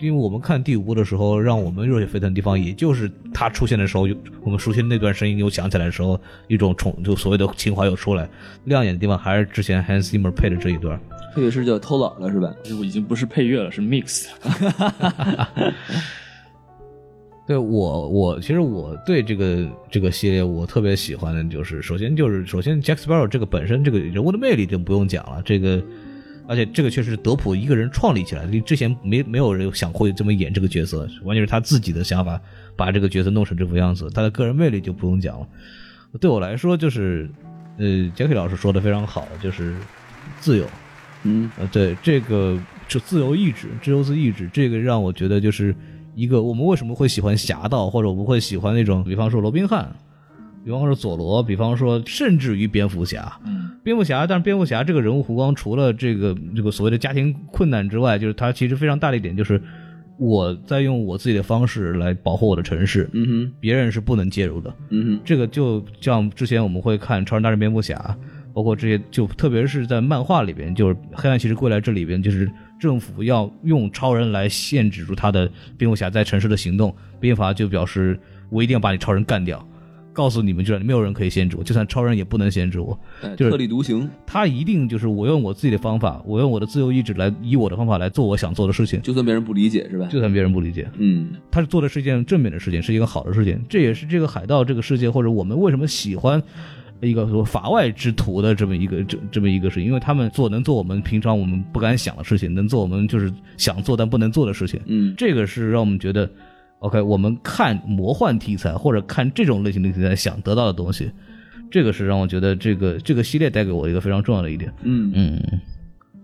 C: 因为我们看第五部的时候，让我们热血沸腾的地方，也就是他出现的时候，有我们熟悉的那段声音又响起来的时候，一种重就所谓的情怀又出来。亮眼的地方还是之前 Hans Zimmer 配的这一段，
E: 配乐师叫偷懒了是吧？
A: 就是已经不是配乐了，是 mix。
C: 对我，我其实我对这个这个系列我特别喜欢的就是，首先就是首先 Jack Sparrow 这个本身这个人物的魅力就不用讲了，这个而且这个确实是德普一个人创立起来的，之前没没有人想会这么演这个角色，完全是他自己的想法把这个角色弄成这副样子，他的个人魅力就不用讲了。对我来说就是，呃，Jackie 老师说的非常好，就是自由，
E: 嗯，
C: 呃，对这个就自由意志、自由自意志，这个让我觉得就是一个我们为什么会喜欢侠盗，或者我们会喜欢那种，比方说罗宾汉，比方说佐罗，比方说甚至于蝙蝠侠。
A: 嗯，
C: 蝙蝠侠，但是蝙蝠侠这个人物弧光，除了这个这个所谓的家庭困难之外，就是他其实非常大的一点就是我在用我自己的方式来保护我的城市，
E: 嗯哼，
C: 别人是不能介入的。
E: 嗯哼，
C: 这个就像之前我们会看《超人大战蝙蝠侠》，包括这些，就特别是在漫画里边，就是《黑暗骑士归来》这里边，就是政府要用超人来限制住他的蝙蝠侠在城市的行动，蝙蝠侠就表示我一定要把你超人干掉，告诉你们，就是没有人可以限制我，就算超人也不能限制我。
E: 哎
C: 就是
E: 特立独行，
C: 他一定就是我用我自己的方法，我用我的自由意志来以我的方法来做我想做的事情，
E: 就算别人不理解是吧？
C: 就算别人不理解。
E: 嗯
C: 他是做的是一件正面的事情，是一个好的事情。这也是这个海盗这个世界，或者我们为什么喜欢一个说法外之徒的这么一个这这么一个事情，因为他们做能做我们平常我们不敢想的事情，能做我们就是想做但不能做的事情。
E: 嗯，
C: 这个是让我们觉得，OK，我们看魔幻题材或者看这种类型的题材想得到的东西，这个是让我觉得这个这个系列带给我一个非常重要的一点。
E: 嗯嗯，
C: 嗯，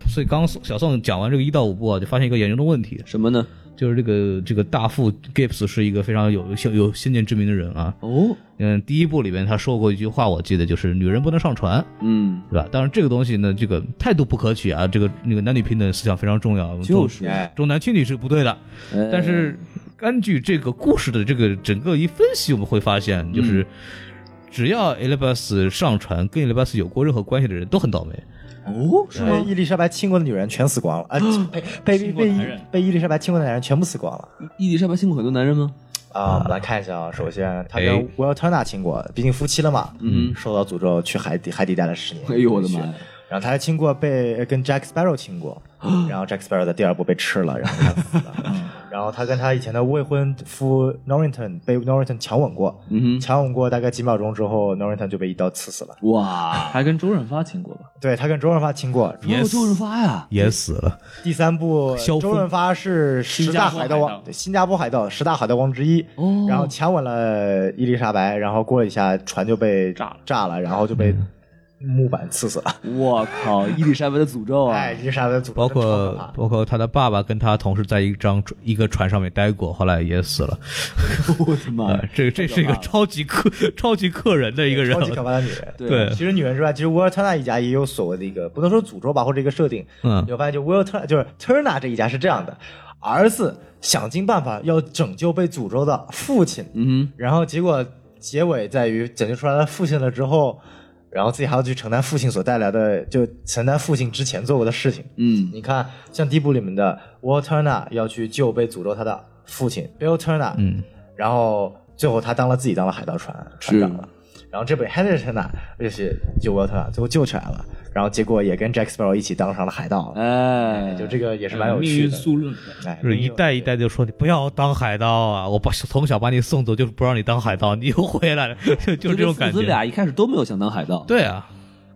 C: 所以刚小宋讲完这个一到五部啊，就发现一个严重的问题，
E: 什么呢？
C: 就是这个这个大副 Gibbs 是一个非常有先有先见之明的人啊。
E: 哦，
C: 嗯，第一部里面他说过一句话，我记得就是“女人不能上船”，
E: 嗯，
C: 对吧？当然这个东西呢，这个态度不可取啊，这个那个男女平等思想非常重要，
E: 就是，
D: 哎，
C: 重男轻女是不对的。
E: 哎
C: 但是根据这个故事的这个整个一分析，我们会发现，
I: 嗯
C: 就是只要 Elibas 上船跟 Elibas 有过任何关系的人都很倒霉。
D: 哦，是吗？伊丽莎白亲过的女人全死光了，啊，
E: 哦
D: 被被被伊被伊丽莎白亲过的男人全部死光了。
E: 伊丽莎白亲过很多男人吗？
D: 啊，我们来看一下啊，首先他
E: 哎
D: 跟 w i l t e r n a 亲过，毕竟夫妻了嘛，嗯，受到诅咒去海底海底待了十年，
E: 哎呦我的妈呀！
D: 然后他还亲过被呃跟 Jack Sparrow 亲过，
E: 啊
D: 然后 Jack Sparrow 在第二部被吃了，然后他死
E: *laughs*
D: 了。
E: 嗯
D: *laughs* 然后他跟他以前的未婚夫 Norrington 被 Norrington 强吻过，
E: 嗯
D: 强吻过大概几秒钟之后，Norrington 就被一刀刺死了。
E: 哇，
A: 还跟周润发亲过吧？
D: 对他跟周润发亲过，
E: 还有周润发呀，
I: 也死了。
D: 第三部
I: 萧峰
D: 周润发是十大海
A: 新加
D: 盗
A: 坡海
D: 王
A: 盗，哦
D: 对新加坡海盗十大海盗王之一，然后强吻了伊丽莎白，然后过了一下船就被
A: 炸了嗯
D: 炸了，然后就被木板刺死了。
E: 我靠，伊丽莎白的诅咒啊！
D: 哎，伊丽莎白的诅咒
C: 包
D: 真超可
C: 括
D: 怕
C: 包括他的爸爸跟他同时在一张一个船上面待过，后来也死了。
E: *laughs* 我的妈呀！
C: 呃，这这是一个超级克 *laughs* 超级克人的一个人
D: 超，级可怕的女人。
C: 对
D: 其实女人之外，其实维尔特纳一家也有所谓的一个，不能说诅咒吧，或者一个设定。
C: 嗯
D: 你会发现，就维尔特纳就是 Turner 这一家是这样的，儿子想尽办法要拯救被诅咒的父亲，
E: 嗯
D: 然后结果结尾在于拯救出来了父亲了之后。然后自己还要去承担父亲所带来的，就承担父亲之前做过的事情。
E: 嗯
D: 你看，像第一部里面的 Will Turner 要去救被诅咒他的父亲 Bill Turner，
C: 嗯，
D: 然后最后他当了自己当了海盗船船长了。然后这本 Henry Turner 就是救 Will Turner，最后救起来了，然后结果也跟 Jack Sparrow 一起当上了海盗。
E: 哎，
D: 就这个也是蛮有趣的。
A: 论。
D: 哎，
C: 就是一代一代就说你不要当海盗啊！我把从小把你送走，就是不让你当海盗，你又回来了，就就是这种感
E: 父子
C: 觉。
E: 俩一开始都没有想当海盗，
C: 对啊，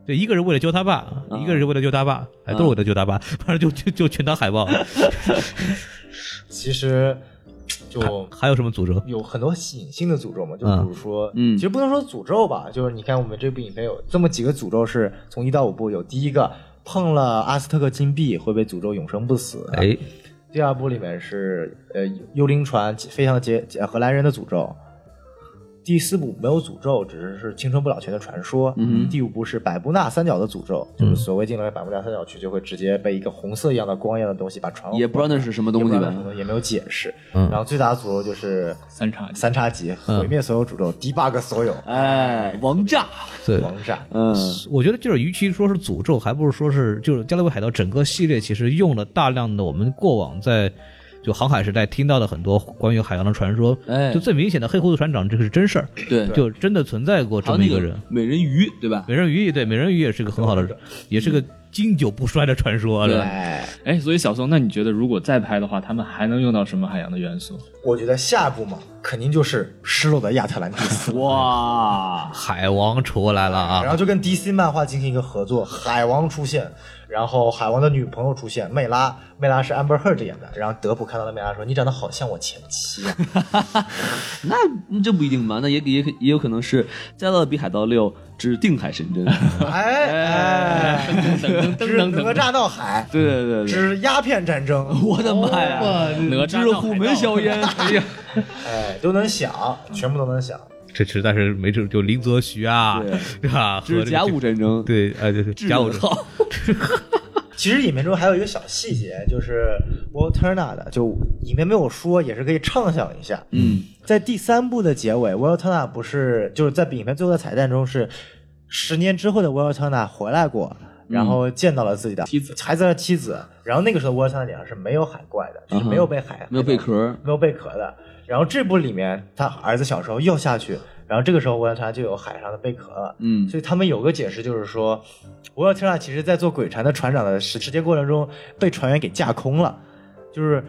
C: 对，一个人为了救他爸，一个人为了救他爸，哎，都是为了救他爸，反正就就就全当海豹。
D: 其实就
C: 还有什么诅咒？
D: 有很多隐性的诅咒嘛，就
C: 嗯
D: 比如说，
E: 嗯
D: 其实不能说诅咒吧，就是你看我们这部影片有这么几个诅咒是从一到五部有第一个碰了阿斯特克金币会被诅咒永生不死，
C: 哎，
D: 第二部里面是呃幽灵船飞向劫呃荷兰人的诅咒，第四部没有诅咒，只是是青春不老泉的传说。
E: 嗯
D: 第五部是百慕大三角的诅咒，就是所谓进了百慕大三角区就会直接被一个红色一样的光一样的东西把船
E: 也不知道那是什么东西
D: 也不知道那是什
E: 呗。
D: 么也没有解释。
C: 嗯
D: 然后最大的诅咒就是
A: 三叉戟
D: 三叉戟毁灭所有诅咒、debug 所有
E: 哎，王炸，
C: 对，
D: 王炸。
E: 嗯，
C: 我觉得就是，与其说是诅咒，还不如说是就是《加勒比海盗》整个系列其实用了大量的我们过往在就航海时代听到的很多关于海洋的传说，
E: 哎
C: 就最明显的黑胡子船长这个是真事儿，
E: 对，
C: 就真的存在过这
E: 还有
C: 么
E: 那
C: 一个人
E: 个。美人鱼，对吧？
C: 美人鱼也对，美人鱼也是个很好的，也是个经久不衰的传说
E: 对
C: 了。
D: 哎，
A: 哎，所以小宋，那你觉得如果再拍的话，他们还能用到什么海洋的元素？
D: 我觉得下一步嘛，肯定就是失落的亚特兰蒂斯。
E: 哇，
C: 海王出来了
D: 然
C: 啊！
D: 后就跟 DC 漫画进行一个合作，海王出现，然后海王的女朋友出现，魅拉，魅拉是 Amber Heard 演的，然后德普看到了魅拉说：“你长得好像我前妻啊。
E: 那这不一定嘛，那也也也有可能是《加勒比海盗六之定海神
C: *laughs*
E: 针》。
D: 哎哎，之哪吒闹海，
E: 对对对对，
D: 之鸦片战争，
E: *laughs* 我的妈呀！
A: 哪吒
E: 之虎门硝 *laughs* 烟，哎呀，
D: 哎，都能想，全部都能想。
C: 这实在是没准就林则徐啊，
E: 对
C: 对吧？
E: 这
C: 和
E: 是甲午战 *laughs* 争，
C: 对，哎对对，
E: 致
C: 甲午
E: 远号，
D: 其实影片中还有一个小细节，就是 Will Turner 的，就影片没有说，也是可以畅想一下。
E: 嗯，
D: 在第三部的结尾，Will Turner 不是就是在影片最后的彩蛋中是十年之后的 Will Turner 回来过，然后见到了自己的嗯妻子，孩子的妻子。然后那个时候 Will Turner 脸上是没有海怪的，嗯就是没有被海、
E: 没有贝壳，
D: 没有贝壳的。然后这部里面他儿子小时候又下去，然后这个时候 Will Turner 就有海上的贝壳了。
E: 嗯
D: 所以他们有个解释，就是说，维尔特纳其实在做鬼船的船长的时时间过程中，被船员给架空了，就是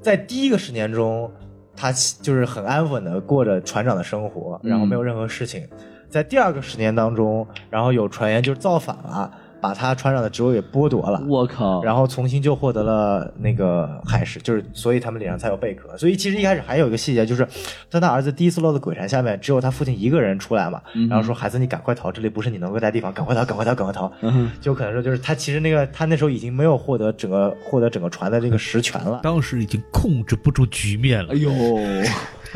D: 在第一个十年中，他其就是很安稳的过着船长的生活，然后没有任何事情。在第二个十年当中，然后有船员就造反了，把他船长的职位给剥夺了。
E: 我靠，
D: 然后重新就获得了那个海石，就是所以他们脸上才有贝壳。所以其实一开始还有一个细节，就是当他儿子第一次落到鬼船下面，只有他父亲一个人出来嘛，然后说孩子你赶快逃，这里不是你能够待的地方，赶快逃，赶快逃，赶快逃。就可能说就是他其实那个他那时候已经没有获得整个获得整个船的这个实权了，
C: 当时已经控制不住局面了
E: *laughs* 哎。呦，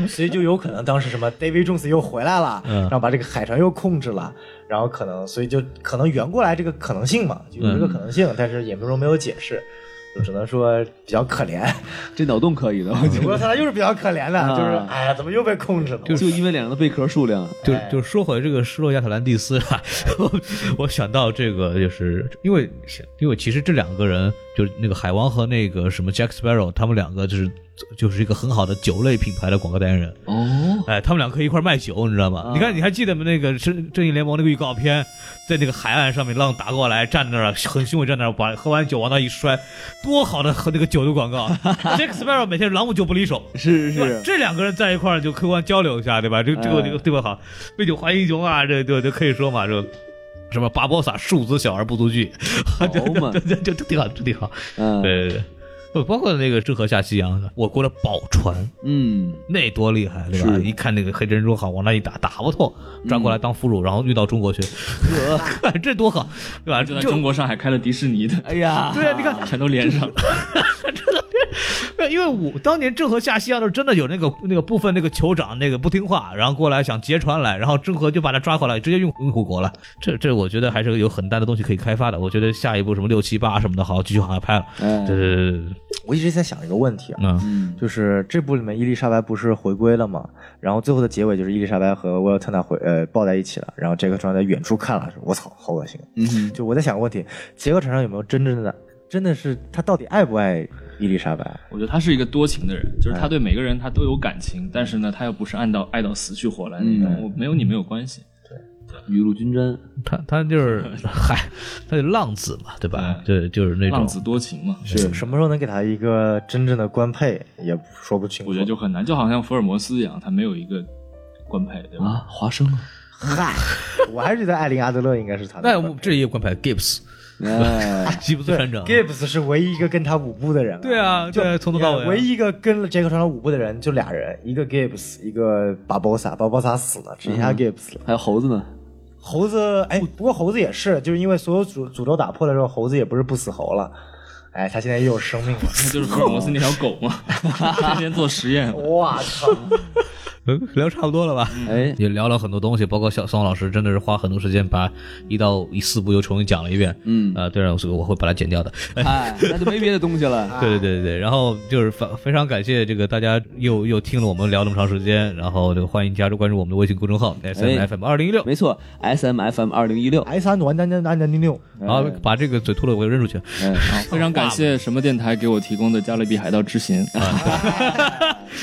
D: 所以就有可能当时什么 David Jones 又回来了，
C: 嗯
D: 然后把这个海船又控制了，然后可能所以就可能圆过来这个可能性嘛，就有这个可能性，但是也没说没有解释。就只能说比较可怜。
E: 这脑洞可以的，我觉
D: 不过他又是比较可怜的，
E: 啊
D: 就是哎呀，怎么又被控制了？
E: *laughs* 得就因为脸上的贝壳数量，
C: 就
D: 哎
C: 就说回这个失落亚特兰蒂斯啊， *laughs* 我我想到这个，就是因为因为其实这两个人，就是那个海王和那个什么 Jack Sparrow，他们两个就是就是一个很好的酒类品牌的广告代言人。
E: 哦，
C: 哎，他们两个可以一块儿卖酒，你知道吗？
E: 啊
C: 你看，你还记得吗？那个《正正义联盟》那个预告片，在那个海岸上面浪打过来，站那儿啊很凶的站那儿，把喝完酒往那一摔，多好的喝那个酒的广告！Jack Sparrow 每天朗姆酒不离手，对
E: 是是
C: 吧这两个人在一块儿就客观交流一下，对吧？这个这个
E: 哎
C: 这个对吧？好，杯酒还英雄啊，这这这可以说嘛，这个什么拔波萨数子小而不足惧，这
E: 好嘛
C: 这这这这挺好，这挺好。
E: 是，嗯
C: 对对对，不包括那个郑和下西洋，我国的宝船
E: 嗯，
C: 那多厉害，对吧？
E: 是
C: 一看那个黑珍珠好，往那一打，打不透，转过来当俘虏，然后运到中国去，这多好，对吧？
A: 就
C: 这
A: 在中国上海开了迪士尼的，
E: 哎呀，
C: 对啊，你看
A: 全都连上。
C: 对，因为我当年郑和下西洋的时候，真的有那个那个部分那个酋长那个不听话，然后过来想劫船来，然后郑和就把他抓回来，直接用用虎国了。这这我觉得还是有很大的东西可以开发的。我觉得下一步什么六七八什么的，好继续往下拍了。
E: 哎
C: 对对对对对，
D: 我一直在想一个问题啊，
C: 嗯，
E: 嗯，
D: 就是这部里面伊丽莎白不是回归了吗？然后最后的结尾就是伊丽莎白和威尔特纳回呃抱在一起了，然后杰克船长在远处看了，说我操，好恶心。
E: 嗯
D: *laughs* 就我在想个问题，杰克船长有没有真正的真的是他到底爱不爱伊丽莎白？
A: 我觉得他是一个多情的人，就是他对每个人他都有感情，但是呢，他又不是按到爱到死去活来那种。
E: 嗯
A: 我没有你没有关系，
E: 雨露均沾，
C: 他他就是嗨，他就浪子嘛，对吧？对，就是那种
A: 浪子多情嘛。
D: 是什么时候能给他一个真正的官配也说不清楚。
A: 我觉得就很难，就好像福尔摩斯一样，他没有一个官配，对吧？
E: 啊，华生啊，
D: 嗨，我还是觉得艾琳阿德勒应该是他的
C: 那
D: 官
C: 我
D: 配。
C: 们这也有官牌 Gibbs
E: 哎，
C: 吉布斯船长。
D: Gibbs 是唯一一个跟他舞步的人了。
C: 对啊，对啊，从头到尾啊、
D: 唯一一个跟了杰克船长舞步的人就俩人，一个 Gibbs，一个巴博萨。巴博萨死了，只剩下
E: 嗯
D: Gibbs 了。
E: 还有猴子呢，
D: 猴子，哎，不过猴子也是，就是因为所有诅诅咒打破了之后，猴子也不是不死猴了，哎，他现在又有生命了。
A: *laughs* 那就是福尔摩斯那条狗嘛，天天做实验。
D: 哇靠！
C: 嗯聊差不多了吧？
E: 哎，
C: *laughs* 也聊了很多东西，包括小宋老师真的是花很多时间把一到一四部又重新讲了一遍。
E: 嗯，
C: 啊、对了，所以我会把它剪掉的。
E: 哎，那就没别的东西 *laughs* 了，
C: *laughs* 对对对对对，然后就是非非常感谢这个大家又又听了我们聊那么长时间，然后就欢迎加入关注我们的微信公众号
E: 哎
C: S M F M 二零一六，
E: 没错，S M F M 二零一六，
D: S 三暖男男男男零六，
C: 然后把这个嘴秃了我给扔出去。
E: 哎，
A: 好，非常感谢什么电台给我提供的《加勒比海盗之行》啊，
C: *laughs*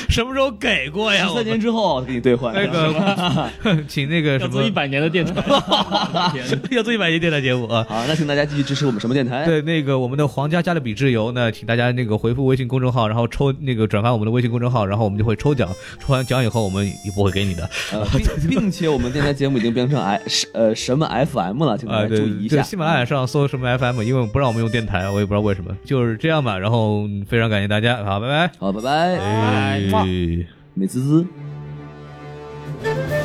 C: 什么时候给过呀？
E: 十
C: 我
E: 三年之后跟你兑换，
C: 那个 *laughs* 请那个什么，
A: 百年的电台。
C: *laughs* 要做一百集电台节目啊。
E: 好，那请大家继续支持我们什么电台？
C: 对，那个我们的皇家加勒比之游呢，请大家那个回复微信公众号，然后抽那个转发我们的微信公众号，然后我们就会抽奖，抽完奖以后我们也不会给你的。
E: 呃，并 *laughs* 并且我们电台节目已经变成 I 是呃什么 FM 了，请大
C: 啊，
E: 家
C: 对
E: 嗯注
C: 对
E: 意一
C: 对
E: 下。
C: 喜马拉雅上搜什么 FM，因为不让我们用电台，我也不知道为什么，就是这样吧。然后嗯非常感谢大家，好，拜拜。
E: 好，拜拜，
C: 哎
E: 美滋滋。
J: Thank